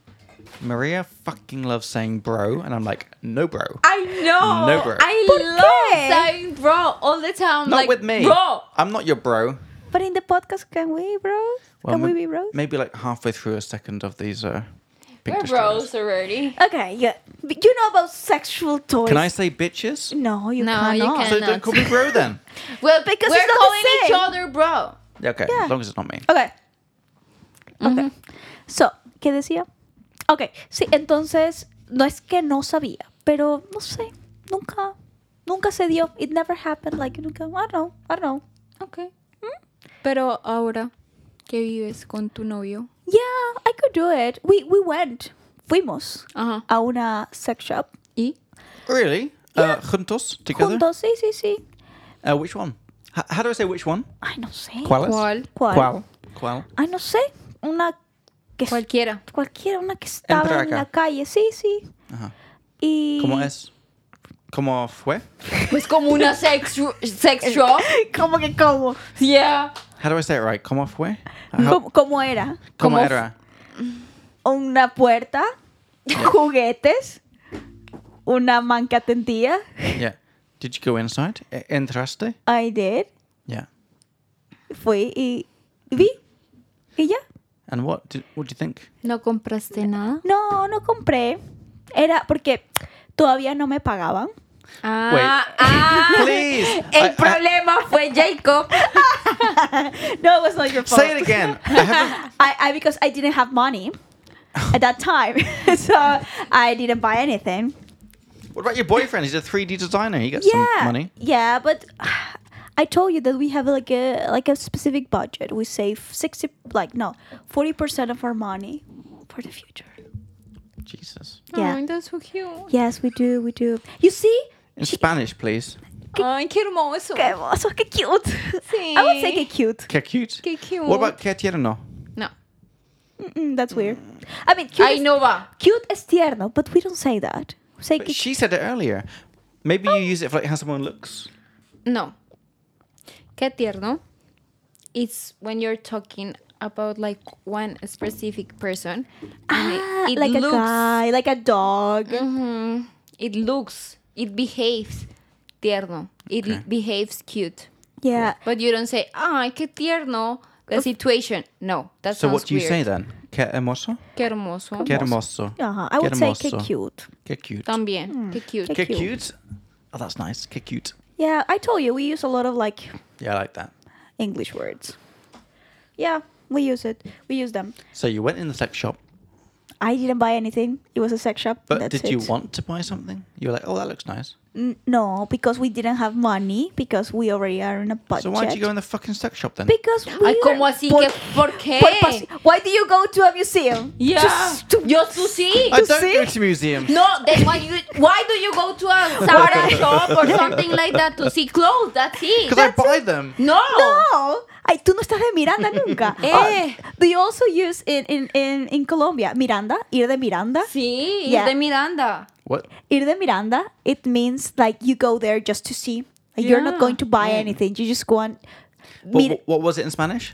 Speaker 1: Maria fucking loves saying bro, and I'm like, no bro.
Speaker 3: I know.
Speaker 1: No, bro.
Speaker 3: I
Speaker 2: ¿Por
Speaker 3: love
Speaker 2: qué?
Speaker 3: saying bro all the time.
Speaker 1: Not
Speaker 3: like,
Speaker 1: with me.
Speaker 3: Bro.
Speaker 1: I'm not your bro.
Speaker 2: But in the podcast, can we, bros?
Speaker 1: Well,
Speaker 2: can we
Speaker 1: ma-
Speaker 2: be bros?
Speaker 1: Maybe like halfway through a second of these. Uh, pink
Speaker 3: We're
Speaker 1: destroyers.
Speaker 3: bros already.
Speaker 2: Okay, yeah. But you know about sexual toys.
Speaker 1: Can I say bitches?
Speaker 2: No, you
Speaker 3: No,
Speaker 2: cannot.
Speaker 3: you
Speaker 1: So
Speaker 3: cannot.
Speaker 1: don't call me bro then.
Speaker 3: Well,
Speaker 2: Because
Speaker 3: we're
Speaker 2: it's not the
Speaker 3: calling each
Speaker 2: same.
Speaker 3: other bro.
Speaker 1: Yeah, Okay,
Speaker 2: Yeah.
Speaker 1: as long as it's not me.
Speaker 2: Okay. Okay.
Speaker 3: Mm-hmm.
Speaker 2: So, ¿qué decía? Ok, sí, entonces, no es que no sabía, pero no sé, nunca, nunca se dio. It never happened, like, nunca, I don't know, I don't know.
Speaker 3: Okay. Hmm? Pero ahora que vives con tu novio.
Speaker 2: Yeah, I could do it. We, we went, fuimos
Speaker 3: Ajá.
Speaker 2: a una sex shop.
Speaker 3: ¿Y?
Speaker 1: Really? Uh, juntos together.
Speaker 2: Juntos, sí, sí, sí.
Speaker 1: Uh, which one? H- how do I say which one?
Speaker 2: Ay, no sé.
Speaker 1: Qualis?
Speaker 3: ¿Cuál?
Speaker 2: ¿Cuál?
Speaker 1: Qual. Qual.
Speaker 2: Ay, no sé, una que es-
Speaker 3: Cualquiera.
Speaker 2: cualquiera, una que estaba en
Speaker 1: Praga.
Speaker 2: la calle, sí, sí.
Speaker 1: Ajá.
Speaker 2: Y...
Speaker 1: ¿Cómo es? ¿Cómo fue?
Speaker 3: Pues como una sex, sex shop.
Speaker 2: ¿Cómo que cómo?
Speaker 3: Eh, Yeah.
Speaker 1: How do I say it right? ¿Cómo fue? How-
Speaker 2: ¿Cómo, cómo era?
Speaker 1: ¿Cómo
Speaker 3: cómo
Speaker 1: era?
Speaker 2: Una puerta, juguetes, una mancatentía.
Speaker 1: Yeah. Did you go inside? E- Entraste?
Speaker 2: I did.
Speaker 1: Yeah.
Speaker 2: Fui y vi. Y ya.
Speaker 1: And what did, what do you think?
Speaker 3: ¿No compraste nada?
Speaker 2: No, no compré. Era porque todavía no me pagaban.
Speaker 3: Ah,
Speaker 1: Wait.
Speaker 3: ah.
Speaker 1: Please.
Speaker 3: El
Speaker 1: I- I-
Speaker 3: problema fue Jacob.
Speaker 2: No, it was not your fault.
Speaker 1: Say it again. I haven't-
Speaker 2: I, I because I didn't have money at that time, so I didn't buy anything.
Speaker 1: what about your boyfriend? He's a 3D designer. He gets
Speaker 2: yeah,
Speaker 1: some money.
Speaker 2: yeah, but I told you that we have like a like a specific budget. We save sixty, like no, forty percent of our money for the future.
Speaker 1: Jesus.
Speaker 2: Yeah.
Speaker 3: Oh, that's so cute.
Speaker 2: Yes, we do. We do. You see,
Speaker 1: In Spanish, please.
Speaker 3: Ay, qué hermoso.
Speaker 2: Qué hermoso, qué cute.
Speaker 3: Sí.
Speaker 2: I would say que cute.
Speaker 1: Qué cute.
Speaker 3: Qué cute.
Speaker 1: What about qué tierno?
Speaker 3: No.
Speaker 2: Mm-mm, Mm, that's weird. I mean, cute,
Speaker 3: Ahí
Speaker 2: is,
Speaker 3: no va.
Speaker 2: cute is tierno, but we don't say that. We say
Speaker 1: But
Speaker 2: que
Speaker 1: she said it earlier. Maybe you
Speaker 2: Oh.
Speaker 1: use it for like how someone looks.
Speaker 3: No. Qué tierno. It's when you're talking about like one specific person. and
Speaker 2: ah, like a guy, like a dog.
Speaker 3: Mhm. It looks, it behaves tierno. It
Speaker 1: Okay.
Speaker 3: behaves cute.
Speaker 2: Yeah.
Speaker 3: But you don't say, ay, qué tierno, the situation. No, that's
Speaker 1: So what do you say then? Qué hermoso?
Speaker 3: Qué hermoso.
Speaker 1: Qué hermoso.
Speaker 2: Uh-huh. I
Speaker 1: Qué
Speaker 2: would say que
Speaker 1: hermoso.
Speaker 2: cute.
Speaker 1: Qué cute.
Speaker 3: También,
Speaker 2: Mm.
Speaker 3: qué cute.
Speaker 1: Qué
Speaker 2: cute.
Speaker 1: cute. Oh, that's nice. Qué cute.
Speaker 2: Yeah, I told you we use a lot of like
Speaker 1: Yeah, I like that.
Speaker 2: English words. Yeah, we use it. We use them.
Speaker 1: So you went in the sex shop,
Speaker 2: I didn't buy anything. It was a sex shop.
Speaker 1: but
Speaker 2: That's
Speaker 1: did you
Speaker 2: it.
Speaker 1: want to buy something? You were like, oh, that looks nice.
Speaker 2: N- no, because we didn't have money. Because we already are in a budget.
Speaker 1: So why did you go in the fucking sex shop then?
Speaker 2: Because we
Speaker 3: Ay,
Speaker 2: are-
Speaker 3: ¿cómo así?
Speaker 2: Por-
Speaker 3: ¿Qué? ¿Por qué?
Speaker 2: por pas- Why do you go to a museum?
Speaker 3: Yeah.
Speaker 2: Just to-
Speaker 3: Yo tú sí.
Speaker 1: I
Speaker 2: to
Speaker 1: don't
Speaker 2: see?
Speaker 1: go to museums.
Speaker 3: No, then why you why do you go to a Zara shop or something like that to see clothes? That's it.
Speaker 1: Because I buy them.
Speaker 3: No.
Speaker 2: No. Ay, tú no estás de Miranda nunca.
Speaker 3: Eh.
Speaker 2: Oh, do you also use in, in, in, in Colombia Miranda? Ir de Miranda?
Speaker 3: Sí,
Speaker 2: Yeah.
Speaker 3: es de Miranda.
Speaker 1: What?
Speaker 2: Ir de Miranda, it means like you go there just to see. Like, You're not
Speaker 3: Yeah.
Speaker 2: going to buy
Speaker 1: Mm.
Speaker 2: anything. You just go on.
Speaker 1: What,
Speaker 2: Mir-
Speaker 1: what, what was it in Spanish?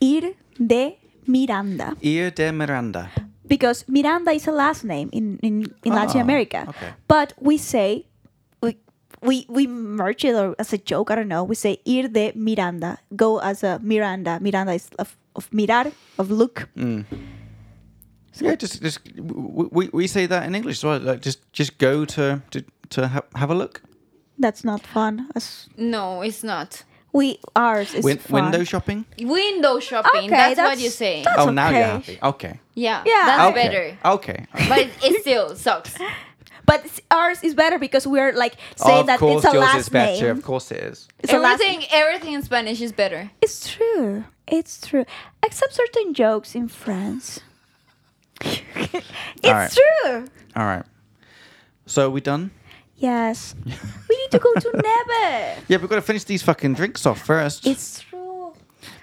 Speaker 2: ir de Miranda.
Speaker 1: Ir de Miranda.
Speaker 2: Because Miranda is a last name in, in, in Latin
Speaker 1: Ah,
Speaker 2: America.
Speaker 1: okay.
Speaker 2: But we say, we, we, we merge it or as a joke, I don't know. We say ir de Miranda. Go as a Miranda. Miranda is of, of mirar, of look.
Speaker 1: Yeah, just just we, we, we say that in English as well. Like just just go to to, to ha- have a look.
Speaker 2: That's not fun. As
Speaker 3: No, it's not.
Speaker 2: we ours is
Speaker 1: Win-
Speaker 2: fun.
Speaker 1: window shopping.
Speaker 3: Window shopping.
Speaker 2: Okay,
Speaker 3: that's, what
Speaker 2: that's-
Speaker 3: you say.
Speaker 2: that's-
Speaker 1: oh, now you're
Speaker 2: okay.
Speaker 1: happy. Okay.
Speaker 3: Yeah,
Speaker 2: Yeah.
Speaker 3: that's
Speaker 1: okay.
Speaker 3: better.
Speaker 1: Okay.
Speaker 3: But it still sucks.
Speaker 2: but it's- ours is better because we are like saying
Speaker 1: of
Speaker 2: that
Speaker 1: course,
Speaker 2: it's a
Speaker 1: yours
Speaker 2: last
Speaker 1: is better.
Speaker 2: name.
Speaker 1: Of course, it is.
Speaker 2: It's a last
Speaker 3: everything, everything in Spanish is better.
Speaker 2: It's true. It's true. Except certain jokes in France. it's
Speaker 1: Alright.
Speaker 2: true.
Speaker 1: All right. So are we done?
Speaker 2: Yes. we need to go to Neve.
Speaker 1: Yeah, we've got to finish these fucking drinks off first.
Speaker 2: It's true.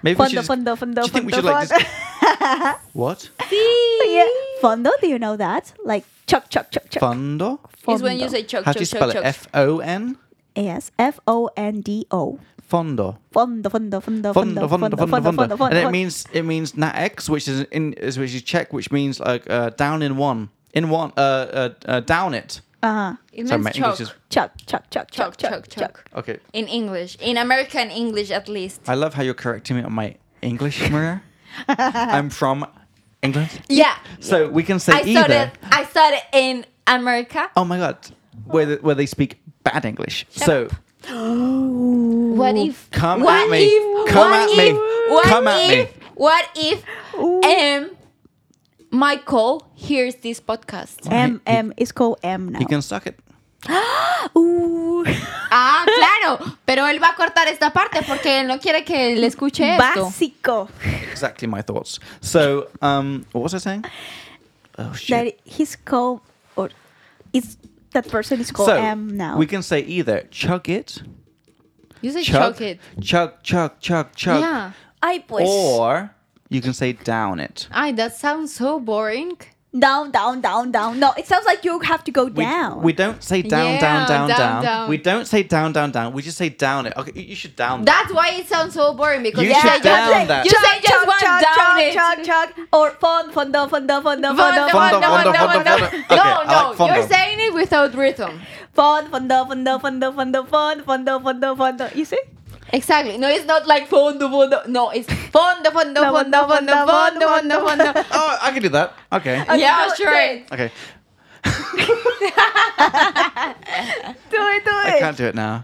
Speaker 1: Maybe we should
Speaker 2: Fondo,
Speaker 1: just-
Speaker 2: fondo, fondo,
Speaker 1: do you think we
Speaker 2: fondo,
Speaker 1: should like
Speaker 2: fondo.
Speaker 1: just- what?
Speaker 2: yeah. Fondo, do you know that? Like chuck, chuck, chuck, chuck.
Speaker 1: Fondo.
Speaker 3: Is when you
Speaker 2: Fondo.
Speaker 3: say choc,
Speaker 1: How do
Speaker 3: choc,
Speaker 1: you
Speaker 3: choc,
Speaker 1: spell
Speaker 3: choc.
Speaker 1: it? F O N.
Speaker 2: Yes. F O N D O.
Speaker 1: Fondo.
Speaker 2: Fondo, fondo, fondo,
Speaker 1: Fondo, fondo, fondo, fondo,
Speaker 2: fondo,
Speaker 1: and it
Speaker 2: fondo.
Speaker 1: means it means na ex, which is in is which is Czech, which means like uh, down in one, in one, uh, uh, uh down it.
Speaker 2: Uh-huh.
Speaker 3: It
Speaker 1: Sorry, my
Speaker 3: means
Speaker 1: English
Speaker 3: choc.
Speaker 1: is
Speaker 2: Chuck, chuck, chuck,
Speaker 3: Chuck,
Speaker 2: chuck,
Speaker 3: chuck,
Speaker 2: chuck,
Speaker 3: chuck.
Speaker 2: chuck.
Speaker 1: okay.
Speaker 3: In English, in American English at least.
Speaker 1: I love how you're correcting me on my English, Maria. I'm from England,
Speaker 3: Yeah.
Speaker 1: so we can say
Speaker 3: I
Speaker 1: either.
Speaker 3: started. I started in America.
Speaker 1: Oh my god, where the, where they speak bad English. so
Speaker 3: up. Oh, What if?
Speaker 1: come
Speaker 3: what
Speaker 1: at me,
Speaker 3: If,
Speaker 1: come
Speaker 3: what
Speaker 1: at
Speaker 3: if,
Speaker 1: me,
Speaker 3: What
Speaker 1: come at
Speaker 3: if,
Speaker 1: me.
Speaker 3: What if?
Speaker 2: Ooh.
Speaker 3: M. Michael hears this podcast.
Speaker 2: M
Speaker 1: He- he-
Speaker 2: M it's called M now.
Speaker 1: you can suck it.
Speaker 2: Ooh.
Speaker 3: Ah, claro. Pero él va a cortar esta parte porque él no quiere que le escuche esto.
Speaker 2: Básico.
Speaker 1: Exactly my thoughts. So um, what was I saying? Oh shit.
Speaker 2: That he's called or it's that person is called
Speaker 1: so
Speaker 2: M now.
Speaker 1: we can say either chug it,
Speaker 3: You say
Speaker 1: chug,
Speaker 3: choke it.
Speaker 1: chug, chug, chug, chug,
Speaker 3: Yeah.
Speaker 2: I pues.
Speaker 1: or you can say down it.
Speaker 3: Ay, that sounds so boring.
Speaker 2: Down, down, down, down. No, it sounds like you have to go
Speaker 1: We,
Speaker 2: down.
Speaker 1: we don't say down,
Speaker 3: Yeah,
Speaker 1: down, down,
Speaker 3: down,
Speaker 1: down,
Speaker 3: down.
Speaker 1: We don't say down, down, down. We just say down it. Okay, you you should down. that.
Speaker 3: That's why it sounds so boring because
Speaker 1: You
Speaker 3: you
Speaker 1: should
Speaker 3: say
Speaker 1: down
Speaker 3: just-
Speaker 1: that.
Speaker 3: You say just one
Speaker 2: chug,
Speaker 3: down
Speaker 2: chug, chug,
Speaker 3: it.
Speaker 2: chug, or fondo, fondo, fondo, fondo, fondo,
Speaker 1: Fondo,
Speaker 2: fondo,
Speaker 1: fondo, fondo, fondo. Okay, I
Speaker 3: No, no,
Speaker 1: like
Speaker 3: no. You're
Speaker 1: fondo.
Speaker 3: saying it without rhythm.
Speaker 2: fondo, fondo, fondo, fondo, fondo, fondo, fondo, fondo, fondo. You see?
Speaker 3: Exactly. No, it's not like fondo, fondo. No, it's fondo, fondo,
Speaker 2: No,
Speaker 3: fondo,
Speaker 2: fondo,
Speaker 3: fondo, fondo,
Speaker 2: fondo,
Speaker 3: fondo,
Speaker 2: fondo.
Speaker 3: fondo.
Speaker 1: Oh, I can do that. Okay.
Speaker 3: Yeah,
Speaker 2: no,
Speaker 3: sure.
Speaker 1: Okay.
Speaker 2: Do it, do
Speaker 1: I can't
Speaker 2: it.
Speaker 1: do it now.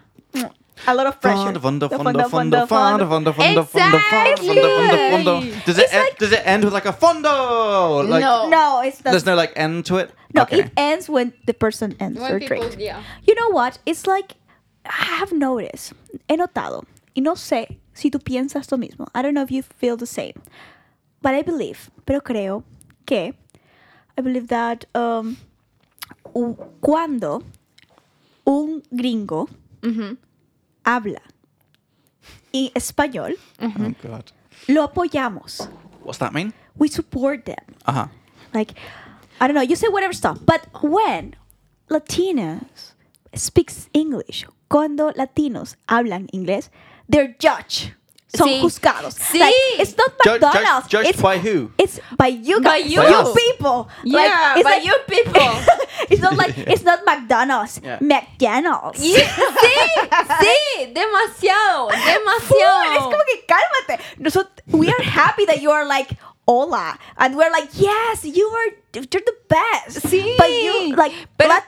Speaker 2: A lot of pressure.
Speaker 1: Fondo, fondo,
Speaker 2: The
Speaker 1: fondo, fondo, fondo, fondo, fondo, fondo,
Speaker 3: Exactly.
Speaker 1: fondo, fondo, fondo. Does it
Speaker 2: It's
Speaker 1: end,
Speaker 2: like-
Speaker 1: does it end with like a fondo? Like,
Speaker 3: No.
Speaker 2: No, it's not.
Speaker 1: There's no like end to it.
Speaker 2: No,
Speaker 1: okay.
Speaker 2: it ends when the person ends
Speaker 3: When
Speaker 2: their
Speaker 3: people-
Speaker 2: drink.
Speaker 3: yeah.
Speaker 2: You know what? It's like I have noticed, he notado, y no sé si tú piensas lo mismo. I don't know if you feel the same, but I believe, pero creo que I believe that um, u- cuando un gringo habla y español, Mm-hmm.
Speaker 1: Oh God.
Speaker 2: lo apoyamos.
Speaker 1: What's that mean?
Speaker 2: We support them.
Speaker 1: Uh huh.
Speaker 2: Like, I don't know, you say whatever stuff, but when Latinas speaks English, cuando Latinos hablan inglés, they're judged. Son
Speaker 3: Sí.
Speaker 2: juzgados.
Speaker 3: Sí.
Speaker 2: Like, it's not
Speaker 1: Judge- judge-
Speaker 2: McDonald's.
Speaker 1: judged
Speaker 2: it's,
Speaker 1: by who?
Speaker 2: It's by you
Speaker 3: By
Speaker 2: guys.
Speaker 3: you.
Speaker 1: By us.
Speaker 2: people. Like,
Speaker 3: Yeah,
Speaker 2: it's
Speaker 3: by
Speaker 2: like-
Speaker 3: you people.
Speaker 2: it's not like, it's not McDonald's.
Speaker 1: Yeah.
Speaker 2: McDonald's.
Speaker 3: Y- sí, sí, demasiado,
Speaker 2: Full, Es
Speaker 3: demasiado.
Speaker 2: como que cálmate. Nosot- we are happy that you are like, hola. And we're like, yes, you are, you're the best.
Speaker 3: Sí,
Speaker 2: But you, like,
Speaker 3: pero
Speaker 2: Lat-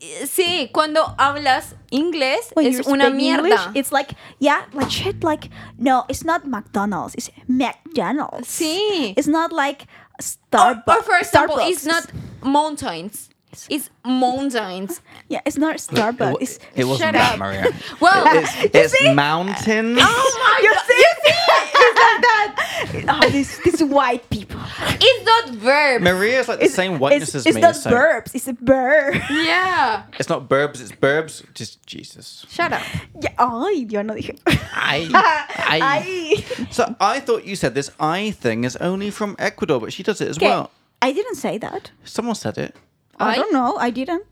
Speaker 3: sí, cuando hablas inglés
Speaker 2: when
Speaker 3: es
Speaker 2: you're
Speaker 3: una
Speaker 2: speaking
Speaker 3: mierda.
Speaker 2: English, it's like, yeah, like shit, like, no, it's not McDonald's, it's McDonald's.
Speaker 3: Sí.
Speaker 2: It's not like
Speaker 3: or,
Speaker 2: Starbucks.
Speaker 3: or for example,
Speaker 2: Starbucks.
Speaker 3: it's not mountains. It's mountains.
Speaker 2: Yeah, it's not Starbucks. Uh, It's,
Speaker 1: It wasn't
Speaker 3: Shut
Speaker 1: that,
Speaker 3: up.
Speaker 1: Maria.
Speaker 3: Well,
Speaker 1: It's, it's mountains.
Speaker 3: oh my
Speaker 2: you
Speaker 3: god,
Speaker 2: see, you see, it's like that. Oh, these these white people.
Speaker 3: it's not verb.
Speaker 1: Maria's like the
Speaker 2: It's,
Speaker 1: same whiteness
Speaker 2: it's,
Speaker 1: as
Speaker 2: it's
Speaker 1: me.
Speaker 2: not
Speaker 1: so-
Speaker 2: burbs. It's a burb.
Speaker 3: yeah,
Speaker 1: It's not burbs. It's burbs. Just Jesus.
Speaker 3: shut up.
Speaker 2: Yeah. Ay, yo no dije.
Speaker 1: I.
Speaker 2: Ay.
Speaker 1: So I thought you said this I thing is only from Ecuador, but she does it as
Speaker 2: Okay.
Speaker 1: well.
Speaker 2: I didn't say that.
Speaker 1: Someone said it.
Speaker 2: I,
Speaker 3: Ay.
Speaker 2: don't know. I didn't.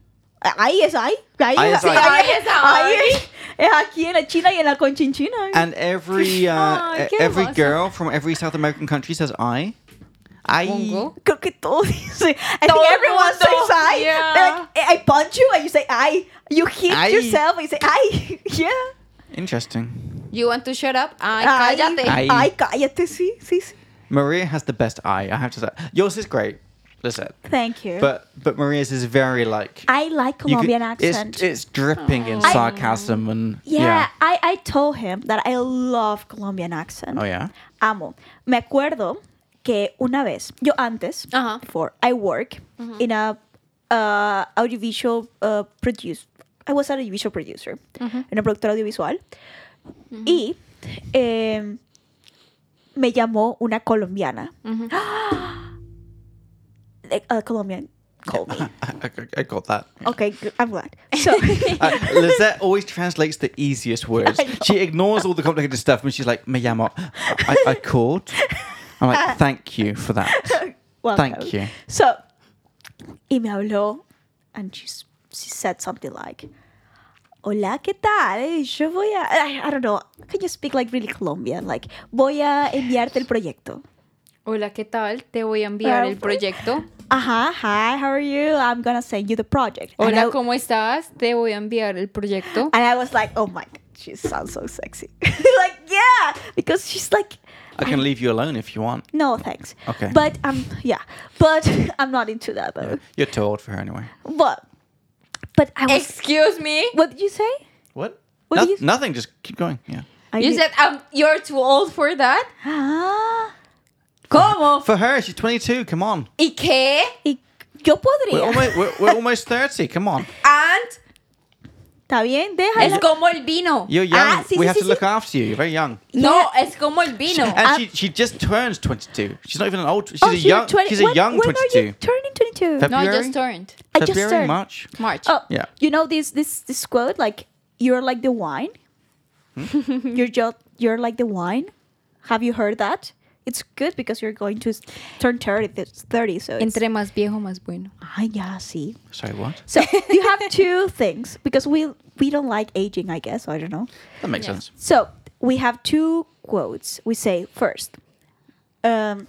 Speaker 2: Ahí es ahí. Ahí
Speaker 1: Ahí
Speaker 2: es
Speaker 1: es ahí.
Speaker 2: ahí.
Speaker 3: Ahí es ahí.
Speaker 2: es- es aquí en la China y en la conchinchina.
Speaker 1: And every uh,
Speaker 2: Ah,
Speaker 3: Ay,
Speaker 1: e-
Speaker 3: qué
Speaker 1: every
Speaker 3: hermosa.
Speaker 1: girl from every South American country says I. I.
Speaker 3: Bongo.
Speaker 2: Creo que todos dicen. I think
Speaker 3: Todo el
Speaker 2: everyone
Speaker 3: mundo,
Speaker 2: says ahí.
Speaker 3: yeah.
Speaker 2: Like, "Eh, I punch you and you say I. You hit
Speaker 1: Ay.
Speaker 2: yourself and you say I. Yeah.
Speaker 1: Interesting.
Speaker 3: You want to shut up? Ay,
Speaker 2: Ay.
Speaker 3: cállate.
Speaker 1: Ay.
Speaker 2: Ay, cállate. Sí, sí, sí.
Speaker 1: Maria has the best I. I have to say yours is great. Listen,
Speaker 2: Thank you.
Speaker 1: but but Maria's is very like.
Speaker 2: I
Speaker 1: you
Speaker 2: like
Speaker 1: could-
Speaker 2: Colombian
Speaker 1: it's-
Speaker 2: accent.
Speaker 1: It's, dripping in
Speaker 2: I-
Speaker 1: sarcasm and
Speaker 2: yeah, I, I told him that I love Colombian accent.
Speaker 1: Oh yeah.
Speaker 2: Amo. Me acuerdo que una vez, yo antes,
Speaker 3: Ajá.
Speaker 2: before I work in a uh, audiovisual uh, produce. I was an audiovisual producer, una productora audiovisual. Y em, me llamó una colombiana. Like, a Colombian called me.
Speaker 1: I, I- I got that.
Speaker 2: Okay, good, I'm glad. So,
Speaker 1: Uh, Lizette always translates the easiest words.
Speaker 2: I know.
Speaker 1: She ignores all the complicated stuff and she's like, me llamo. I, I called. I'm
Speaker 2: Uh,
Speaker 1: like, thank you for that.
Speaker 2: welcome.
Speaker 1: Thank you.
Speaker 2: So, y me habló, and she, s- she said something like, Hola, ¿qué tal? Yo voy a. I, I don't know. Can you speak like really Colombian? Like, voy a enviarte el proyecto.
Speaker 3: Hola, ¿qué tal? Te voy a enviar el proyecto.
Speaker 2: Ajá, hi, how are you? I'm gonna send you the project. and,
Speaker 3: Hola,
Speaker 2: I,
Speaker 3: ¿cómo estás? Te voy a enviar el proyecto.
Speaker 2: and I was like, oh my god, she sounds so sexy. like, yeah, because she's like,
Speaker 1: I can leave you alone if you want.
Speaker 2: no, thanks.
Speaker 1: Okay.
Speaker 2: But um, yeah, but I'm not into that though.
Speaker 1: You're too old for her anyway.
Speaker 2: But, but I was.
Speaker 3: Excuse me.
Speaker 2: what did you say?
Speaker 1: What?
Speaker 2: What do you-
Speaker 1: Nothing. Just keep going. Yeah.
Speaker 2: I
Speaker 3: You
Speaker 2: did-
Speaker 3: said um, you're too old for that.
Speaker 2: Ah,
Speaker 3: ¿Cómo?
Speaker 1: For her, she's 22. Come on.
Speaker 3: ¿Y qué?
Speaker 2: y yo
Speaker 1: We're
Speaker 2: podría.
Speaker 1: almost, we're, we're almost 30. Come on.
Speaker 3: And
Speaker 2: Está bien, déjala.
Speaker 3: es como el vino.
Speaker 1: You're young.
Speaker 2: Ah, sí,
Speaker 1: we
Speaker 2: sí,
Speaker 1: have
Speaker 2: sí,
Speaker 1: to look
Speaker 2: sí.
Speaker 1: after you. You're very young.
Speaker 3: No, es como el vino.
Speaker 1: And
Speaker 2: Ah.
Speaker 1: she, she just turns 22. She's not even an old. She's
Speaker 2: Oh,
Speaker 1: a
Speaker 2: so you're
Speaker 1: young.
Speaker 2: 20
Speaker 1: she's a
Speaker 2: when-
Speaker 1: young
Speaker 2: when are
Speaker 1: 22.
Speaker 2: you turning 22?
Speaker 1: Feb-
Speaker 3: No, I
Speaker 1: February?
Speaker 3: just turned.
Speaker 2: I just
Speaker 1: February,
Speaker 2: turned.
Speaker 1: March.
Speaker 3: March.
Speaker 2: Oh,
Speaker 1: Yeah.
Speaker 2: You know this this this quote like you're like the wine.
Speaker 1: Hmm?
Speaker 2: you're just you're like the wine. Have you heard that? It's good because you're going to s- turn 30, this- 30 so it's,
Speaker 3: Entre más viejo, más bueno.
Speaker 2: ah, yeah, see.
Speaker 1: Sorry, what?
Speaker 2: So you have two things because we we don't like aging, I guess. I don't know.
Speaker 1: That makes sense.
Speaker 2: So we have two quotes. We say first, um,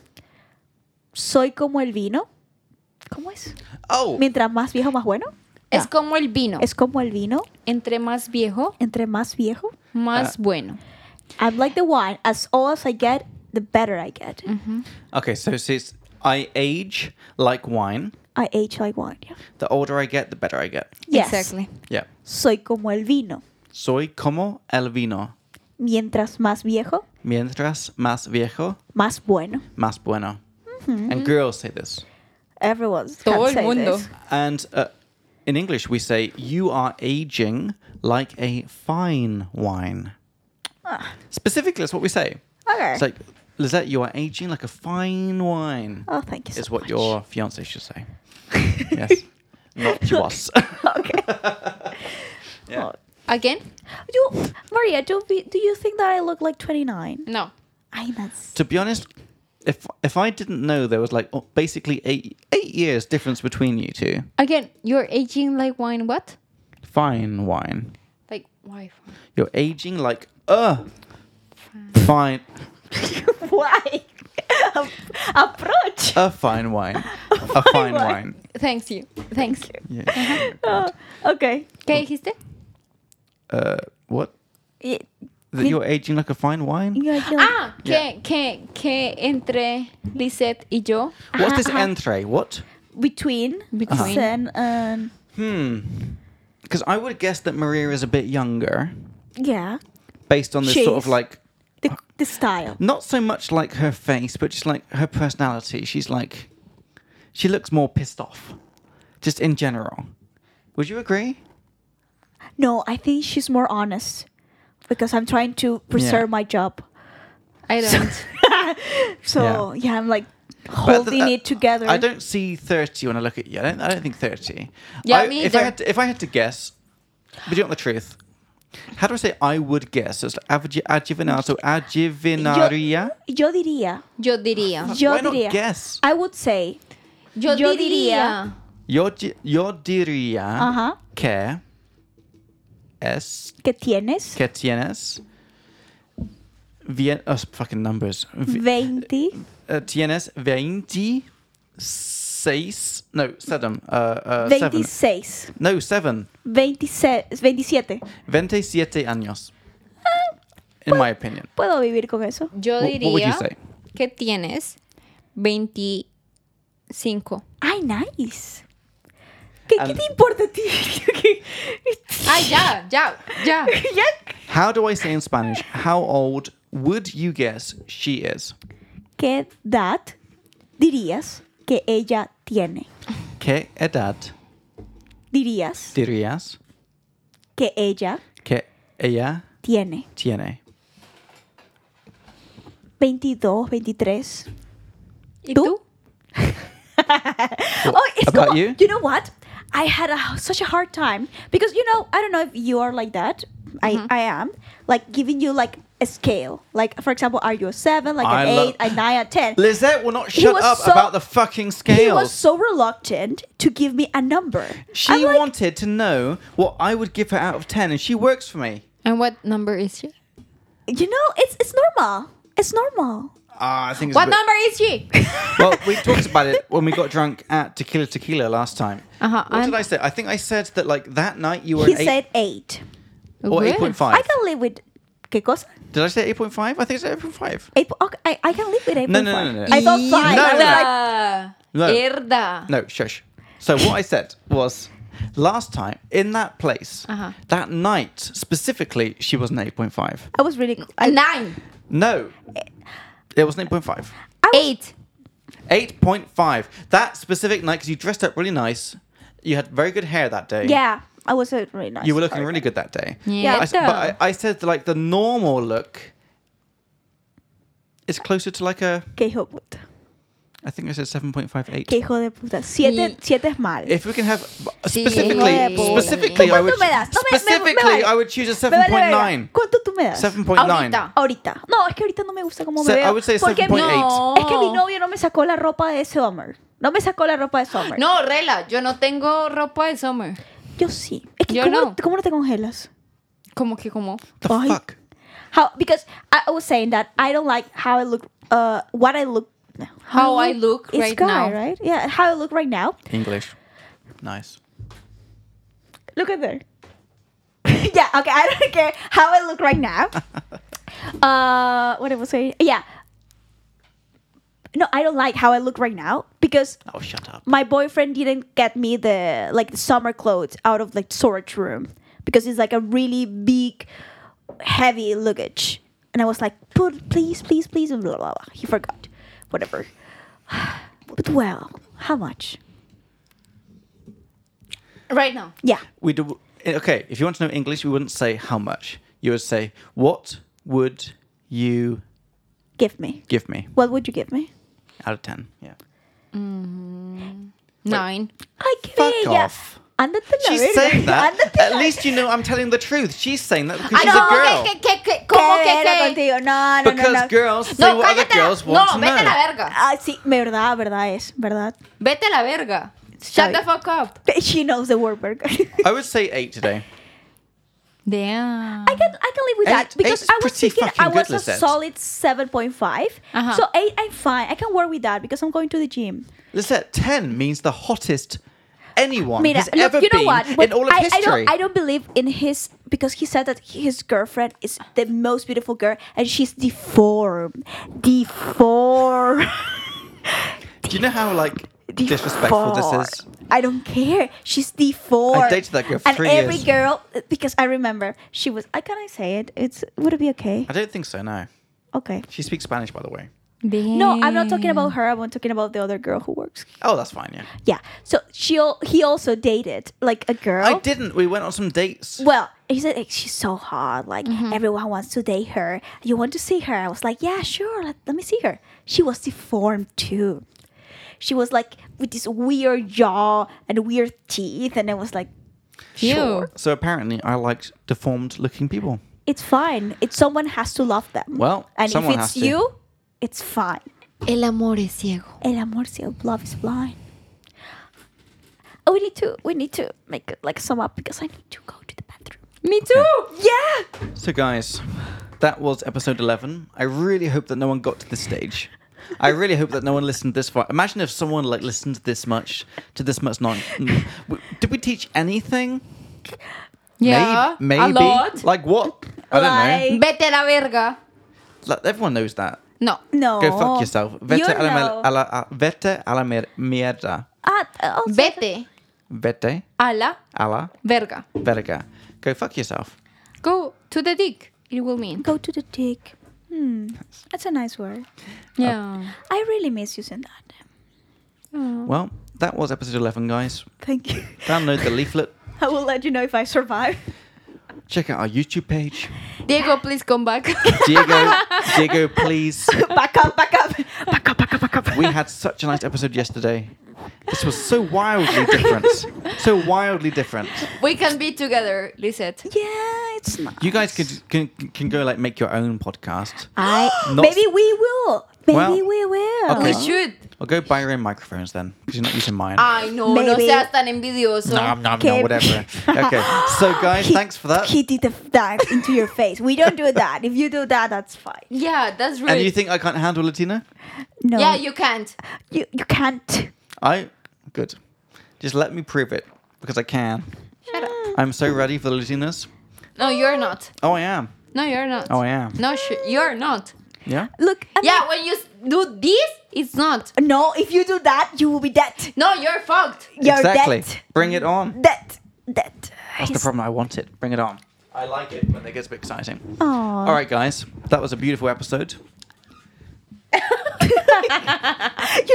Speaker 2: soy como el vino. ¿Cómo es?
Speaker 1: Oh.
Speaker 2: Mientras más viejo, más bueno.
Speaker 3: Es
Speaker 2: Ah.
Speaker 3: como el vino.
Speaker 2: Es como el vino.
Speaker 3: Entre más viejo,
Speaker 2: Entre más viejo.
Speaker 3: más
Speaker 1: Ah.
Speaker 3: bueno.
Speaker 2: I'm like the wine. As old as I get, the better I get.
Speaker 3: Mm-hmm.
Speaker 1: Okay, so it says I age like wine.
Speaker 2: I age like wine. Yeah.
Speaker 1: The older I get, the better I get.
Speaker 2: Yes.
Speaker 3: Exactly.
Speaker 1: Yeah.
Speaker 2: Soy como el vino.
Speaker 1: Soy como el vino.
Speaker 2: Mientras más viejo,
Speaker 1: Mientras más viejo,
Speaker 2: más bueno.
Speaker 1: más bueno.
Speaker 2: Mm-hmm.
Speaker 1: And girls say this.
Speaker 2: Everyone's
Speaker 3: Todo
Speaker 2: can
Speaker 3: el
Speaker 2: say
Speaker 3: mundo.
Speaker 2: this.
Speaker 1: And uh, in English, we say you are aging like a fine wine. Specifically, that's what we say.
Speaker 2: Ah, Okay.
Speaker 1: It's like Lizette, you are aging like a fine wine.
Speaker 2: oh, thank you so
Speaker 1: is what
Speaker 2: much.
Speaker 1: your fiance should say. yes. Not to us.
Speaker 2: okay.
Speaker 1: Yeah.
Speaker 2: Oh,
Speaker 3: Again?
Speaker 2: You, Maria, do, we, do you think that I look like 29?
Speaker 3: No.
Speaker 2: I'm not. s-
Speaker 1: To be honest, if if I didn't know there was like oh, basically eight eight years difference between you two,
Speaker 3: Again, you're aging like wine. What?
Speaker 1: fine wine.
Speaker 3: Like why?
Speaker 1: You're aging like uh fine
Speaker 2: Why? Approach.
Speaker 1: a fine wine, a fine wine.
Speaker 3: Thanks you. Thanks.
Speaker 1: Yeah.
Speaker 2: Oh, okay.
Speaker 3: ¿Qué dijiste?
Speaker 1: Uh, what?
Speaker 2: Y-
Speaker 1: That
Speaker 2: He-
Speaker 1: you're aging like a fine wine.
Speaker 2: you're like-
Speaker 3: Ah, que, que, que entre Lisette y yo.
Speaker 1: What's this entree? What?
Speaker 2: Between
Speaker 3: Between.
Speaker 2: Sen and
Speaker 1: Hmm. Because I would guess that Maria is a bit younger,
Speaker 2: yeah,
Speaker 1: based on this
Speaker 2: She
Speaker 1: sort of
Speaker 2: is.
Speaker 1: like
Speaker 2: the, the style.
Speaker 1: not so much like her face, but just like her personality. She's like, she looks more pissed off, just in general. Would you agree?
Speaker 2: No, I think she's more honest because I'm trying to preserve my job.
Speaker 3: I don't.
Speaker 2: So yeah, I'm like
Speaker 1: But th-
Speaker 2: holding
Speaker 1: uh,
Speaker 2: it together.
Speaker 1: I don't see thirty when I look at you. I don't. I don't think thirty.
Speaker 3: Yeah,
Speaker 1: I,
Speaker 3: me
Speaker 1: if I
Speaker 3: either.
Speaker 1: had to, if I had to guess, but you want the truth? How do I say? I would guess. It's like adju- adjuvanato, adjuvinaria.
Speaker 2: Yo diría.
Speaker 3: Yo diría.
Speaker 2: Yo
Speaker 1: Why not
Speaker 2: diría.
Speaker 1: guess?
Speaker 2: I would say.
Speaker 3: Yo,
Speaker 2: Yo
Speaker 3: diría.
Speaker 2: diría.
Speaker 1: Yo, di- yo diría
Speaker 2: Uh huh.
Speaker 1: que es
Speaker 2: Que tienes
Speaker 1: que tienes vie- oh, fucking numbers.
Speaker 2: Hmm.
Speaker 1: Vi-
Speaker 2: veinte.
Speaker 1: uh, tienes 26 no 7 uh, uh, 7
Speaker 2: 26,
Speaker 1: no 7
Speaker 2: 26, 27.
Speaker 1: 27 años in my opinion
Speaker 2: Puedo vivir con eso.
Speaker 3: Yo
Speaker 1: Wh- what, would you
Speaker 3: diría
Speaker 1: say
Speaker 3: que tienes 25.
Speaker 2: Ay, nice. ¿Qué, ¿qué
Speaker 1: And-
Speaker 2: te importa a ti?
Speaker 3: Ay, Ah, ya, ya, ya.
Speaker 2: ya.
Speaker 1: how do I say in Spanish how old would you guess she is
Speaker 2: ¿Qué edad dirías que ella tiene?
Speaker 1: que edad
Speaker 2: Dirías
Speaker 1: dirías
Speaker 2: que ella
Speaker 1: que ella
Speaker 2: tiene
Speaker 1: tiene
Speaker 2: 22, 23.
Speaker 3: ¿Y
Speaker 2: ¿Tú?
Speaker 3: tú?
Speaker 2: Oh, it's
Speaker 1: about
Speaker 2: no-
Speaker 1: you?
Speaker 2: You know what? I had a, such a hard time because you know I don't know if you are like that. I I am like giving you like a scale. Like for example, are you a seven, like
Speaker 1: I
Speaker 2: an
Speaker 1: love-
Speaker 2: eight, a nine, a ten?
Speaker 1: Lizette will not shut
Speaker 2: was
Speaker 1: up
Speaker 2: so-
Speaker 1: about the fucking scales
Speaker 2: He was so reluctant to give me a number.
Speaker 1: she
Speaker 2: I'm like,
Speaker 1: wanted to know what I would give her out of 10 and she works for me
Speaker 3: And what number is she?
Speaker 2: you know, it's it's normal. It's normal.
Speaker 1: Ah, I think it's a
Speaker 3: What
Speaker 1: bit-
Speaker 3: number is she?
Speaker 1: well, we talked about it when we got drunk at Tequila Tequila last time.
Speaker 3: Uh-huh,
Speaker 1: What
Speaker 3: I'm-
Speaker 1: did I say? I think I said that like that night you were
Speaker 2: He
Speaker 1: an eight
Speaker 2: said eight.
Speaker 1: or
Speaker 3: Good.
Speaker 1: Oh, eight point
Speaker 2: I
Speaker 1: five.
Speaker 2: can live with. ¿Qué cosa?
Speaker 1: Did I say eight point five? I think I said eight point five.
Speaker 2: Eight, po- okay, I, I can live with eight.
Speaker 1: No,
Speaker 2: point
Speaker 1: no,
Speaker 2: five.
Speaker 1: no, no, no.
Speaker 2: I thought five.
Speaker 1: No,
Speaker 2: I was
Speaker 1: no.
Speaker 2: like,
Speaker 3: Mierda.
Speaker 1: No.
Speaker 3: Mierda.
Speaker 1: No, shush. So what I said was last time in that place
Speaker 3: Uh-huh.
Speaker 1: that night specifically she was an eight point five.
Speaker 2: I was really. I,
Speaker 3: Nine.
Speaker 1: No,
Speaker 2: Eh.
Speaker 1: it was an eight point five.
Speaker 2: I was-
Speaker 3: Eight.
Speaker 1: 8.5. That specific night, because you dressed up really nice. You had very good hair that day.
Speaker 2: Yeah, I was uh, really nice.
Speaker 1: You were looking really good that day.
Speaker 3: Yeah.
Speaker 1: I s- but I, I said like the normal look is closer to like a.
Speaker 2: Qué hijo de puta.
Speaker 1: I think I said seven point five eight.
Speaker 2: Qué hijo de puta. Siete,
Speaker 3: Y-
Speaker 2: siete es mal.
Speaker 1: If we can have
Speaker 3: Sí,
Speaker 1: specifically,
Speaker 2: huevo.
Speaker 1: specifically, I
Speaker 2: ¿Cuánto
Speaker 1: would
Speaker 2: me das? No me- me- me
Speaker 1: specifically,
Speaker 2: vale.
Speaker 1: I would choose a
Speaker 2: Me
Speaker 1: seven
Speaker 2: vale
Speaker 1: point
Speaker 2: verga.
Speaker 1: nine.
Speaker 2: ¿Cuánto tú me das?
Speaker 1: Seven point nine.
Speaker 3: Ahorita.
Speaker 2: Ahorita. No, es que ahorita no me gusta cómo me
Speaker 1: Se- I
Speaker 2: veo.
Speaker 1: would say
Speaker 2: porque mi-
Speaker 1: 7.8.
Speaker 3: No.
Speaker 2: es que mi novio no me sacó la ropa de summer. No me sacó la ropa de summer.
Speaker 3: No, Rela, yo no tengo ropa de summer.
Speaker 2: Yo sí. Es que
Speaker 3: Yo
Speaker 2: ¿cómo,
Speaker 3: no.
Speaker 2: ¿Cómo no te congelas?
Speaker 3: Como que como.
Speaker 1: The
Speaker 2: Ay.
Speaker 1: fuck?
Speaker 2: How, because I I was saying that I don't like how I look, uh, what I look,
Speaker 3: How I look
Speaker 2: It's
Speaker 3: right
Speaker 2: guy,
Speaker 3: now.
Speaker 2: right? Yeah, how I look right now.
Speaker 1: English. Nice.
Speaker 2: Look at there. yeah, okay, I don't care how I look right now. uh, what I was saying, yeah. No, I don't like how I look right now because
Speaker 1: Oh, shut up.
Speaker 2: my boyfriend didn't get me the like the summer clothes out of like storage room because it's like a really big, heavy luggage, and I was like, "Put please, please, please," and blah blah blah. He forgot, whatever. but well, how much?
Speaker 3: Right now.
Speaker 2: Yeah,
Speaker 1: We do. Okay, if you want to know English, we wouldn't say how much. You would say, "What would you
Speaker 2: give me.
Speaker 1: give me
Speaker 2: What would you give me?
Speaker 1: out of 10? Yeah.
Speaker 3: Nine.
Speaker 2: I give
Speaker 1: Fuck
Speaker 2: me. yeah.
Speaker 1: off.
Speaker 2: Ándate a la
Speaker 1: She's
Speaker 2: verga.
Speaker 1: saying that.
Speaker 2: Ándate a
Speaker 1: At
Speaker 2: la-
Speaker 1: least you know I'm telling the truth. She's saying that because
Speaker 4: Ah,
Speaker 1: she's a girl.
Speaker 4: no, que, que, que, ¿cómo
Speaker 2: Qué
Speaker 4: que,
Speaker 2: verga
Speaker 4: que?
Speaker 2: contigo. No, no,
Speaker 1: Because
Speaker 2: no. no.
Speaker 1: girls say
Speaker 4: No,
Speaker 1: what other
Speaker 4: cállate.
Speaker 1: girls
Speaker 4: no,
Speaker 1: want to
Speaker 4: vete a la
Speaker 1: know.
Speaker 4: verga.
Speaker 2: Ah, sí, verdad, verdad es, verdad.
Speaker 4: Vete a la verga.
Speaker 2: Sorry.
Speaker 4: Shut the fuck up.
Speaker 2: She knows the word burger.
Speaker 1: I would say eight today.
Speaker 4: Damn.
Speaker 2: I can I can live with that
Speaker 1: Eight-
Speaker 2: because
Speaker 1: eight's
Speaker 2: I was
Speaker 1: pretty
Speaker 2: thinking
Speaker 1: fucking
Speaker 2: I was
Speaker 1: good,
Speaker 2: a
Speaker 1: Lisette.
Speaker 2: solid seven point five.
Speaker 4: Uh-huh.
Speaker 2: So eight, I'm fine. I can work with that because I'm going to the gym.
Speaker 1: Lisette, ten means the hottest anyone
Speaker 2: Mira,
Speaker 1: has
Speaker 2: look,
Speaker 1: Oh, ever
Speaker 2: you know
Speaker 1: been
Speaker 2: what?
Speaker 1: in
Speaker 2: But
Speaker 1: all of
Speaker 2: I, I
Speaker 1: history.
Speaker 2: don't, I don't believe in his because he said that his girlfriend is the most beautiful girl and she's deformed, deformed,
Speaker 1: Do you know how like disrespectful
Speaker 2: deformed.
Speaker 1: this is?
Speaker 2: I don't care. She's deformed.
Speaker 1: I dated that girl for
Speaker 2: and
Speaker 1: three
Speaker 2: every
Speaker 1: years.
Speaker 2: girl because I remember she was. I can I say it? It's would it be okay?
Speaker 1: I don't think so. No,
Speaker 2: Okay.
Speaker 1: she speaks Spanish, by the way.
Speaker 2: No, I'm not talking about her. I'm talking about the other girl who works.
Speaker 1: Oh, that's fine. Yeah,
Speaker 2: Mm. Yeah. So she al- he also dated like a girl.
Speaker 1: I didn't. We went on some dates.
Speaker 2: Well, he said like, she's so hot. Like everyone wants to date her. You want to see her? I was like, yeah, sure. Let, let me see her. She was deformed too. She was like with this weird jaw and weird teeth, and I was like, sure,
Speaker 1: So apparently, I liked deformed-looking people.
Speaker 2: it's fine. It's someone has to love them.
Speaker 1: Well,
Speaker 2: and if
Speaker 1: someone has
Speaker 2: it's
Speaker 1: to.
Speaker 2: you, it's fine.
Speaker 4: El amor es ciego.
Speaker 2: El amor ciego, love is blind. Oh, we need to we need to make like sum up because I need to go to the bathroom.
Speaker 3: Me too.
Speaker 2: Yeah.
Speaker 1: So, guys, that was episode 11. I really hope that no one got to this stage. I really hope that no one listened this far. Imagine if someone like listened this much to this much non. Mm. W- Did we teach anything?
Speaker 3: Yeah.
Speaker 1: May- maybe.
Speaker 3: A lot.
Speaker 1: Like what? I don't know.
Speaker 2: Like-
Speaker 4: Vete a la verga.
Speaker 1: Like, everyone knows that.
Speaker 3: No.
Speaker 2: No.
Speaker 1: Go fuck yourself. Vete,
Speaker 2: You
Speaker 1: a, la, mel-
Speaker 2: know.
Speaker 1: a la, a- vete a la mer- mierda.
Speaker 2: Ah, also-
Speaker 4: Vete
Speaker 1: Vete
Speaker 3: A la
Speaker 1: a la
Speaker 3: verga.
Speaker 1: verga. Go fuck yourself.
Speaker 3: Go to the dick. It will mean.
Speaker 2: Go to the dick. Hmm. That's a nice word.
Speaker 3: Yeah.
Speaker 2: I really miss using that.
Speaker 1: Well, that was episode 11, guys.
Speaker 2: Thank you.
Speaker 1: Download the leaflet.
Speaker 2: I will let you know if I survive.
Speaker 1: Check out our YouTube page.
Speaker 3: Diego, please come back.
Speaker 1: Diego, Diego, please.
Speaker 2: back up, back up. Back up, back up, back up.
Speaker 1: We had such a nice episode yesterday. This was so wildly different. So wildly different.
Speaker 3: we can be together, Lisette.
Speaker 2: Yeah, it's nice.
Speaker 1: You guys could can, can go like make your own podcast.
Speaker 2: I
Speaker 1: Not-
Speaker 2: maybe we will. Maybe
Speaker 1: Well,
Speaker 2: we will.
Speaker 1: okay.
Speaker 3: We should.
Speaker 1: Or go buy your own microphones then, because you're not using mine.
Speaker 3: Ah,
Speaker 4: Ay, no, no
Speaker 2: Maybe.
Speaker 4: seas tan envidioso.
Speaker 1: Nom, nom, nom,
Speaker 2: Okay.
Speaker 1: whatever. Okay. So guys,
Speaker 2: He-
Speaker 1: thanks for that.
Speaker 2: He did the dive into your face. We don't do that. If you do that, that's fine.
Speaker 4: Yeah, that's
Speaker 1: And you
Speaker 4: rude.
Speaker 1: think I can't handle Latina?
Speaker 2: No.
Speaker 4: Yeah, you can't.
Speaker 2: you, you can't.
Speaker 1: I good. Just let me prove it because I can.
Speaker 4: Shut up.
Speaker 1: I'm so ready for the Latinas.
Speaker 4: No, you're not.
Speaker 1: Oh, I am.
Speaker 4: No, you're not.
Speaker 1: Oh, I am.
Speaker 4: No, sh- you're not.
Speaker 1: Yeah.
Speaker 2: Look. I mean-
Speaker 4: Yeah, when you s- do this, it's not.
Speaker 2: No, if you do that, you will be dead.
Speaker 4: No, you're fucked.
Speaker 2: You're
Speaker 1: exactly.
Speaker 2: dead.
Speaker 1: Bring it on.
Speaker 2: Dead. Dead.
Speaker 1: That's the problem. I want it. Bring it on. I like it when it gets a bit exciting.
Speaker 2: Aw.
Speaker 1: All right, guys, that was a beautiful episode.
Speaker 2: You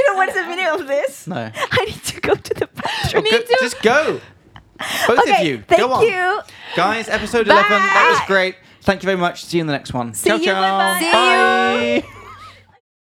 Speaker 2: know what's the video of this?
Speaker 1: No.
Speaker 2: I need to go to the bathroom.
Speaker 1: Oh, go- Just go. Both of
Speaker 2: okay,
Speaker 1: you.
Speaker 2: thank
Speaker 1: go on.
Speaker 2: you.
Speaker 1: Guys, episode 11. That was great. Thank you very much. See you in the next one.
Speaker 2: See
Speaker 1: ciao,
Speaker 2: you,
Speaker 1: ciao.
Speaker 2: bye-bye. See
Speaker 1: Bye.